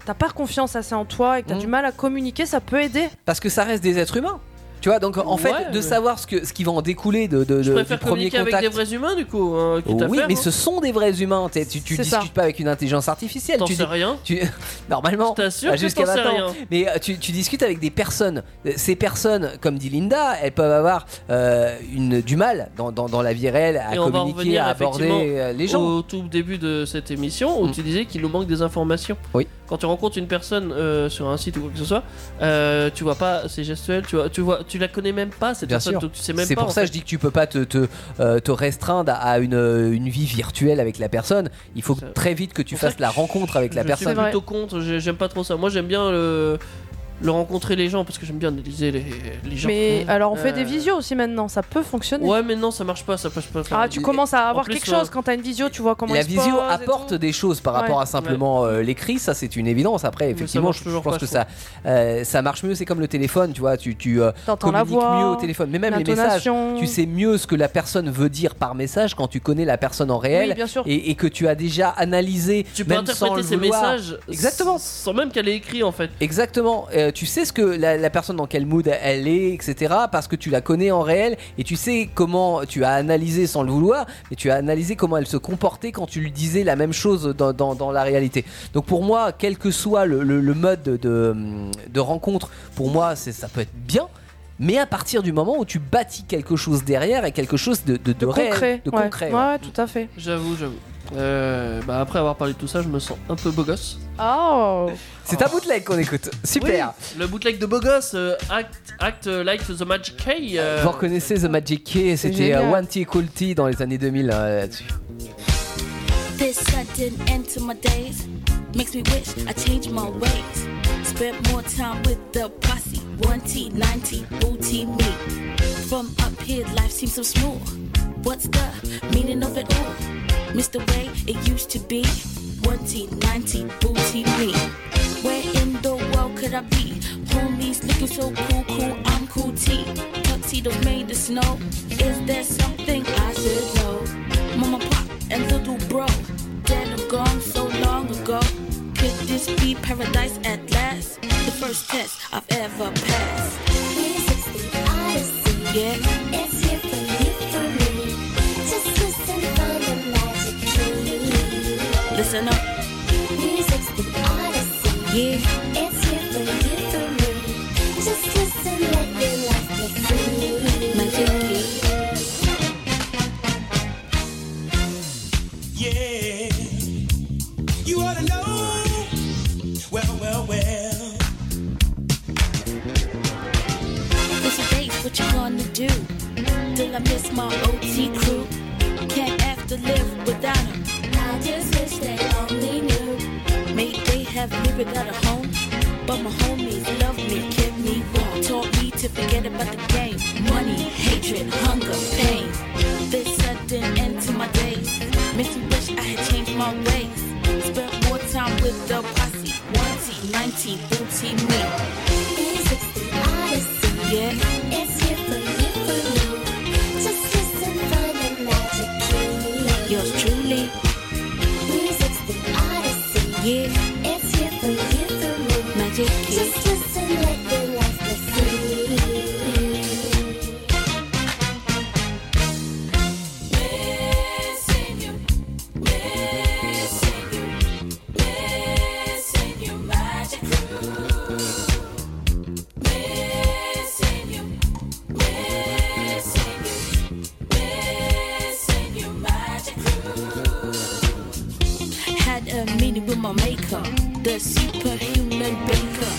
B: t'as pas confiance assez en toi et que t'as
C: Mm.
B: du mal à communiquer, ça peut aider.
C: parce que ça reste des êtres humains Tu vois, donc en fait,
D: Ouais,
C: de
D: mais-
C: savoir ce, que, ce qui va en découler de, de-
D: Je
C: de-
D: préfère
C: du premier
D: communiquer
C: contact.
D: avec des vrais humains du coup. hein, quitte à
C: oui,
D: faire,
C: mais
D: hein.
C: ce sont des vrais humains. t'es- Tu, tu
D: C'est
C: discutes
D: ça.
C: pas avec une intelligence artificielle.
D: T'en
C: tu
D: sais
C: dis-
D: rien.
C: tu- normalement,
D: t'assure
C: bah,
D: que
C: jusqu'à
D: t'en sais
C: maintenant.
D: rien.
C: Mais euh, tu, tu discutes avec des personnes. Euh, Ces personnes, comme dit Linda, elles peuvent avoir euh, une, du mal dans, dans- dans la vie réelle à
D: Et on va
C: communiquer,
D: revenir
C: à aborder
D: effectivement
C: euh, les gens. Mm.
D: Au tout début de cette émission, où tu disais qu'il nous manque des informations.
C: Oui.
D: Quand tu rencontres une personne euh, sur un site ou quoi que ce soit, euh, tu vois pas ses gestuels, tu vois, tu vois, tu la connais même pas cette
C: Bien
D: personne,
C: sûr.
D: donc tu sais même
C: C'est
D: pas.
C: pour
D: en
C: ça que
D: fait.
C: je dis que tu peux pas te, te, euh, te restreindre à une, euh, une vie virtuelle avec la personne. Il faut très vite que tu
D: pour ça
C: fasses
D: que
C: la
D: je-
C: rencontre avec la
D: je
C: personne.
D: suis plutôt contre, j'ai- j'aime pas trop ça. Moi, j'aime bien le, le rencontrer les gens parce que j'aime bien analyser les, les gens.
B: Mais
C: Mm.
B: alors on fait des
D: Euh,
B: visios aussi maintenant, ça peut fonctionner.
D: Ouais, mais non, ça marche pas, ça passe pas.
B: Ah, tu commences à
D: En
B: avoir
D: plus,
B: quelque
D: euh,
B: chose quand t'as une visio, tu vois comment
C: la
B: il se
C: visio
B: pose et
C: apporte des choses par
B: Ouais.
C: rapport à simplement euh, l'écrit, ça c'est une évidence. Après, effectivement,
D: marche
C: je, je
D: toujours
C: pense
D: pas,
C: que
D: je
C: ça, euh, ça marche mieux. C'est comme le téléphone, tu vois, tu, tu euh,
B: T'entends la
C: communiques
B: voix,
C: mieux au téléphone, mais même les messages.
B: l'intonation.
C: Tu sais mieux ce que la personne veut dire par message quand tu connais la personne en réel
D: Oui, bien sûr.
C: Et, et que tu as déjà analysé.
D: Tu peux
C: même sans
D: interpréter
C: le
D: ces
C: vouloir.
D: messages exactement sans même qu'elle ait écrit en fait.
C: Exactement, Euh, tu sais ce que la, la personne dans quel mood elle est, etc. Parce que tu la connais en réel et tu sais comment tu as analysé sans le vouloir, mais tu as analysé comment elle se comportait quand tu lui disais la même chose dans, dans- dans la réalité. Donc pour moi, quel que soit le, le- le mode de, de- de rencontre, pour moi c'est- ça peut être bien. Mais à partir du moment où tu bâtis quelque chose derrière et quelque chose de, de- de réel,
B: concret,
C: de
B: ouais.
C: concret,
B: Ouais,
C: ouais.
B: tout à fait.
D: J'avoue, j'avoue. Euh, bah après avoir parlé de tout ça, je me sens un peu beau gosse.
B: Oh
C: C'est un bootleg qu'on écoute. Super.
D: Oui, le bootleg de beau gosse, euh, act, act euh, like the Magic K. euh,
C: Vous reconnaissez The Magic Key, c'était
D: génial.
C: euh, One T Equal T dans les années 2000 euh, là-dessus.
Q: This sudden end to my days makes me wish I changed my ways. Spent more time with the posse, 1T, 9T, booty me. From up here, life seems so smooth. What's the meaning of it all? Mr. Way, it used to be 1T, 9T, booty me. Where in the world could I be? Homies looking so cool, cool, I'm cool T. Tuxedos made of snow. Is there something I should know? Mama, pop, and little bro. Dead or gone so long ago. Could this be paradise at last? The first test I've ever passed. Yeah.
I: It's here for you, for me. Just listen, find the magic key.
Q: Listen up.
I: Music's the odyssey. Yeah. It's here for you, for me. Just listen, let your life be free. Magic
R: Yeah, you ought to know. Well, well, well.
Q: It's a date, what you gonna do? Till I miss my OT crew. Can't have to live without them. I just wish they only knew. May they have lived without a home. But my homies love me, kept me warm. Taught me to forget about the game. Money, hatred, hunger, pain. This sudden end to my days. Makes me wish I had changed my ways. Spent more time with the posse. 1T, 90, booty me.
I: Music's the odyssey.
Q: Yeah.
I: It's here for you, for me. Just listen, find the magic key.
Q: Yours truly.
I: Music's the odyssey.
Q: Yeah.
I: It's here for you, for me.
Q: Magic key.
I: Just listen, let your life be free.
Q: Missing you, missing you, missing you, magic crew. Missing you, missing you, missing you, magic crew. Had a meeting with my maker, the superhuman baker.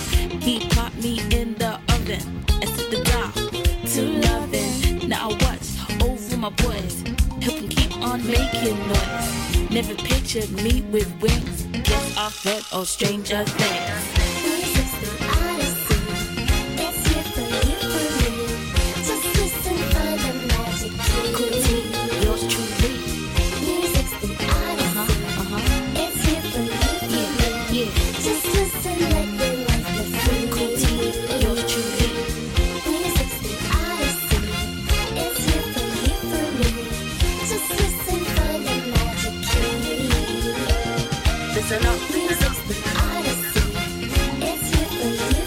Q: He popped me in the oven and set the dial to loving. Now I watch over my boys, help 'em keep on making noise. Never pictured me with wings. Guess I felt all stranger things.
I: Music's the odyssey. It's here for you, for me. Just listen, find the magic key.
Q: Yours truly. Uh-huh,
I: Music's the odyssey. It's here for you, for me. Just listen, let your life be free.
Q: Yours truly.
I: Music's the odyssey. It's here for you, for me. Just listen, find the magic key.
Q: Listen up.
I: Music's the odyssey.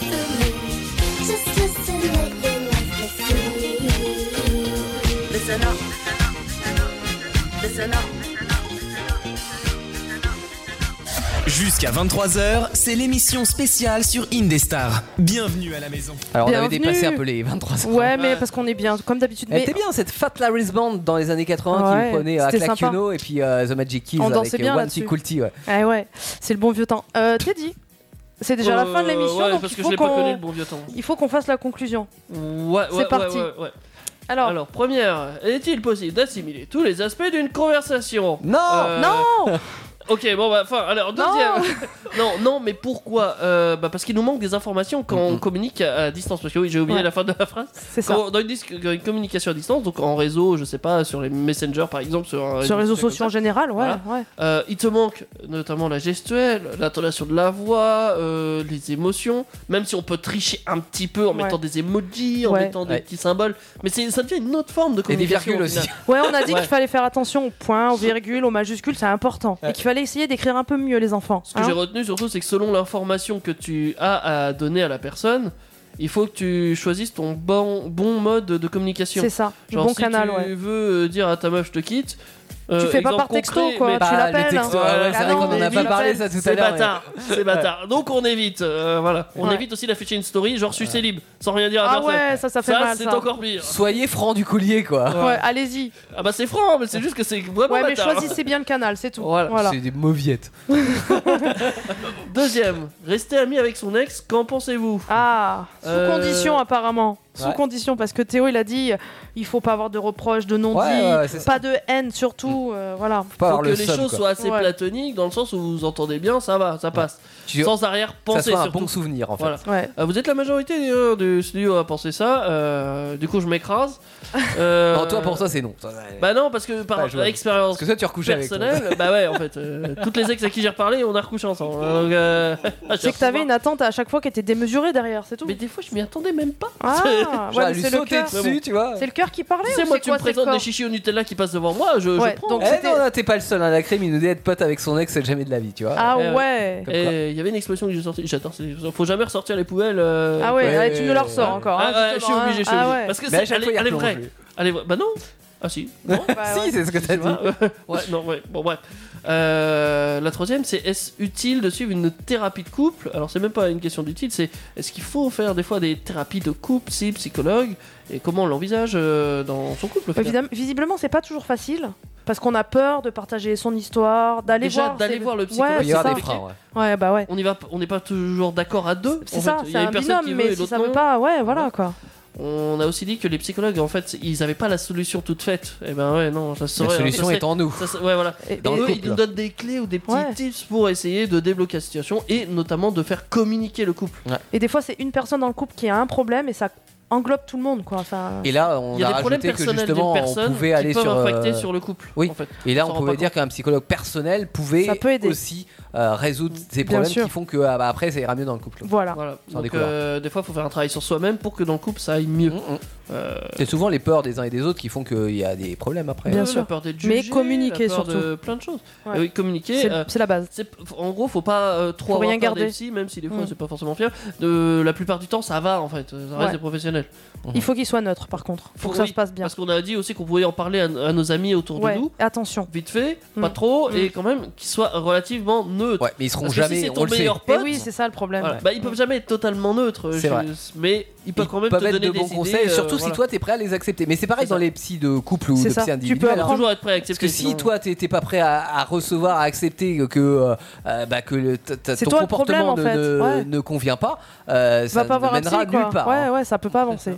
H: Jusqu'à 23h, c'est l'émission spéciale sur Indestar. Bienvenue à la maison.
C: Alors, on avait
B: Bienvenue.
C: dépassé un peu les 23
B: Ouais, mais parce qu'on est bien, comme d'habitude.
C: Elle
B: mais
C: était bien cette Fat Larry's Band dans les années 80 qui
B: Ouais,
C: nous prenait à
B: c'était
C: Clack You
B: sympa.
C: Know et puis euh, The Magic Keys
B: On dansait
C: avec
B: bien
C: euh, One
B: là-dessus.
C: Cool Tea. Ouais.
B: Ah ouais, c'est le bon vieux temps. Euh, Teddy, c'est déjà la fin de
D: Euh,
B: l'émission.
D: ouais,
B: donc
D: parce
B: il
D: que
B: faut
D: je l'ai pas
B: qu'on-
D: connu, le bon vieux temps.
B: Il faut qu'on fasse la conclusion.
D: Ouais,
B: C'est
D: ouais, ouais,
B: parti.
D: ouais, ouais.
B: Alors,
D: première, est-il possible d'assimiler tous les aspects d'une conversation Euh,
C: Non
B: Non
D: Ok, bon, bah, enfin, alors, deuxième. Non, non, mais pourquoi Euh, bah, Parce qu'il nous manque des informations quand on communique à, à distance. Parce que oui, j'ai oublié
B: Ouais.
D: la fin de la phrase.
B: C'est ça.
D: Quand- dans, une dis- dans une communication à distance, donc en réseau, je sais pas, sur les Messenger par exemple, sur, un-
B: Sur les réseaux
D: comme
B: sociaux en
D: ça.
B: général, ouais.
D: Voilà.
B: ouais.
D: Euh, il te manque notamment la gestuelle, l'intonation de la voix, euh, les émotions, même si on peut tricher un petit peu en
B: Ouais.
D: mettant des emojis, en
B: Ouais.
D: mettant des
C: Ouais.
D: petits symboles, mais c'est- ça devient une autre forme de
C: Et des
D: communication.
C: virgules
D: au final.
C: aussi.
B: Ouais, on a dit
D: Ouais.
B: qu'il fallait faire attention aux points, aux virgules, aux majuscules, c'est important. Et qu'il fallait essayer d'écrire un peu mieux les enfants.
D: Ce que
B: hein.
D: j'ai retenu surtout, c'est que selon l'information que tu as à donner à la personne, il faut que tu choisisses ton bon, bon mode de communication.
B: C'est ça, le
D: Genre,
B: bon
D: si
B: canal,
D: tu
B: ouais.
D: veux euh, dire à ta meuf je te quitte. euh,
B: Tu fais pas
D: exemple
B: par texto,
D: concret,
B: quoi,
D: mais-
B: tu Bah, l'appelles, les textos, hein. ouais, ouais, c'est Ah vrai non, qu'on en a mais pas tu parlé, l'appelles. ça, tout à
D: C'est
C: l'heure, mais-
D: bâtard, c'est bâtard. Donc on évite, euh, voilà. On
B: Ouais.
D: évite aussi d'afficher une story, genre je suis libre, sans rien dire à
B: Ah
D: personne.
B: ouais, ça, ça fait mal,
D: c'est
B: ça.
D: encore pire.
C: Soyez franc du collier quoi.
B: Ouais, allez-y.
D: Ah bah c'est franc, mais c'est juste que c'est vraiment
B: Ouais, mais
D: bâtard.
B: choisissez bien le canal, c'est tout.
D: Voilà.
B: Voilà.
C: C'est des mauviettes.
D: Deuxième, rester ami avec son ex, qu'en pensez-vous
B: Ah, sous
D: Euh,
B: condition apparemment. Sous
D: ouais.
B: condition, parce que Théo, il a dit euh, il faut pas avoir de reproches, de non-dits,
C: Ouais, ouais, c'est ça. Mm.
B: pas de haine surtout. euh, voilà.
C: pas
D: faut
C: avoir
D: que
C: le
D: les
C: seum,
D: choses
C: quoi.
D: soient assez
B: Ouais.
D: platoniques dans le sens où vous vous entendez bien, ça va, ça passe.
C: Tu-
D: Sans arrière-pensée
C: Ça soit un
D: surtout.
C: bon souvenir en fait.
D: Voilà.
B: Ouais.
D: Euh, vous êtes la majorité euh, du studio à penser ça. euh, du coup, je m'écrase. Euh,
C: Non, toi pour ça c'est non. Ça, ouais.
D: Bah non, parce que par
C: Pas jouable.
D: expérience
C: Parce que toi, tu recouches avec,
D: personnelle, bah ouais, en fait, euh, toutes les ex à qui j'ai reparlé, on a recouché ensemble. Donc, euh,
B: C'est que t'avais une attente à chaque fois qui était démesurée derrière, c'est tout.
D: Mais des fois, je m'y attendais même pas.
B: Ah, ouais,
C: Genre,
B: mais
C: lui
B: c'est le
C: sauter
B: cœur.
C: dessus, tu vois.
B: C'est le cœur qui parlait.
D: Tu sais,
B: ou
D: moi,
B: c'est
D: tu
B: quoi,
D: me
B: c'est le
D: présentes
B: corps
D: des chichis au Nutella qui passent devant moi, je, je
B: Ouais,
D: prends.
B: donc
C: Eh
B: c'était-
C: non, là, t'es pas le seul, hein. la crème il nous dit être pote avec son ex, c'est jamais de la vie, tu vois.
B: Ah
D: Eh Ouais,
B: ouais.
C: Comme quoi.
D: Et il y avait une expression que j'ai sortie. J'adore cette expression. Faut jamais ressortir les poubelles. euh,
B: Ah ouais,
C: Ouais,
B: allez, tu nous la
C: ouais,
B: ressors
C: ouais.
B: encore.
D: Ah,
B: hein,
D: ouais, je suis
B: justement, hein.
D: obligé, je suis
B: Ah
D: obligé.
B: ouais.
D: Parce que
C: Mais
D: c'est,
C: à chaque
D: elle,
C: fois,
D: est-
C: il y a
D: elle est
C: plongé.
D: vraie. Elle est vraie. Bah non. Ah si. Non.
B: Bah ouais.
C: si, c'est ce que t'as
D: Tu vois,
C: dit.
D: euh, ouais, non, ouais. Bon, bref. Euh, la troisième, c'est est-ce utile de suivre une thérapie de couple Alors, c'est même pas une question d'utile, c'est est-ce qu'il faut faire des fois des thérapies de couple, si psychologue, et comment on l'envisage euh, dans son couple au final
B: Évidemment- Bah, visiblement, c'est pas toujours facile parce qu'on a peur de partager son histoire, d'aller
D: Déjà,
B: voir,
D: d'aller
B: c'est-
D: voir le
B: Ouais,
D: psychologue,
C: Il va y avoir
B: c'est
C: des
B: ça.
C: freins, ouais.
B: Ouais, bah ouais.
D: On y va, on n'est pas toujours d'accord à deux.
B: C'est
D: en
B: ça,
D: fait. Il
B: c'est
D: y a
B: un
D: une personne
B: binôme,
D: qui veut
B: mais
D: et
B: si
D: l'autre
B: ça veut
D: non.
B: pas, ouais, voilà quoi.
D: On a aussi dit que les psychologues, en fait, ils n'avaient pas la solution toute faite. Et ben ouais, non, ça serait.
C: La solution
D: ça
C: est en nous.
D: serait- ça serait- ouais, voilà.
B: Et-
C: Dans
D: Et
C: le
D: eux, ils
C: couple.
D: nous donnent des clés ou des petits
B: Ouais.
D: tips pour essayer de débloquer la situation et notamment de faire communiquer le couple.
B: Et des fois, c'est une personne dans le couple qui a un problème et ça englobe tout le monde, quoi. Enfin,
C: Et là, on
D: Il y a, des problèmes
C: rajouté que
D: personnels
C: justement,
D: d'une
C: on
D: personne
C: pouvait
D: qui
C: aller
D: peuvent
C: sur. euh,
D: impacter sur le couple.
C: oui.
D: en fait.
C: Et
D: On
C: là,
D: s'en
C: on
D: rend
C: pouvait
D: pas
C: dire qu'un psychologue personnel pouvait
B: Ça peut aider.
C: aussi euh, résoudre ces
B: Bien
C: problèmes
B: sûr.
C: qui font que ah bah, après, ça ira mieux dans le couple.
B: voilà.
D: Voilà.
C: Sans
D: Donc,
C: découvrir.
D: euh, des fois, il faut faire un travail sur soi-même pour que dans le couple ça aille mieux. Euh,
C: Mm, C'est souvent les peurs des uns et des autres qui font qu'il y a des problèmes après.
B: Bien
D: la
B: sûr.
D: peur d'être
B: Mais
D: jugé,
B: communiquer
D: la peur de
B: surtout.
D: Plein de choses.
B: Ouais.
D: Et oui, communiquer.
B: C'est
D: euh,
B: c'est la base.
D: C'est- en gros, faut pas euh, trop
B: Faut
D: avoir
B: rien
D: peur des
B: garder.
D: psys, même si des fois
B: Mm.
D: c'est pas forcément fiable. De la plupart du temps, ça va en fait. Ça reste
B: Ouais.
D: des professionnels.
B: Il faut qu'il soit neutre, par contre. Faut que ça
D: Oui,
B: se passe bien.
D: Parce qu'on a dit aussi qu'on pouvait en parler à, à nos amis autour
B: Ouais,
D: de nous,
B: attention.
D: vite fait,
B: Mm.
D: pas trop,
B: Mm.
D: et quand même qu'ils soient relativement neutres.
C: Ouais, mais ils seront
D: Parce que
C: jamais.
D: si c'est
C: on
D: ton
C: le sait.
D: meilleur
B: Et
D: pote,
B: Eh oui, c'est ça le problème.
D: voilà,
B: ouais.
D: bah, ils peuvent jamais être totalement neutres.
C: C'est
D: je-
C: vrai.
D: Mais ils peuvent quand même te
C: être
D: donner
C: de
D: des
C: bons
D: idées,
C: conseils,
D: euh,
C: surtout
D: voilà.
C: si toi t'es prêt à les accepter. Mais c'est pareil
D: C'est
C: dans
D: ça.
C: les psys de couple ou
B: C'est
C: de
B: ça.
C: psy
B: Tu
C: individuels.
B: peux
C: hein.
B: apprendre.
D: Toujours être prêt à accepter.
C: Parce que si
D: sinon- euh.
C: toi t'es t'es pas prêt à, à recevoir, à accepter que, euh, euh, bah, que le- ta- ta-
B: C'est
C: ton
B: toi le
C: comportement
B: problème, en
C: ne, ne-
B: fait. Ouais.
C: ne convient pas, euh,
B: va
C: ça
B: pas
C: ne
B: avoir un
C: mènera
B: psy, quoi.
C: nulle part.
B: ouais,
C: hein.
B: ouais, ça peut pas avancer.
D: ça.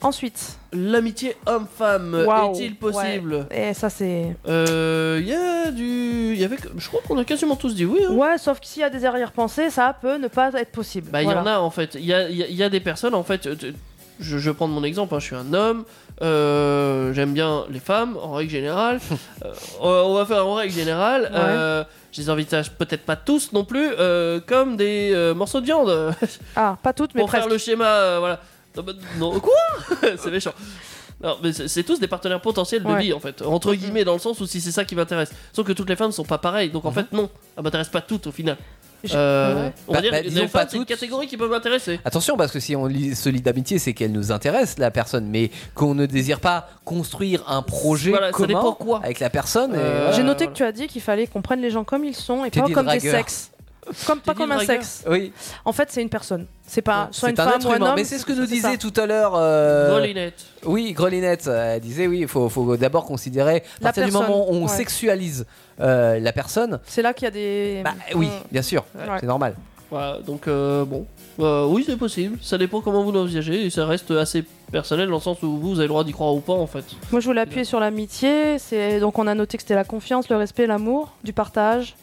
B: Ensuite,
D: l'amitié homme-femme
B: Waouh,
D: est-il possible
B: et ça c'est.
D: Euh, Il y a du, il y avait, je crois qu'on a quasiment tous dit oui. hein.
B: Ouais, sauf que s'il y a des arrière-pensées, ça peut ne pas être possible.
D: Bah, il
B: Voilà.
D: y en a en fait. Il y a, il y a- il y a des personnes en fait. euh, tu- Je, je vais prendre mon exemple. hein, je suis un homme. euh, J'aime bien les femmes en règle générale. Euh, on on va faire en règle générale. euh, je les envisage peut-être pas tous non plus euh, comme des euh, morceaux de viande.
B: Ah, pas toutes, mais
D: pour faire
B: presque.
D: le schéma, euh, voilà. Non, bah, non, quoi C'est méchant. Non, mais c'est c'est tous des partenaires potentiels de
B: Ouais.
D: vie en fait, entre
C: Mm-hmm.
D: guillemets, dans le sens où si c'est ça qui m'intéresse. Sauf que toutes les femmes ne sont pas pareilles, donc en fait, non, elles m'intéressent pas toutes au final. Euh, on
C: Bah,
D: va dire
C: bah,
D: que
C: disons
D: des
C: pas
D: femmes, c'est une catégorie qui peut m'intéresser.
C: Attention, parce que si on lit- se lit d'amitié, c'est qu'elle nous intéresse, la personne, mais qu'on ne désire pas construire un projet
D: Voilà, ça
C: commun
D: dépend quoi. Euh,
C: avec la personne. et voilà.
B: J'ai noté que tu as dit qu'il fallait qu'on prenne les gens comme ils sont et
C: T'es
B: pas
C: dit
B: comme des
C: dragueur.
B: sexes. Comme, pas
C: dit
B: comme un
C: dragueur.
B: sexe.
C: Oui.
B: En fait, c'est une personne. C'est pas soit une
C: C'est un
B: femme
C: être
B: ou un
C: humain,
B: homme.
C: mais c'est ce que nous
B: c'est
C: disait
B: ça.
C: tout à l'heure. euh,
D: Grelinette.
C: Oui, Grelinette. euh, Elle disait oui, il faut, faut d'abord considérer à
B: La
C: partir du
B: personne,
C: moment où on
B: ouais.
C: sexualise euh, la personne.
B: C'est là qu'il y a des.
C: Bah oui,
B: Mm.
C: bien sûr,
B: Ouais.
C: c'est normal.
D: Voilà, donc euh, bon. Euh, oui, c'est possible. Ça dépend comment vous l'envisagez et ça reste assez personnel dans le sens où vous, vous avez le droit d'y croire ou pas en fait.
B: Moi, je voulais appuyer sur l'amitié. C'est donc on a noté que c'était la confiance, le respect, l'amour, du partage,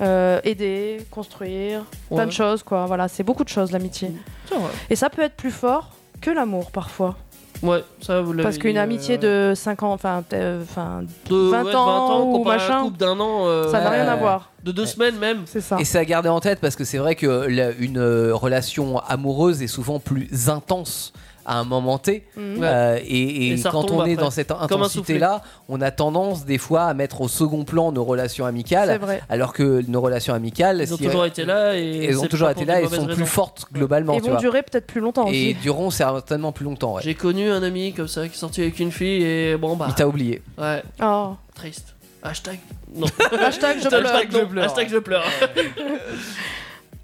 B: euh, aider, construire, plein
D: Ouais.
B: de choses quoi. Voilà, c'est beaucoup de choses l'amitié.
D: C'est vrai.
B: Et ça peut être plus fort que l'amour parfois.
D: Ouais, ça vous l'avez
B: Parce qu'une
D: dit, euh,
B: amitié de 5 ans, enfin, peut- euh, enfin
D: de,
B: 20,
D: ouais,
B: ans ou
D: comparé à un
B: machin,
D: couple d'un an. euh,
B: ça n'a rien à
C: ouais.
B: voir.
D: De deux semaines même.
B: C'est ça.
C: Et c'est à garder en tête parce que c'est vrai que la- une euh, relation amoureuse est souvent plus intense à un moment T.
D: Mhm.
C: Euh,
D: Ouais.
C: et et
D: Et ça
C: quand
D: retombe
C: on est
D: après.
C: dans cette
D: Comme un
C: intensité-là, on a tendance des fois à mettre au second plan nos relations amicales.
D: C'est vrai.
C: Alors que nos relations amicales,
D: Ils ont
C: si-
D: toujours été là et
C: elles ont
D: c'est
C: toujours
D: pas
C: été
D: pour
C: là
D: des
C: et
D: mauvaises
C: sont plus
D: raisons.
C: fortes globalement.
B: Et
C: tu
B: vont
C: vois.
B: durer peut-être plus longtemps
C: et
B: aussi.
C: dureront certainement plus longtemps. ouais.
D: J'ai connu un ami comme ça qui est sorti avec une fille et bon bah.
C: Il t'a oublié.
D: Ouais.
B: Oh.
D: Triste. Hashtag. Non.
B: Hashtag je pleure.
D: Hashtag non.
B: Je pleure.
D: Hashtag je pleure.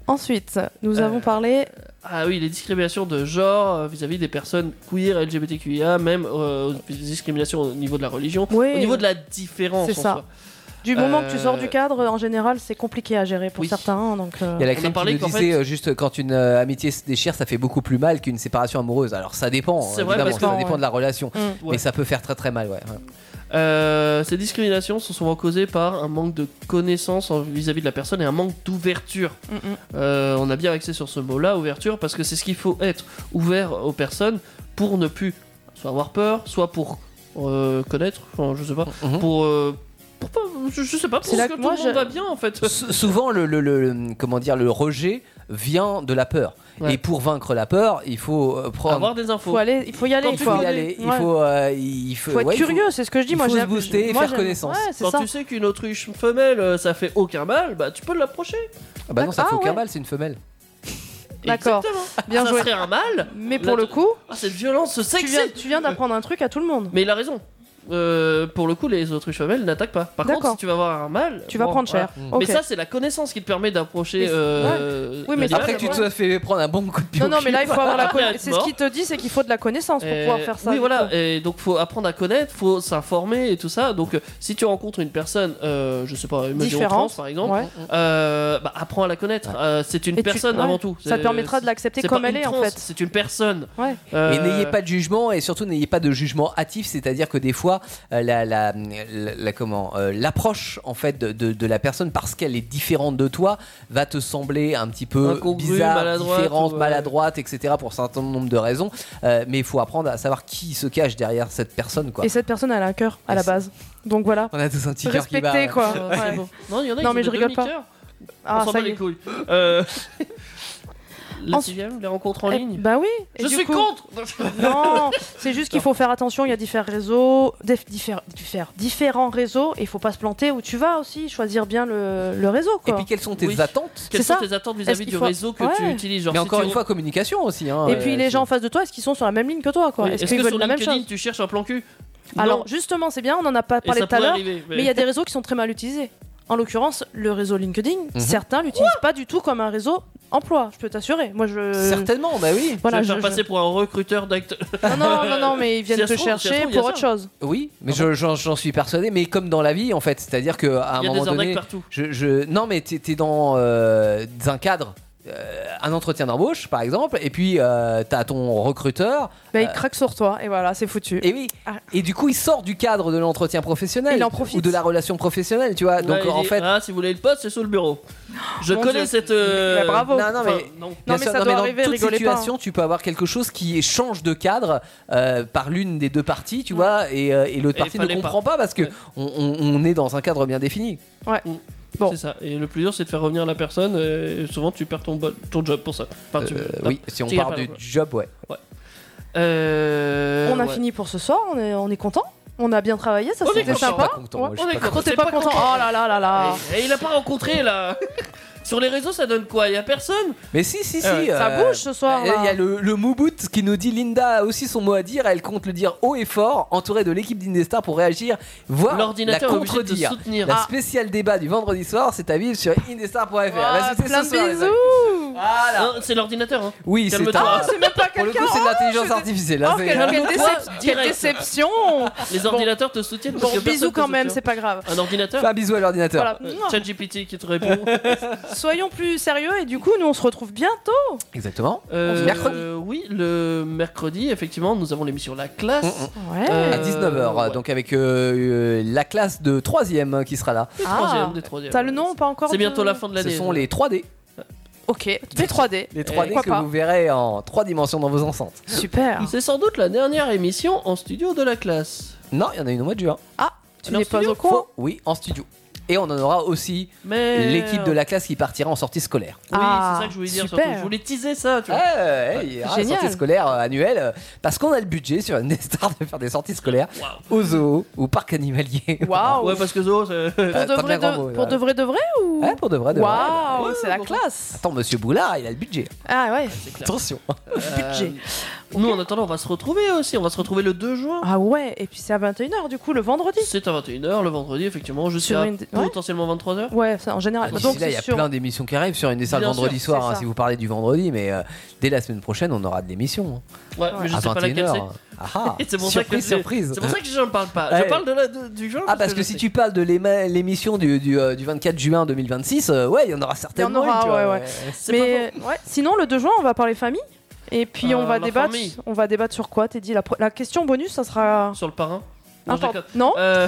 B: Ensuite, nous
D: Euh,
B: avons parlé.
D: Ah oui, les discriminations de genre euh, vis-à-vis des personnes queer, LGBTQIA, même euh, les discriminations au niveau de la religion,
B: Oui.
D: au niveau de la différence.
B: C'est
D: en
B: ça.
D: soi.
B: Du moment
D: Euh,
B: que tu sors du cadre, en général, c'est compliqué à gérer pour certains. hein, Donc, euh,
C: Il y a la crème qui nous disait euh, juste quand une euh, amitié se déchire, ça fait beaucoup plus mal qu'une séparation amoureuse. Alors ça dépend,
D: C'est vrai,
C: évidemment,
D: parce que-
C: ça dépend de la relation,
D: Mm.
C: mais
D: Ouais.
C: ça peut faire très très mal. Ouais. ouais.
D: Euh, ces discriminations sont souvent causées par un manque de connaissances en- vis-à-vis de la personne et un manque d'ouverture.
B: Mm-mm.
D: Euh, on a bien axé sur ce mot-là, ouverture, parce que c'est ce qu'il faut être ouvert aux personnes pour ne plus soit avoir peur, soit pour euh, connaître, enfin, je sais pas,
C: Mm,
D: pour, euh, pour pas, je, je sais pas, pour
B: C'est là
D: que
B: que
D: tout
B: moi,
D: le monde
B: je-
D: va bien en fait.
C: S- Souvent, le, le- le- le- comment dire, le rejet vient de la peur.
D: Ouais.
C: Et pour vaincre la peur, il faut euh, prendre.
D: Avoir des infos.
B: faut aller, il faut y aller.
C: il faut y aller, il
B: Ouais.
C: faut, euh, il faut-
B: Faut être
C: ouais, il
B: curieux, c'est ce que je dis.
C: il
B: moi,
C: faut
B: j'ai-
C: se booster et
B: moi,
C: faire
B: j'aime-
C: connaissance.
B: Ouais, c'est
D: Quand
B: ça.
D: tu sais qu'une autruche femelle, euh, ça fait aucun mal, bah tu peux l'approcher.
C: Ah bah non, ça
D: Ah
C: fait aucun
D: ouais.
C: mal, c'est une femelle.
B: D'accord. Bien
D: Ah, ça
B: joué.
D: serait un mal.
B: Mais pour le coup,
D: Ah, cette violence, ce
B: tu
D: sexe.
B: viens, tu viens d'apprendre un truc à tout le monde.
D: Mais il a raison. Euh, pour le coup, les autruches femelles n'attaquent pas. Par contre,
B: D'accord.
D: si tu vas avoir un mâle,
B: Tu vas prendre cher.
D: voilà.
B: Mm.
D: Mais
B: Ok.
D: ça, c'est la connaissance qui te permet d'approcher.
B: Mais c'est-
D: euh,
B: ouais. Oui, mais
D: l'animal.
C: Après que tu te sois fait prendre un bon coup de pied.
B: Non,
C: au
B: non,
C: cul.
B: mais là, il faut avoir la
D: Après,
B: connaissance. C'est ce
D: mort.
B: qu'il te dit, c'est qu'il faut de la connaissance pour
D: Euh,
B: pouvoir faire ça.
D: Oui,
B: du
D: voilà.
B: coup.
D: Et donc, faut apprendre à connaître, faut s'informer et tout ça. Donc, euh, si tu rencontres une personne, euh, je sais pas, une mesure
B: Différente,
D: trans par exemple,
B: ouais.
D: euh, bah, apprends à la connaître. Euh, c'est une
B: Et tu-
D: personne
B: ouais.
D: avant tout.
B: Ça te
D: C'est-
B: permettra de l'accepter
D: c'est pas
B: comme elle
D: une
B: est, en
D: trans,
B: fait.
D: C'est une personne.
B: Ouais.
D: Euh,
C: Et n'ayez pas de jugement et surtout n'ayez pas de jugement hâtif, c'est-à-dire que des fois euh, la, la- la- la- comment euh, l'approche en fait de, de- de la personne parce qu'elle est différente de toi va te sembler un petit peu
D: Incongrue,
C: bizarre,
D: maladroite,
C: différente,
D: ouais.
C: maladroite, etc. Pour un certain nombre de raisons, Euh, mais il faut apprendre à savoir qui se cache derrière cette personne quoi.
B: Et cette personne, elle a un cœur à
C: Et
B: la
C: c'est-
B: base. Donc voilà.
C: On a tous un petit cœur qui bat,
B: Respecter,
C: ouais.
B: quoi.
D: Euh,
B: Ouais.
D: c'est bon. Non, il y en a qui
B: Non,
D: sont
B: mais
D: de
B: je rigole
D: demi-cœur.
B: pas.
D: On
B: Ah,
D: s'en
B: ça
D: bat
B: y
D: les
B: est.
D: couilles. Euh, La
B: Ensuite-
D: sixième, les rencontres en
B: Eh,
D: ligne.
B: Bah oui. et
D: Je
B: du
D: suis
B: coup-
D: contre
B: Non, c'est juste qu'il faut faire attention. Il y a différents réseaux, dif- diffère- diffère- différents réseaux, et il faut pas se planter où tu vas aussi. Choisir bien le, le réseau,
C: Et
B: quoi.
C: puis quelles sont tes
D: Oui.
C: attentes
D: Quelles
B: C'est
D: sont
B: ça.
D: tes attentes
B: Est-ce
D: vis-à-vis
B: qu'il
D: du
B: faut-
D: réseau que tu
B: Ouais.
D: utilises genre,
C: Mais
D: si
C: encore
D: tu-
C: une fois communication aussi. hein.
B: Et
C: Euh,
B: puis les gens en face de toi, est-ce qu'ils sont sur la même ligne que toi, quoi
D: Oui,
B: Est-ce
D: Est-ce
B: qu'ils
D: que
B: veulent
D: sur
B: la même
D: LinkedIn,
B: chose
D: tu cherches un plan cul Non.
B: Alors justement, c'est bien. On en a pas parlé
D: ça
B: tout à
D: pourrait
B: l'heure,
D: arriver, mais-
B: mais il y a des réseaux qui sont très mal utilisés. En l'occurrence, le réseau LinkedIn,
C: Mhm.
B: certains l'utilisent pas du tout comme un réseau emploi. Je peux t'assurer. Moi, je
C: certainement, bah oui.
B: euh, Voilà,
D: je vais me
B: je-
D: faire passer pour un recruteur d'acteurs.
B: Non, non, non, non, mais ils
D: Si ça
B: viennent te
D: se trouve- si ça se
B: chercher
D: trouve, il y a
B: pour autre
D: ça.
B: chose.
C: Oui, mais je- j'en j'en suis persuadé, mais comme dans la vie en fait, c'est-à-dire qu'à un
D: Il y a des
C: moment
D: arnaques
C: donné,
D: partout.
C: je, je- non mais t'es t'es dans euh, un cadre, euh, un entretien d'embauche par exemple, et puis euh, t'as ton recruteur, euh,
B: Bah, ils craquent sur toi, et voilà, c'est foutu. Ah.
C: et oui, et du coup il sort du cadre de l'entretien professionnel
B: Il en profite.
C: ou de la relation professionnelle, tu vois.
D: Ouais,
C: Donc
D: il
C: en
D: dit,
C: fait,
D: Ah, si vous voulez le poste, c'est sous le bureau. Je
B: Mon
D: connais
B: Dieu.
D: cette. euh,
B: Mais bravo.
D: enfin,
C: Non, non, mais-
D: non.
B: Non, mais
C: sûr,
B: ça doit
C: dans
B: arriver,
C: toute
B: rigolez pas, hein.
C: situation, tu peux avoir quelque chose qui change de cadre euh, par l'une des deux parties, tu vois, et, euh, et l'autre
D: Et
C: partie ne
D: fallait pas.
C: comprend pas, parce que on, on- on est dans un cadre bien défini.
B: hein. Ouais.
D: mm, C'est ça. Et le plus dur, c'est de faire revenir la personne. euh, Et souvent, tu perds ton, bo- ton job pour ça. Enfin, tu-
C: Euh,
D: non,
C: oui, si on
D: tu gagnes
C: parle
D: pas,
C: du
D: quoi.
C: job, ouais.
D: Euh,
B: on a
D: ouais.
B: fini pour ce soir, on est, on est content On a bien travaillé, ça
D: On est
B: c'était
D: content.
B: sympa
D: Pas
C: content, moi, je suis
B: On
C: pas
B: est
D: content. Eh,
B: Quand t'es pas content, oh là là là là
D: Et, et il a pas rencontré là. Sur les réseaux, ça donne quoi Il y a personne
C: Mais si, si, si.
D: Ah ouais. Ça bouge ce soir,
C: Il y a- il y
D: là.
C: a le, le Moubout qui nous dit Linda a aussi son mot à dire. Elle compte le dire haut et fort, entourée de l'équipe d'Indestar pour réagir, voire la
D: L'ordinateur est obligé de
C: contredire.
D: te soutenir.
C: La
D: Ah.
C: spéciale débat du vendredi soir, c'est à vivre sur indestar.fr. Vas-y, c'est ce soir, les amis.
D: Non, C'est l'ordinateur. Hein.
C: Oui, c'est
D: Calme-toi.
B: Ah,
C: un- Pour le coup, c'est de l'intelligence artificielle. hein,
D: Oh,
C: c'est-
D: quel- quel
C: Calme-toi,
D: décep- quelle
C: direct.
D: déception. Les ordinateurs te soutiennent. parce
B: Bon,
D: que personne
B: bisous
D: te
B: quand même,
D: soutient.
B: c'est pas grave.
D: Un ordinateur
C: Fais un bisou à l'ordinateur.
D: Euh, ChatGPT qui te répond.
B: Soyons plus sérieux et du coup, nous on se retrouve bientôt.
C: Exactement.
D: Euh,
C: Mercredi.
D: Oui, le mercredi, effectivement, nous avons l'émission La Classe. Euh,
B: Ouais.
C: Mm, à 19h, donc avec euh, euh, la classe de 3ème qui sera là.
D: Des troisièmes, des troisièmes.
B: T'as Ah. le nom ou pas encore
D: C'est bientôt la fin de l'année.
C: Ce sont les 3D.
B: Ok, les 3D.
C: Les 3D
B: Pourquoi
C: que
B: pas
C: vous verrez en 3 dimensions dans vos enceintes.
B: Super.
D: C'est sans doute la dernière émission en studio de La Classe.
C: Non, il y en a une au mois de juin.
B: Ah,
D: tu n'es pas au courant
C: Faut- Oui, en studio. Et on en aura aussi
D: Mais-
C: l'équipe de la classe qui partira en sortie scolaire.
D: Oui,
B: Ah,
D: c'est ça que je voulais dire.
B: super.
D: surtout. Je voulais teaser ça, tu vois.
C: Ah, ouais, ouais, il y aura une
D: Génial.
C: sortie scolaire euh, annuelle euh, parce qu'on a le budget sur une stars de faire des sorties scolaires au zoo ou parc animalier. Euh,
B: Waouh.
D: Ouais, parce que Zo, c'est.
B: Pour de vrai, de, pour de vrai, de vrai ou
C: Ouais, pour de vrai, de vrai,
B: Waouh,
C: bah ouais.
B: c'est la classe.
C: Attends, monsieur Boulard, il a le budget.
B: Ah ouais.
C: Attention.
B: Budget.
D: Euh, Nous, en attendant, on va se retrouver aussi. On va se retrouver le 2 juin.
B: Ah ouais, et puis c'est à 21h du coup le vendredi.
D: C'est à 21h le vendredi, effectivement. Je suis
B: Sur
D: à
B: une- ouais.
D: potentiellement 23h.
B: Ouais, ça, en général.
C: D'ici
B: Donc
C: là, il y
B: c'est
C: a
B: sur
C: plein d'émissions qui arrivent sur une dessert le
D: Bien sûr,
C: vendredi
D: c'est
C: soir, hein,
D: ça.
C: si vous parlez du vendredi, mais euh, dès la semaine prochaine, on aura de l'émission. hein.
D: Ouais, mais je
C: à
D: sais pas
C: 21h.
D: laquelle c'est.
C: Ah, ah.
D: Et c'est pour ça que
C: surprise,
D: je-
C: surprise.
D: C'est pour ça que j'en parle pas.
C: Ouais.
D: Je parle de la- de- du genre.
C: Ah, parce que si tu parles de l'éma- l'émission du, du, euh, du 24 juin 2026, euh, ouais, il y en aura
B: Il y en
C: certainement. une,
B: aura,
C: tu vois,
B: ouais, ouais. Mais euh, ouais, sinon le 2 juin, on va parler famille et puis
D: Euh,
B: on va
D: la
B: débattre.
D: famille.
B: On va débattre sur quoi, Teddy la, pro- la question bonus, ça sera.
D: Sur le parrain
B: Ah,
D: je
B: pardon.
D: déconne.
B: Non
D: Euh,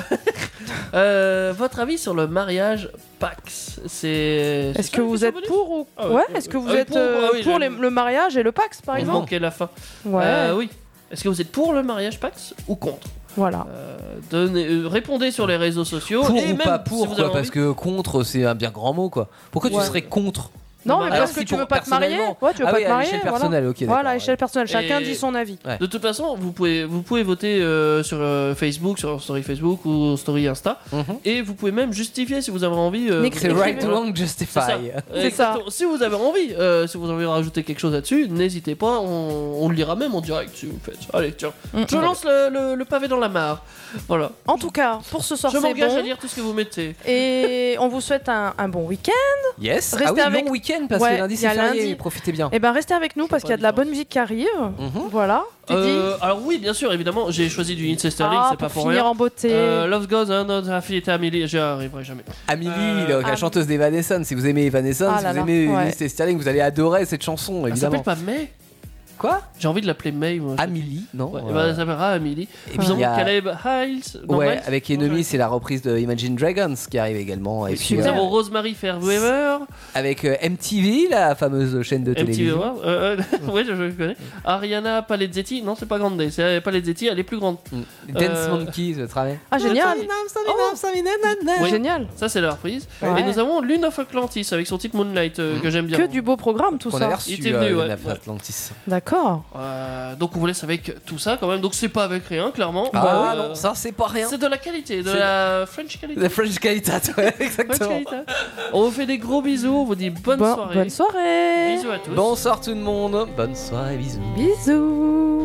D: euh, Votre avis sur le mariage Pax C'est.
B: Est-ce que vous êtes pour ou
D: Ah ouais,
B: ouais,
D: euh,
B: Est-ce que
D: ah
B: vous
D: oui,
B: êtes
D: pour,
B: euh,
D: ah oui,
B: pour
D: j'avais-
B: les- le mariage et le Pax par
D: On
B: exemple
D: manquait la fin.
B: Ouais.
D: Euh, oui. Est-ce que vous êtes pour le mariage Pax ou contre
B: Voilà.
D: Euh, donnez- euh, Répondez sur les réseaux sociaux.
C: Pour
D: et
C: ou
D: même
C: pas
D: si
C: pour,
D: vous
C: quoi,
D: avez
C: parce que contre, c'est un bien grand mot, quoi. Pourquoi
B: Ouais.
C: tu serais contre
B: Non, mais
C: Alors
B: parce que
C: si
B: tu
C: pour-
B: veux pas te marier.
C: personnellement.
B: Ouais, tu veux
C: Ah
B: pas
C: oui,
B: te
C: à
B: marier.
C: l'échelle
B: voilà.
C: personnelle, ok. d'accord,
B: Voilà, à
C: ouais.
B: l'échelle personnelle. Chacun dit son avis.
D: De toute façon, vous pouvez, vous pouvez voter euh, sur euh, Facebook, sur Story Facebook ou Story Insta.
C: Mhm.
D: Et vous pouvez même justifier si vous avez envie. euh,
C: N'écrivez- C'est right,
D: Voilà.
C: wrong, justify.
D: C'est ça.
C: C'est ça.
D: Euh, Exactement. Si vous avez envie, euh, si vous avez envie de rajouter quelque chose là-dessus, n'hésitez pas, on, on le lira même en direct si vous le faites. Allez, tiens.
B: Mm.
D: Je lance le, le- le pavé dans la mare. Voilà.
B: En tout cas, pour ce soir,
D: Je
B: c'est
D: m'engage
B: bon.
D: à lire tout ce que vous mettez.
B: Et on vous souhaite un, un bon week-end.
C: Yes.
B: Restez
C: ah oui,
B: avec-
C: long week-end parce
B: Ouais,
C: que lundi
B: il y a
C: c'est férié.
B: lundi.
C: Profitez bien.
B: Et ben restez avec nous parce qu'il y a de la bonne musique qui arrive. Voilà.
D: Euh, alors oui, bien sûr, évidemment, j'ai choisi du Insta Sterling,
B: Ah,
D: c'est pas
B: pour
D: pour,
B: finir
D: rien.
B: en beauté.
D: Euh, Love Goes Unaffinité Amélie, j'y arriverai jamais. Euh,
C: Amélie,
B: Ah,
C: la- la chanteuse d'Evanescence. Si vous aimez Evanescence,
D: Ah
C: si
D: là
C: vous
D: là,
C: aimez
D: ouais.
C: Lise et Sterling, vous allez adorer cette
B: Ah,
C: chanson,
D: Elle s'appelle
C: évidemment.
D: pas May
C: Quoi
D: J'ai envie de l'appeler May. Moi,
C: Amélie, non
D: Ouais,
C: euh,
D: eh ben, elle s'appellera Amélie.
C: Et
D: Et
C: puis,
D: puis,
C: il y a-
D: Caleb Hiles.
C: Eh
D: non,
C: Ouais,
D: Hiles
C: avec Enemy, c'est la reprise de Imagine Dragons qui arrive également. Et puis,
D: Nous
C: euh,
D: avons Rosemary Fairweather.
C: avec euh, MTV, la fameuse chaîne de
D: MTV,
C: télévision.
D: ouais, euh, euh, ouais, je, je connais. Ariana Paletzetti, non, c'est pas grande, c'est Paletzetti, elle est plus grande.
C: Mm.
D: Euh,
C: Dance Monkey, je travaille.
B: Ah, génial.
D: Oui.
B: Génial.
D: Ça, c'est la reprise.
B: Ouais.
D: Et nous avons Lune of Atlantis avec son titre Moonlight
C: Mm.
D: euh, que j'aime bien.
B: Que du beau programme, tout
D: Qu'on
B: ça.
D: avait reçu, Il était venu, euh, ouais. Luna
C: Atlantis.
B: D'accord.
D: Euh, donc on vous laisse avec tout ça quand même. Donc c'est pas avec rien, clairement.
C: Ah
D: Euh,
C: ouais, non, ça, c'est pas rien.
D: C'est de la qualité, de
C: C'est-
D: la French qualité.
C: The French Calitat, ouais, exactement.
D: French qualité. On vous fait des gros bisous, on vous dit bonne
C: Bon-
D: soirée.
C: bonne
B: soirée.
D: Bisous à tous.
C: Bonsoir tout le monde. Bonne soirée, bisous.
B: Bisous.